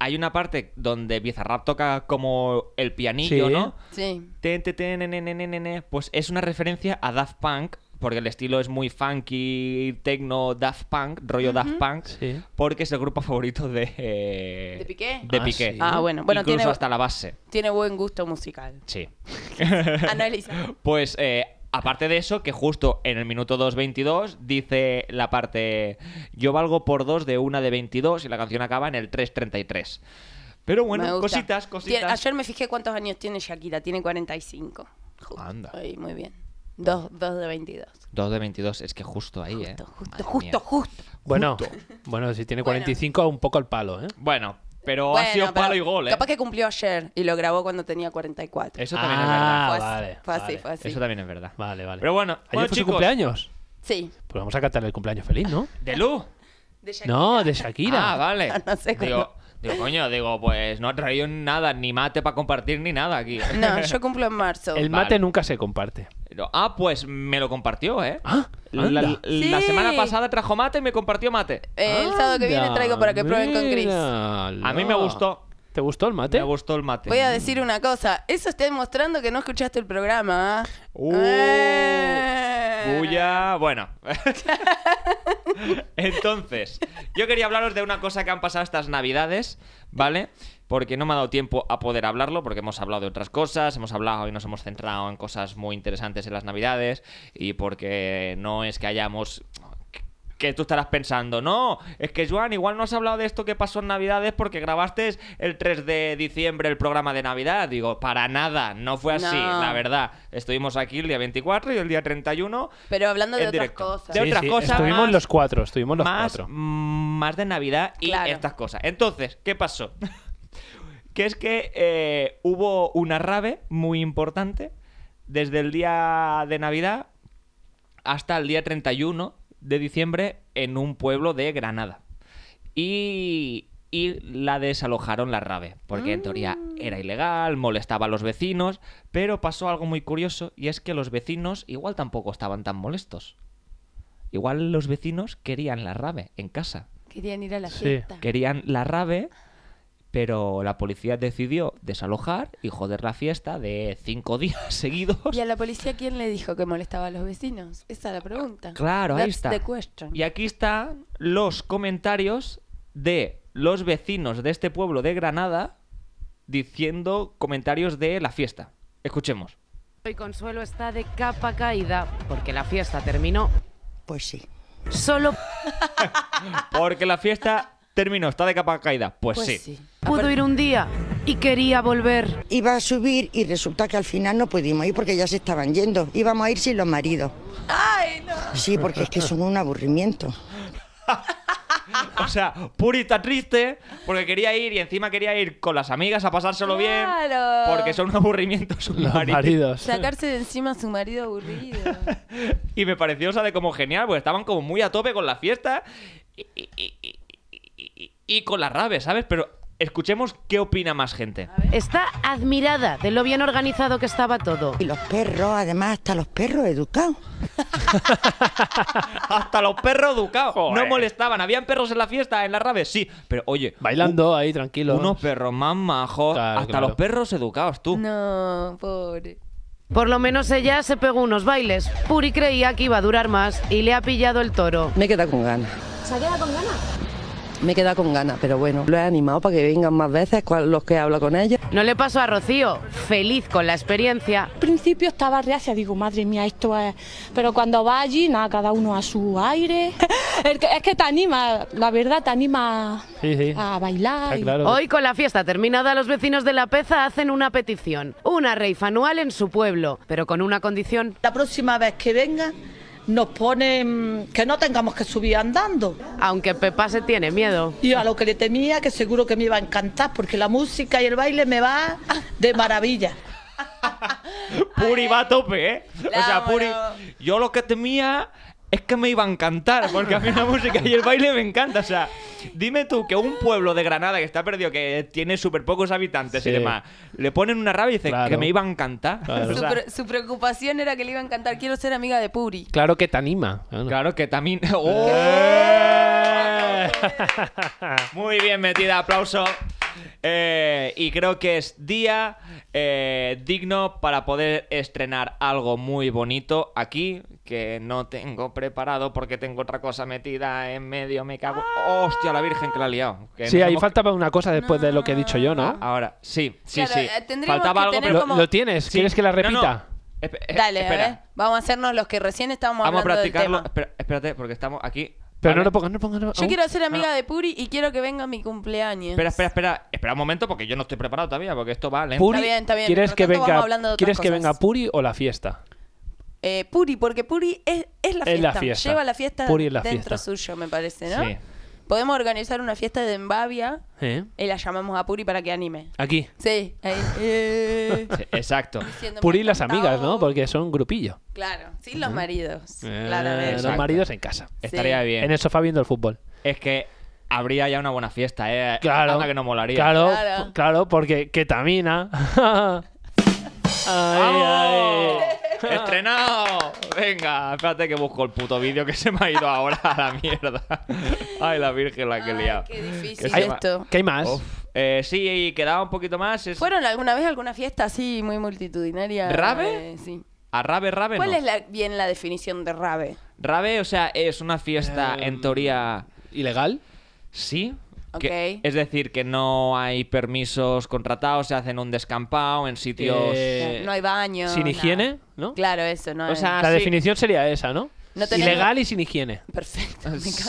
[SPEAKER 3] hay una parte donde Bizarrap toca como el pianillo,
[SPEAKER 4] Sí.
[SPEAKER 3] ¿no?
[SPEAKER 2] Sí.
[SPEAKER 3] Ten, ten, ten, ne, ne, ne, ne, ne. Pues es una referencia a Daft Punk, porque el estilo es muy funky, techno, Daft Punk, rollo Daft Punk,
[SPEAKER 4] Sí.
[SPEAKER 3] porque es el grupo favorito de... eh,
[SPEAKER 2] ¿De Piqué?
[SPEAKER 3] De
[SPEAKER 4] Ah,
[SPEAKER 3] Piqué.
[SPEAKER 4] sí.
[SPEAKER 2] Ah, bueno. Bueno,
[SPEAKER 3] Incluso
[SPEAKER 2] tiene-
[SPEAKER 3] hasta la base,
[SPEAKER 2] Tiene buen gusto musical.
[SPEAKER 3] sí.
[SPEAKER 2] Analiza.
[SPEAKER 3] Pues eh, aparte de eso, que justo en el minuto 2.22 dice la parte yo valgo por dos de una de 22 y la canción acaba en el 3.33. Pero
[SPEAKER 2] Me
[SPEAKER 3] bueno,
[SPEAKER 2] gusta.
[SPEAKER 3] cositas,
[SPEAKER 2] Tiene-
[SPEAKER 3] cositas.
[SPEAKER 2] ayer me fijé cuántos años tiene Shakira. Tiene 45. Justo.
[SPEAKER 3] Anda.
[SPEAKER 2] Ahí, muy bien. Dos, dos de 22.
[SPEAKER 3] Dos de 22, es que justo ahí, ¿eh?
[SPEAKER 2] Justo,
[SPEAKER 3] Madre
[SPEAKER 2] justo,
[SPEAKER 3] mía.
[SPEAKER 2] justo, justo.
[SPEAKER 4] Bueno, bueno, si tiene
[SPEAKER 2] Bueno.
[SPEAKER 4] 45, un poco el palo, ¿eh?
[SPEAKER 3] Bueno, pero
[SPEAKER 2] Bueno,
[SPEAKER 3] Oh, ha sido
[SPEAKER 2] pero
[SPEAKER 3] palo y gol, ¿eh?
[SPEAKER 2] Capaz que cumplió ayer y lo grabó cuando tenía 44.
[SPEAKER 3] Eso también
[SPEAKER 4] Ah,
[SPEAKER 2] Fue
[SPEAKER 3] es verdad.
[SPEAKER 2] así,
[SPEAKER 4] vale,
[SPEAKER 2] fue así,
[SPEAKER 4] vale.
[SPEAKER 2] fue así.
[SPEAKER 3] Eso también es verdad.
[SPEAKER 4] Vale, vale.
[SPEAKER 3] Pero bueno,
[SPEAKER 4] ¿ayer fue
[SPEAKER 3] bueno,
[SPEAKER 4] su
[SPEAKER 3] chicos.
[SPEAKER 4] cumpleaños?
[SPEAKER 2] Sí,
[SPEAKER 4] Pues vamos a cantarle el cumpleaños feliz, ¿no?
[SPEAKER 3] ¿De luz?
[SPEAKER 2] de Shakira.
[SPEAKER 4] No, de Shakira.
[SPEAKER 3] Ah, vale.
[SPEAKER 2] No sé
[SPEAKER 3] digo, digo, coño, digo, pues no ha traído nada, ni mate para compartir ni nada aquí.
[SPEAKER 2] No, yo cumplo en marzo.
[SPEAKER 4] El
[SPEAKER 3] Vale.
[SPEAKER 4] mate nunca se comparte.
[SPEAKER 3] Pero- Ah, pues me lo compartió, ¿eh?
[SPEAKER 4] Ah,
[SPEAKER 3] La,
[SPEAKER 4] anda.
[SPEAKER 3] la
[SPEAKER 2] Sí.
[SPEAKER 3] semana pasada trajo mate y me compartió mate.
[SPEAKER 2] Eh, El sábado que viene
[SPEAKER 4] Anda,
[SPEAKER 2] traigo para que prueben con Chris.
[SPEAKER 4] míralo.
[SPEAKER 3] A mí me gustó.
[SPEAKER 4] ¿Te gustó el mate?
[SPEAKER 3] Me gustó el mate.
[SPEAKER 2] Voy a decir una cosa. Eso está demostrando que no escuchaste el programa. ¿ah?
[SPEAKER 3] Uh,
[SPEAKER 2] Eh.
[SPEAKER 3] Bulla. Bueno. Entonces, yo quería hablaros de una cosa que han pasado estas navidades, ¿vale? Porque no me ha dado tiempo a poder hablarlo, porque hemos hablado de otras cosas, hemos hablado y nos hemos centrado en cosas muy interesantes en las navidades, y porque no es que hayamos que tú estarás pensando, no, es que Joan, igual no has hablado de esto que pasó en Navidades porque grabaste el 3 de diciembre el programa de Navidad. Digo, para nada, no fue así,
[SPEAKER 2] No.
[SPEAKER 3] la verdad. Estuvimos aquí el día 24 y el día 31.
[SPEAKER 2] Pero hablando de
[SPEAKER 3] En
[SPEAKER 2] otras
[SPEAKER 3] directo.
[SPEAKER 2] cosas.
[SPEAKER 3] De otras cosas
[SPEAKER 4] Estuvimos
[SPEAKER 3] más-
[SPEAKER 4] los cuatro, estuvimos los
[SPEAKER 3] más,
[SPEAKER 4] cuatro.
[SPEAKER 3] más de Navidad y
[SPEAKER 2] Claro.
[SPEAKER 3] estas cosas. Entonces, ¿qué pasó? que es que eh, hubo una rave muy importante desde el día de Navidad hasta el día 31 de diciembre en un pueblo de Granada. Y, y la desalojaron la rave, porque en teoría era ilegal, molestaba a los vecinos, pero pasó algo muy curioso y es que los vecinos igual tampoco estaban tan molestos. Igual los vecinos querían la rave en casa,
[SPEAKER 2] Querían ir a la
[SPEAKER 4] Sí.
[SPEAKER 2] fiesta.
[SPEAKER 3] querían la rave, pero la policía decidió desalojar y joder la fiesta de cinco días seguidos.
[SPEAKER 2] ¿Y a la policía quién le dijo que molestaba a los vecinos? Esa es la pregunta.
[SPEAKER 3] Claro, ahí
[SPEAKER 2] That's
[SPEAKER 3] está.
[SPEAKER 2] the question.
[SPEAKER 3] Y aquí están los comentarios de los vecinos de este pueblo de Granada diciendo comentarios de la fiesta. Escuchemos.
[SPEAKER 7] Hoy Consuelo está de capa caída porque la fiesta terminó
[SPEAKER 8] Pues sí.
[SPEAKER 7] solo
[SPEAKER 3] Porque la fiesta terminó, está de capa caída. Pues, sí.
[SPEAKER 7] pudo ir un día y quería volver.
[SPEAKER 8] Iba a subir y resulta que al final no pudimos ir porque ya se estaban yendo. Íbamos a ir sin los maridos. ¡Ay, no! Sí, porque es que son un aburrimiento.
[SPEAKER 3] O sea, purita triste, porque quería ir y encima quería ir con las amigas a pasárselo
[SPEAKER 2] Claro.
[SPEAKER 3] bien. Porque son un aburrimiento su
[SPEAKER 4] Los
[SPEAKER 3] marido.
[SPEAKER 4] maridos.
[SPEAKER 2] Sacarse de encima a su marido aburrido.
[SPEAKER 3] Y me pareció, o sea, de como genial, porque estaban como muy a tope con la fiesta y, y- y- y- y- y con la rave, ¿sabes? Pero escuchemos qué opina más gente.
[SPEAKER 7] Está admirada de lo bien organizado que estaba todo.
[SPEAKER 8] Y los perros, además, hasta los perros educados.
[SPEAKER 3] Hasta los perros educados. No
[SPEAKER 4] Joder.
[SPEAKER 3] molestaban. ¿Habían perros en la fiesta, en la rave? Sí. Pero oye,
[SPEAKER 4] Bailando ahí, tranquilo.
[SPEAKER 3] unos perros más majos.
[SPEAKER 4] Claro,
[SPEAKER 3] hasta
[SPEAKER 4] claro.
[SPEAKER 3] los perros educados, tú.
[SPEAKER 2] No, pobre.
[SPEAKER 7] Por lo menos ella se pegó unos bailes. Puri creía que iba a durar más y le ha pillado el toro.
[SPEAKER 9] Me queda con ganas. ¿Se ha quedado con ganas? Me queda con ganas, pero bueno, lo he animado para que vengan más veces cual- los que hablo con ella.
[SPEAKER 7] No le pasó a Rocío, feliz con la experiencia.
[SPEAKER 10] Al principio estaba reacia, digo, madre mía, esto es... Pero cuando va allí, nada, cada uno a su aire. Es que, es que te anima, la verdad, te anima
[SPEAKER 4] Sí, sí.
[SPEAKER 2] Ah,
[SPEAKER 10] a bailar.
[SPEAKER 4] Está
[SPEAKER 10] y-
[SPEAKER 4] claro.
[SPEAKER 7] Hoy con la fiesta terminada los vecinos de La Peza hacen una petición, una rave anual en su pueblo, pero con una condición.
[SPEAKER 9] La próxima vez que venga nos ponen que no tengamos que subir andando.
[SPEAKER 7] Aunque Pepa se tiene miedo.
[SPEAKER 9] Y a lo que le temía, que seguro que me iba a encantar, porque la música y el baile me va de maravilla.
[SPEAKER 3] Puri va a tope, ¿eh?
[SPEAKER 2] La
[SPEAKER 3] o sea,
[SPEAKER 2] amo,
[SPEAKER 3] Puri.
[SPEAKER 2] la amo.
[SPEAKER 3] Yo lo que temía es que me iba a encantar, porque a mí la música y el baile me encanta. O sea, dime tú que un pueblo de Granada que está perdido, que tiene súper pocos habitantes
[SPEAKER 4] Sí.
[SPEAKER 3] y demás, le ponen una rave y dicen
[SPEAKER 4] Claro.
[SPEAKER 3] que me iba a encantar.
[SPEAKER 4] Claro.
[SPEAKER 3] O
[SPEAKER 2] Su,
[SPEAKER 3] sea,
[SPEAKER 2] pre- su preocupación era que le iba a encantar. Quiero ser amiga de Puri.
[SPEAKER 4] Claro que te anima. Claro.
[SPEAKER 3] Claro que también. ¡Oh! Muy bien metida, aplauso. Eh, y creo que es día eh, digno para poder estrenar algo muy bonito aquí, que no tengo preparado porque tengo otra cosa metida en medio, me cago. ¡Hostia, la Virgen que la ha liado! Que
[SPEAKER 4] Sí,
[SPEAKER 3] nos
[SPEAKER 4] ahí
[SPEAKER 3] hemos-
[SPEAKER 4] faltaba una cosa después de lo que he dicho yo,
[SPEAKER 3] Ah,
[SPEAKER 4] ¿no?
[SPEAKER 3] Ahora, sí, sí,
[SPEAKER 2] Claro, eh,
[SPEAKER 3] sí.
[SPEAKER 2] tendríamos
[SPEAKER 3] Faltaba
[SPEAKER 2] que
[SPEAKER 3] algo,
[SPEAKER 2] tener
[SPEAKER 3] pero...
[SPEAKER 4] ¿Lo,
[SPEAKER 2] como-
[SPEAKER 4] lo tienes?
[SPEAKER 3] Sí.
[SPEAKER 4] ¿Quieres que la
[SPEAKER 3] No, no.
[SPEAKER 4] repita?
[SPEAKER 3] Espe- eh,
[SPEAKER 2] Dale,
[SPEAKER 3] espera.
[SPEAKER 2] a ver. Vamos a hacernos los que recién estábamos
[SPEAKER 3] Vamos a
[SPEAKER 2] hablando del
[SPEAKER 3] practicarlo.
[SPEAKER 2] tema.
[SPEAKER 3] Espera- espérate, porque estamos aquí.
[SPEAKER 4] Pero no
[SPEAKER 3] Vale.
[SPEAKER 4] lo pongas, no lo pongas. no lo-
[SPEAKER 2] Yo
[SPEAKER 4] Oh.
[SPEAKER 2] quiero ser amiga
[SPEAKER 3] no.
[SPEAKER 2] de Puri y quiero que venga mi cumpleaños.
[SPEAKER 3] Espera, espera, espera. Espera un momento porque yo no estoy preparado todavía, porque esto va lento.
[SPEAKER 4] Puri,
[SPEAKER 2] Está bien, está bien.
[SPEAKER 4] ¿Quieres,
[SPEAKER 2] Por
[SPEAKER 4] que
[SPEAKER 2] tanto, vamos
[SPEAKER 4] venga,
[SPEAKER 2] hablando de otras
[SPEAKER 4] ¿quieres que
[SPEAKER 2] cosas.
[SPEAKER 4] venga Puri o la fiesta?
[SPEAKER 2] Eh, Puri, porque Puri es, es
[SPEAKER 4] Es
[SPEAKER 2] la fiesta.
[SPEAKER 4] la fiesta.
[SPEAKER 2] Lleva la fiesta
[SPEAKER 4] Puri es la
[SPEAKER 2] dentro
[SPEAKER 4] fiesta.
[SPEAKER 2] suyo, me parece, ¿no?
[SPEAKER 3] Sí.
[SPEAKER 2] Podemos organizar una fiesta de Embavia
[SPEAKER 4] ¿Eh?
[SPEAKER 2] y la llamamos a Puri para que anime.
[SPEAKER 4] Aquí.
[SPEAKER 2] Sí, ahí. Eh,
[SPEAKER 3] Sí, Exacto.
[SPEAKER 2] diciendo,
[SPEAKER 4] Puri y
[SPEAKER 2] "Me
[SPEAKER 4] las
[SPEAKER 2] ha encantado".
[SPEAKER 4] amigas, ¿no? Porque son un grupillo.
[SPEAKER 2] Claro, sin los maridos.
[SPEAKER 4] Eh,
[SPEAKER 2] claramente.
[SPEAKER 4] los
[SPEAKER 3] Exacto.
[SPEAKER 4] maridos en casa.
[SPEAKER 3] Estaría
[SPEAKER 2] Sí.
[SPEAKER 3] bien.
[SPEAKER 4] En el sofá viendo el fútbol.
[SPEAKER 3] Es que habría ya una buena fiesta, ¿eh?
[SPEAKER 4] Claro.
[SPEAKER 3] Anda que no molaría.
[SPEAKER 4] Claro,
[SPEAKER 2] Claro.
[SPEAKER 4] p- claro, porque ketamina. Ay,
[SPEAKER 3] ¡Vamos!
[SPEAKER 4] ay.
[SPEAKER 3] ¡Estrenado! Venga, espérate que busco el puto vídeo que se me ha ido ahora a la mierda. Ay, la virgen la que he
[SPEAKER 2] Ay,
[SPEAKER 3] liado.
[SPEAKER 2] qué difícil
[SPEAKER 3] se
[SPEAKER 4] Ay,
[SPEAKER 3] va-
[SPEAKER 2] esto.
[SPEAKER 4] ¿Qué hay más?
[SPEAKER 3] Uf. Eh, sí, y quedaba un poquito más. Es...
[SPEAKER 2] ¿Fueron alguna vez a alguna fiesta así muy multitudinaria?
[SPEAKER 3] ¿Rabe?
[SPEAKER 2] Eh, sí.
[SPEAKER 3] A Rabe, Rabe
[SPEAKER 2] ¿Cuál
[SPEAKER 3] no.
[SPEAKER 2] es la- bien la definición de rabe?
[SPEAKER 3] Rabe, o sea, es una fiesta
[SPEAKER 4] Em,
[SPEAKER 3] en teoría...
[SPEAKER 4] ¿Ilegal?
[SPEAKER 3] Sí.
[SPEAKER 2] Ok.
[SPEAKER 3] que- es decir, que no hay permisos contratados, se hacen un descampado en sitios...
[SPEAKER 4] Eh,
[SPEAKER 2] no hay baño.
[SPEAKER 4] sin
[SPEAKER 2] nada.
[SPEAKER 4] higiene, ¿no?
[SPEAKER 2] Claro, eso, no
[SPEAKER 3] O
[SPEAKER 2] hay-
[SPEAKER 3] sea,
[SPEAKER 4] la
[SPEAKER 3] sí.
[SPEAKER 4] definición sería esa, ¿no?
[SPEAKER 2] No tenemos-
[SPEAKER 4] Ilegal y sin higiene.
[SPEAKER 2] Perfecto, me encanta, me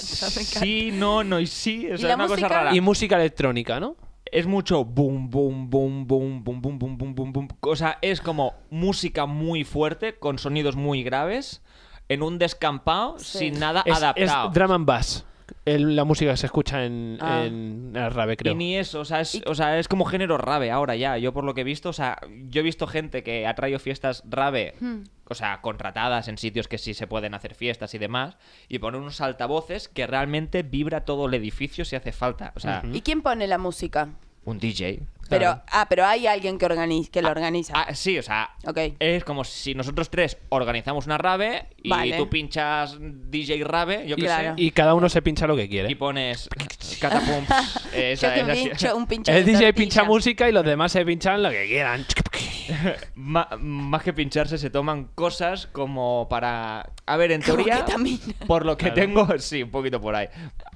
[SPEAKER 2] encanta.
[SPEAKER 3] Sí, no, no, y sí. O sea,
[SPEAKER 2] la
[SPEAKER 3] es una cosa
[SPEAKER 2] música?
[SPEAKER 3] rara.
[SPEAKER 4] Y música electrónica, ¿no?
[SPEAKER 3] es mucho boom, boom, boom, boom, boom, boom, boom, boom, boom, boom. O sea, es como música muy fuerte, con sonidos muy graves, en un descampado, sin nada
[SPEAKER 4] Es, es
[SPEAKER 3] Ah, adaptado.
[SPEAKER 4] drum and bass. el- la música se escucha en,
[SPEAKER 3] Ah.
[SPEAKER 4] en el rave, creo.
[SPEAKER 3] Y ni eso, o sea, es, o sea, es como género rave ahora ya. Yo por lo que he visto, o sea, yo he visto gente que ha traído fiestas rave,
[SPEAKER 11] Hmm.
[SPEAKER 3] o sea, contratadas en sitios que sí se pueden hacer fiestas y demás, y poner unos altavoces que realmente vibra todo el edificio si hace falta. O sea,
[SPEAKER 2] ¿Y quién pone la música?
[SPEAKER 3] un DJ.
[SPEAKER 2] Pero, ah, pero hay alguien que organiza, que lo organiza.
[SPEAKER 3] Ah, sí, o sea, es como si nosotros tres organizamos una rave y
[SPEAKER 2] Vale.
[SPEAKER 3] tú pinchas DJ rave, yo qué sé.
[SPEAKER 4] Y cada uno se pincha lo que quiere.
[SPEAKER 3] Y pones catapumps. esa-
[SPEAKER 2] Yo que
[SPEAKER 3] esa-
[SPEAKER 2] pincho, un pincho
[SPEAKER 4] El
[SPEAKER 2] de
[SPEAKER 4] DJ
[SPEAKER 2] tortilla.
[SPEAKER 4] pincha música y los demás se pinchan lo que quieran.
[SPEAKER 3] Ma- más que pincharse, se toman cosas como para. A ver, en
[SPEAKER 2] Como
[SPEAKER 3] teoría.
[SPEAKER 2] ketamina.
[SPEAKER 3] Por lo que
[SPEAKER 4] Claro.
[SPEAKER 3] tengo, sí, un poquito por ahí.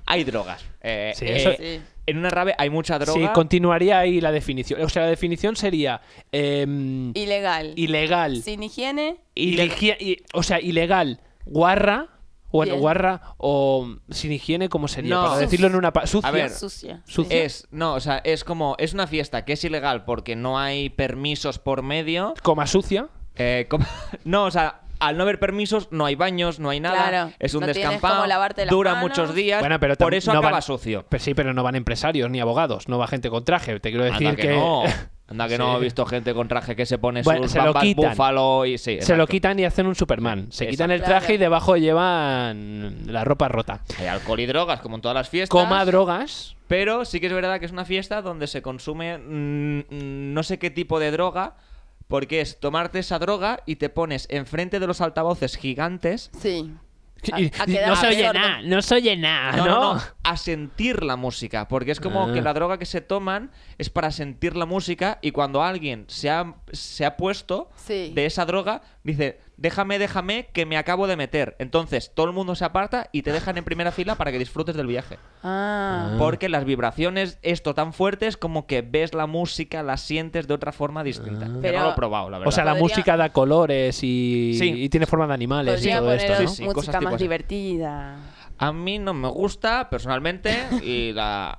[SPEAKER 3] Hay drogas. Eh,
[SPEAKER 4] Sí,
[SPEAKER 3] eh,
[SPEAKER 4] eso-
[SPEAKER 2] Sí.
[SPEAKER 3] En una rave hay mucha droga.
[SPEAKER 4] Sí, continuaría ahí la definición. O sea, la definición sería em,
[SPEAKER 2] Ilegal.
[SPEAKER 4] ilegal.
[SPEAKER 2] Sin higiene.
[SPEAKER 4] Ilegia- i- o sea, ilegal, guarra, bueno,
[SPEAKER 2] Bien.
[SPEAKER 4] guarra o sin higiene, ¿cómo sería?
[SPEAKER 3] No.
[SPEAKER 4] Para decirlo en una... pa- Sucia.
[SPEAKER 3] A ver,
[SPEAKER 2] Sucia, sí.
[SPEAKER 4] Sucia.
[SPEAKER 3] Es, no, o sea, es como, es una fiesta que es ilegal porque no hay permisos por medio.
[SPEAKER 4] Coma sucia.
[SPEAKER 3] Eh, com- no, o sea, al no haber permisos no hay baños, no hay nada.
[SPEAKER 2] Claro,
[SPEAKER 3] es un
[SPEAKER 2] no tienes
[SPEAKER 3] descampado.
[SPEAKER 2] cómo lavarte las
[SPEAKER 3] dura
[SPEAKER 2] manos.
[SPEAKER 3] muchos días.
[SPEAKER 4] Bueno, pero
[SPEAKER 3] por
[SPEAKER 4] tam-
[SPEAKER 3] eso
[SPEAKER 4] no
[SPEAKER 3] acaba
[SPEAKER 4] van-
[SPEAKER 3] sucio.
[SPEAKER 4] Pero sí, pero no van empresarios ni abogados, no va gente con traje. Te quiero decir
[SPEAKER 3] Anda que, no. Anda que no
[SPEAKER 4] Sí.
[SPEAKER 3] he visto gente con traje que se pone
[SPEAKER 4] Bueno,
[SPEAKER 3] sus
[SPEAKER 4] se lo
[SPEAKER 3] bambas
[SPEAKER 4] quitan.
[SPEAKER 3] búfalo y sí.
[SPEAKER 4] Se lo
[SPEAKER 3] exacto.
[SPEAKER 4] quitan y hacen un Superman. Se quitan el
[SPEAKER 3] Exacto.
[SPEAKER 4] traje y debajo llevan la ropa rota.
[SPEAKER 3] Hay alcohol y drogas, como en todas las fiestas.
[SPEAKER 4] Coma drogas.
[SPEAKER 3] Pero sí que es verdad que es una fiesta donde se consume mm, mm, no sé qué tipo de droga, porque es tomarte esa droga y te pones enfrente de los altavoces gigantes.
[SPEAKER 2] Sí.
[SPEAKER 4] Y- y no se oye nada, no se oye nada,
[SPEAKER 3] No,
[SPEAKER 4] Ah, ¿no?
[SPEAKER 3] no, no, a sentir la música, porque es como
[SPEAKER 4] Ah.
[SPEAKER 3] que la droga que se toman es para sentir la música y cuando alguien se ha, se ha puesto
[SPEAKER 2] Sí.
[SPEAKER 3] de esa droga, dice, déjame, déjame, que me acabo de meter. Entonces todo el mundo se aparta y te dejan en primera fila para que disfrutes del viaje.
[SPEAKER 2] Ah.
[SPEAKER 3] Porque las vibraciones, esto tan fuerte, es como que ves la música, la sientes de otra forma distinta. Yo
[SPEAKER 2] Pero-
[SPEAKER 3] no lo he probado, la verdad.
[SPEAKER 4] Ah. O sea, la
[SPEAKER 2] Podría-
[SPEAKER 4] música da colores y,
[SPEAKER 3] Sí.
[SPEAKER 4] y tiene forma de animales y
[SPEAKER 2] Podría
[SPEAKER 4] todo
[SPEAKER 2] poner
[SPEAKER 4] esto, ¿no?
[SPEAKER 3] Sí, sí, cosas
[SPEAKER 2] música
[SPEAKER 3] tipo así.
[SPEAKER 2] más divertida.
[SPEAKER 3] A mí no me gusta, personalmente, y la...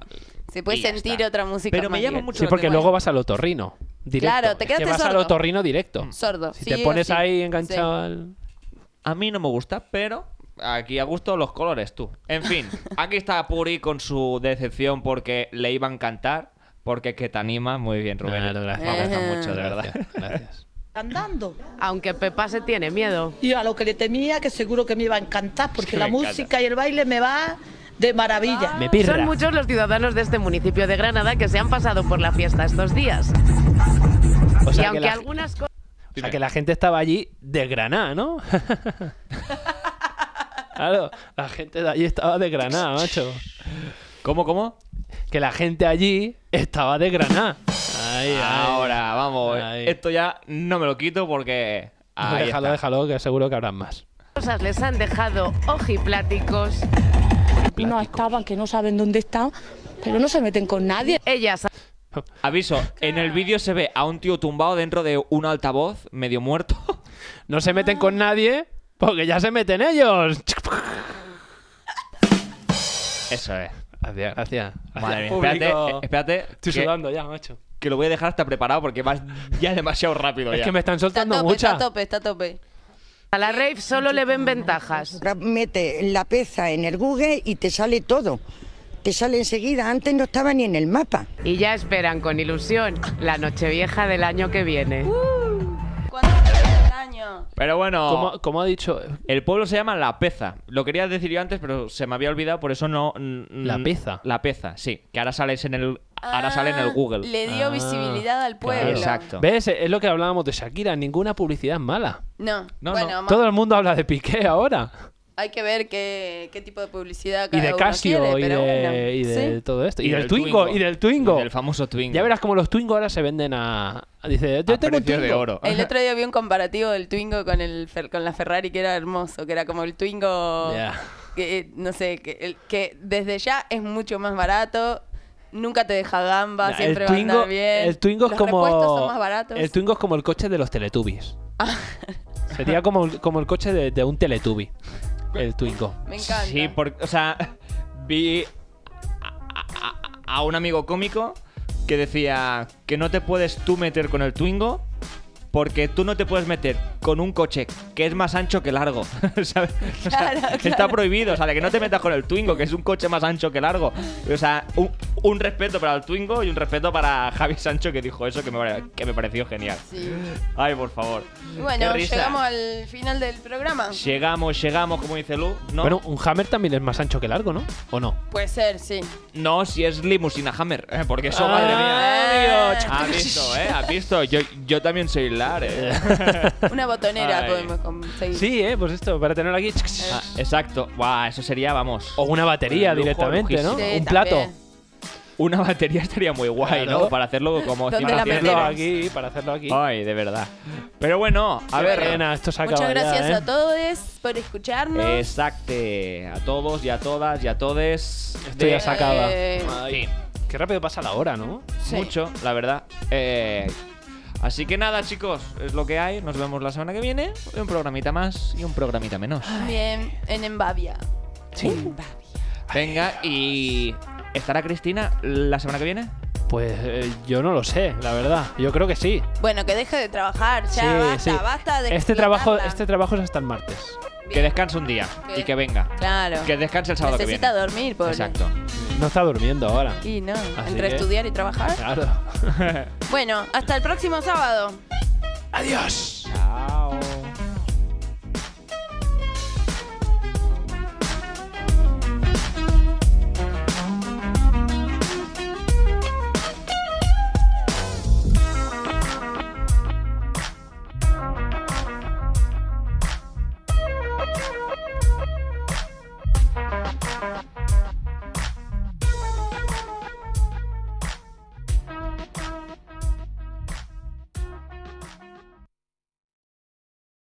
[SPEAKER 2] Se puede
[SPEAKER 3] y ya
[SPEAKER 2] sentir
[SPEAKER 3] está.
[SPEAKER 2] otra música
[SPEAKER 3] Pero me
[SPEAKER 2] más
[SPEAKER 3] llama
[SPEAKER 2] divertida.
[SPEAKER 3] mucho
[SPEAKER 4] Sí,
[SPEAKER 3] la
[SPEAKER 4] porque
[SPEAKER 3] atención.
[SPEAKER 4] luego vas al otorrino. Directo.
[SPEAKER 2] Claro, te
[SPEAKER 4] Es que
[SPEAKER 2] quedaste
[SPEAKER 4] vas
[SPEAKER 2] sordo. Mm.
[SPEAKER 4] al otorrino directo.
[SPEAKER 2] Sordo.
[SPEAKER 4] Si
[SPEAKER 2] sí,
[SPEAKER 4] te pones
[SPEAKER 2] sí.
[SPEAKER 4] ahí enganchado
[SPEAKER 2] Sí.
[SPEAKER 4] al...
[SPEAKER 3] A mí no me gusta, pero aquí a gusto los colores, tú. En fin, aquí está Puri con su decepción porque le iban a cantar. Porque que te anima muy bien, Rubén.
[SPEAKER 4] Claro, gracias.
[SPEAKER 3] Me gusta
[SPEAKER 7] Ajá.
[SPEAKER 3] mucho, de verdad.
[SPEAKER 4] Gracias.
[SPEAKER 12] Andando.
[SPEAKER 7] Aunque Pepa se tiene miedo.
[SPEAKER 12] Y a lo que le temía, que seguro que me iba a encantar, porque
[SPEAKER 7] que
[SPEAKER 12] la
[SPEAKER 7] me encanta.
[SPEAKER 12] música y el baile me va de
[SPEAKER 2] Ah,
[SPEAKER 12] maravilla.
[SPEAKER 4] Me pirra.
[SPEAKER 7] Son muchos los ciudadanos de este municipio de Granada que se han pasado por la fiesta estos días.
[SPEAKER 4] O
[SPEAKER 7] y
[SPEAKER 4] sea, que
[SPEAKER 7] aunque
[SPEAKER 4] la,
[SPEAKER 7] algunas cosas...
[SPEAKER 4] o sea, que la gente estaba allí de Granada, ¿no? claro, la gente de allí estaba de Granada, macho.
[SPEAKER 3] ¿Cómo, cómo?
[SPEAKER 4] Que la gente allí estaba de Granada. Ahí, ahí.
[SPEAKER 3] Ahora, vamos. eh,
[SPEAKER 4] Ahí. Pues
[SPEAKER 3] Esto ya no me lo quito porque. Ahí
[SPEAKER 4] déjalo,
[SPEAKER 3] está.
[SPEAKER 4] déjalo, que seguro que habrán más.
[SPEAKER 7] cosas les han dejado ojipláticos.
[SPEAKER 10] No estaban, que no saben dónde están, pero no se meten con nadie.
[SPEAKER 7] Ellas
[SPEAKER 3] Aviso, en el vídeo se ve a un tío tumbado dentro de un altavoz, medio muerto.
[SPEAKER 4] No se meten con
[SPEAKER 2] Ah.
[SPEAKER 4] nadie porque ya se meten ellos.
[SPEAKER 3] Eso es.
[SPEAKER 4] Gracias, gracias.
[SPEAKER 3] Madre
[SPEAKER 4] Gracias,
[SPEAKER 3] mía. Espérate, eh,
[SPEAKER 4] público.
[SPEAKER 3] espérate.
[SPEAKER 4] Estoy
[SPEAKER 3] que-
[SPEAKER 4] sudando ya, macho.
[SPEAKER 3] Que lo voy a dejar hasta preparado porque vas ya demasiado rápido.
[SPEAKER 4] Es
[SPEAKER 3] ya.
[SPEAKER 4] que me están
[SPEAKER 2] Está a
[SPEAKER 4] soltando
[SPEAKER 2] tope, está a
[SPEAKER 4] muchas.
[SPEAKER 2] tope, está a tope.
[SPEAKER 7] a la rave solo le ven ventajas.
[SPEAKER 8] Ra- Mete la peza en el Google y te sale todo. Te sale enseguida, antes no estaba ni en el mapa.
[SPEAKER 7] Y ya esperan con ilusión la Nochevieja del año que viene.
[SPEAKER 3] Pero bueno.
[SPEAKER 4] Como, como ha dicho,
[SPEAKER 3] El pueblo se llama La Peza. Lo quería decir yo antes, pero se me había olvidado, por eso no. mm,
[SPEAKER 4] La Peza.
[SPEAKER 3] La Peza, sí. Que ahora sales en el. Ahora sale en el
[SPEAKER 2] Ah,
[SPEAKER 3] Google.
[SPEAKER 2] Le dio
[SPEAKER 4] Ah,
[SPEAKER 2] visibilidad al pueblo.
[SPEAKER 3] Exacto.
[SPEAKER 4] ¿ves? Es lo que hablábamos de Shakira, ninguna publicidad es mala.
[SPEAKER 2] No.
[SPEAKER 3] No,
[SPEAKER 2] bueno,
[SPEAKER 3] no.
[SPEAKER 2] ma-
[SPEAKER 4] Todo el mundo habla de Piqué ahora.
[SPEAKER 2] hay que ver qué, qué tipo de publicidad
[SPEAKER 4] Y
[SPEAKER 2] cada
[SPEAKER 4] de
[SPEAKER 2] uno
[SPEAKER 4] Casio
[SPEAKER 2] quiere,
[SPEAKER 4] y
[SPEAKER 2] pero
[SPEAKER 4] de, y
[SPEAKER 2] bueno.
[SPEAKER 4] de
[SPEAKER 2] Sí.
[SPEAKER 4] todo esto. Y,
[SPEAKER 3] Y
[SPEAKER 4] del
[SPEAKER 3] del
[SPEAKER 4] Twingo,
[SPEAKER 3] Twingo.
[SPEAKER 4] y del Twingo.
[SPEAKER 3] Del famoso Twingo.
[SPEAKER 4] Ya verás como los Twingo ahora se venden a... a- Dice, yo
[SPEAKER 3] A
[SPEAKER 4] tengo un
[SPEAKER 3] precio de
[SPEAKER 4] Twingo.
[SPEAKER 3] oro.
[SPEAKER 2] El otro día vi un comparativo del Twingo con el Fer- con la Ferrari que era hermoso, que era como el Twingo
[SPEAKER 4] Ya.
[SPEAKER 2] que eh, no sé, que, el- que desde ya es mucho más barato, nunca te deja gamba,
[SPEAKER 4] Nah,
[SPEAKER 2] siempre
[SPEAKER 4] el
[SPEAKER 2] va a
[SPEAKER 4] Twingo,
[SPEAKER 2] andar bien.
[SPEAKER 4] el Twingo es
[SPEAKER 2] Los
[SPEAKER 4] como...
[SPEAKER 2] repuestos son más baratos. Ah.
[SPEAKER 4] El Twingo es como el coche de los Teletubbies. Sería como, el- como el coche de, de un Teletubby. El Twingo.
[SPEAKER 2] Me encanta.
[SPEAKER 3] Sí, porque. O sea, vi a, a- a un amigo cómico que decía que no te puedes tú meter con el Twingo porque tú no te puedes meter con un coche que es más ancho que largo. ¿sabes? O sea,
[SPEAKER 1] Claro,
[SPEAKER 3] Está
[SPEAKER 1] claro.
[SPEAKER 3] prohibido, o sea, de que no te metas con el Twingo, que es un coche más ancho que largo. O sea, un, un respeto para el Twingo y un respeto para Javi Sancho que dijo eso que me, pare- que me pareció genial. Ay, por favor.
[SPEAKER 2] Y bueno,
[SPEAKER 3] Qué risa.
[SPEAKER 2] llegamos al final del programa.
[SPEAKER 3] Llegamos, llegamos, como dice Lu. No,
[SPEAKER 4] Bueno, un Hammer también es más ancho que largo, ¿no? ¿O no?
[SPEAKER 2] Puede ser, sí.
[SPEAKER 3] no si es limusina Hammer, eh, porque eso,
[SPEAKER 4] Ah,
[SPEAKER 3] madre mía.
[SPEAKER 2] Dios.
[SPEAKER 3] Has visto, ¿eh? Has visto. Yo, yo también soy lar, ¿eh?
[SPEAKER 2] Una botonera
[SPEAKER 3] Ay.
[SPEAKER 2] podemos conseguir.
[SPEAKER 4] Sí, ¿eh? Pues esto, para tener aquí.
[SPEAKER 3] Ah, exacto. Buah, eso sería, vamos.
[SPEAKER 4] O una batería
[SPEAKER 3] Lujo,
[SPEAKER 4] directamente, ¿no?
[SPEAKER 3] lujísimo.
[SPEAKER 2] Sí,
[SPEAKER 4] un plato.
[SPEAKER 2] también.
[SPEAKER 3] Una batería estaría muy guay,
[SPEAKER 4] Claro.
[SPEAKER 3] ¿no? Para hacerlo como
[SPEAKER 2] ¿Dónde
[SPEAKER 4] Para
[SPEAKER 2] la
[SPEAKER 3] 100%.
[SPEAKER 4] hacerlo aquí, para hacerlo aquí.
[SPEAKER 3] Ay, de verdad. Pero bueno, a
[SPEAKER 4] Qué
[SPEAKER 3] ver.
[SPEAKER 4] pena, esto se acaba
[SPEAKER 2] Muchas
[SPEAKER 4] ya,
[SPEAKER 2] gracias
[SPEAKER 4] ¿eh?
[SPEAKER 2] a todos por escucharnos.
[SPEAKER 3] Exacto. A todos y a todas y a todes.
[SPEAKER 4] Esto ya se acaba.
[SPEAKER 2] Eh.
[SPEAKER 4] Ay, qué rápido pasa la hora, ¿no?
[SPEAKER 2] Sí.
[SPEAKER 3] Mucho, la verdad. Eh, así que nada, chicos, es lo que hay. Nos vemos la semana que viene. Un programita más y un programita menos.
[SPEAKER 2] Bien, en Embavia.
[SPEAKER 3] Venga, y. ¿Estará Cristina la semana que viene?
[SPEAKER 4] Pues eh, yo no lo sé, la verdad. Yo creo que sí.
[SPEAKER 2] Bueno, que deje de trabajar, ya
[SPEAKER 4] Sí,
[SPEAKER 2] basta,
[SPEAKER 4] sí.
[SPEAKER 2] basta de
[SPEAKER 4] Este trabajo,
[SPEAKER 2] explotarla.
[SPEAKER 4] este trabajo es hasta el martes.
[SPEAKER 3] Que descanse un día
[SPEAKER 2] Que-
[SPEAKER 3] y que venga.
[SPEAKER 2] Claro.
[SPEAKER 3] Que descanse el sábado que viene.
[SPEAKER 2] Necesita dormir, pobre.
[SPEAKER 3] Exacto.
[SPEAKER 4] No está durmiendo ahora.
[SPEAKER 2] Y no,
[SPEAKER 4] Así
[SPEAKER 2] entre
[SPEAKER 4] que-
[SPEAKER 2] estudiar y trabajar.
[SPEAKER 4] Claro.
[SPEAKER 2] Bueno, hasta el próximo sábado.
[SPEAKER 4] Adiós.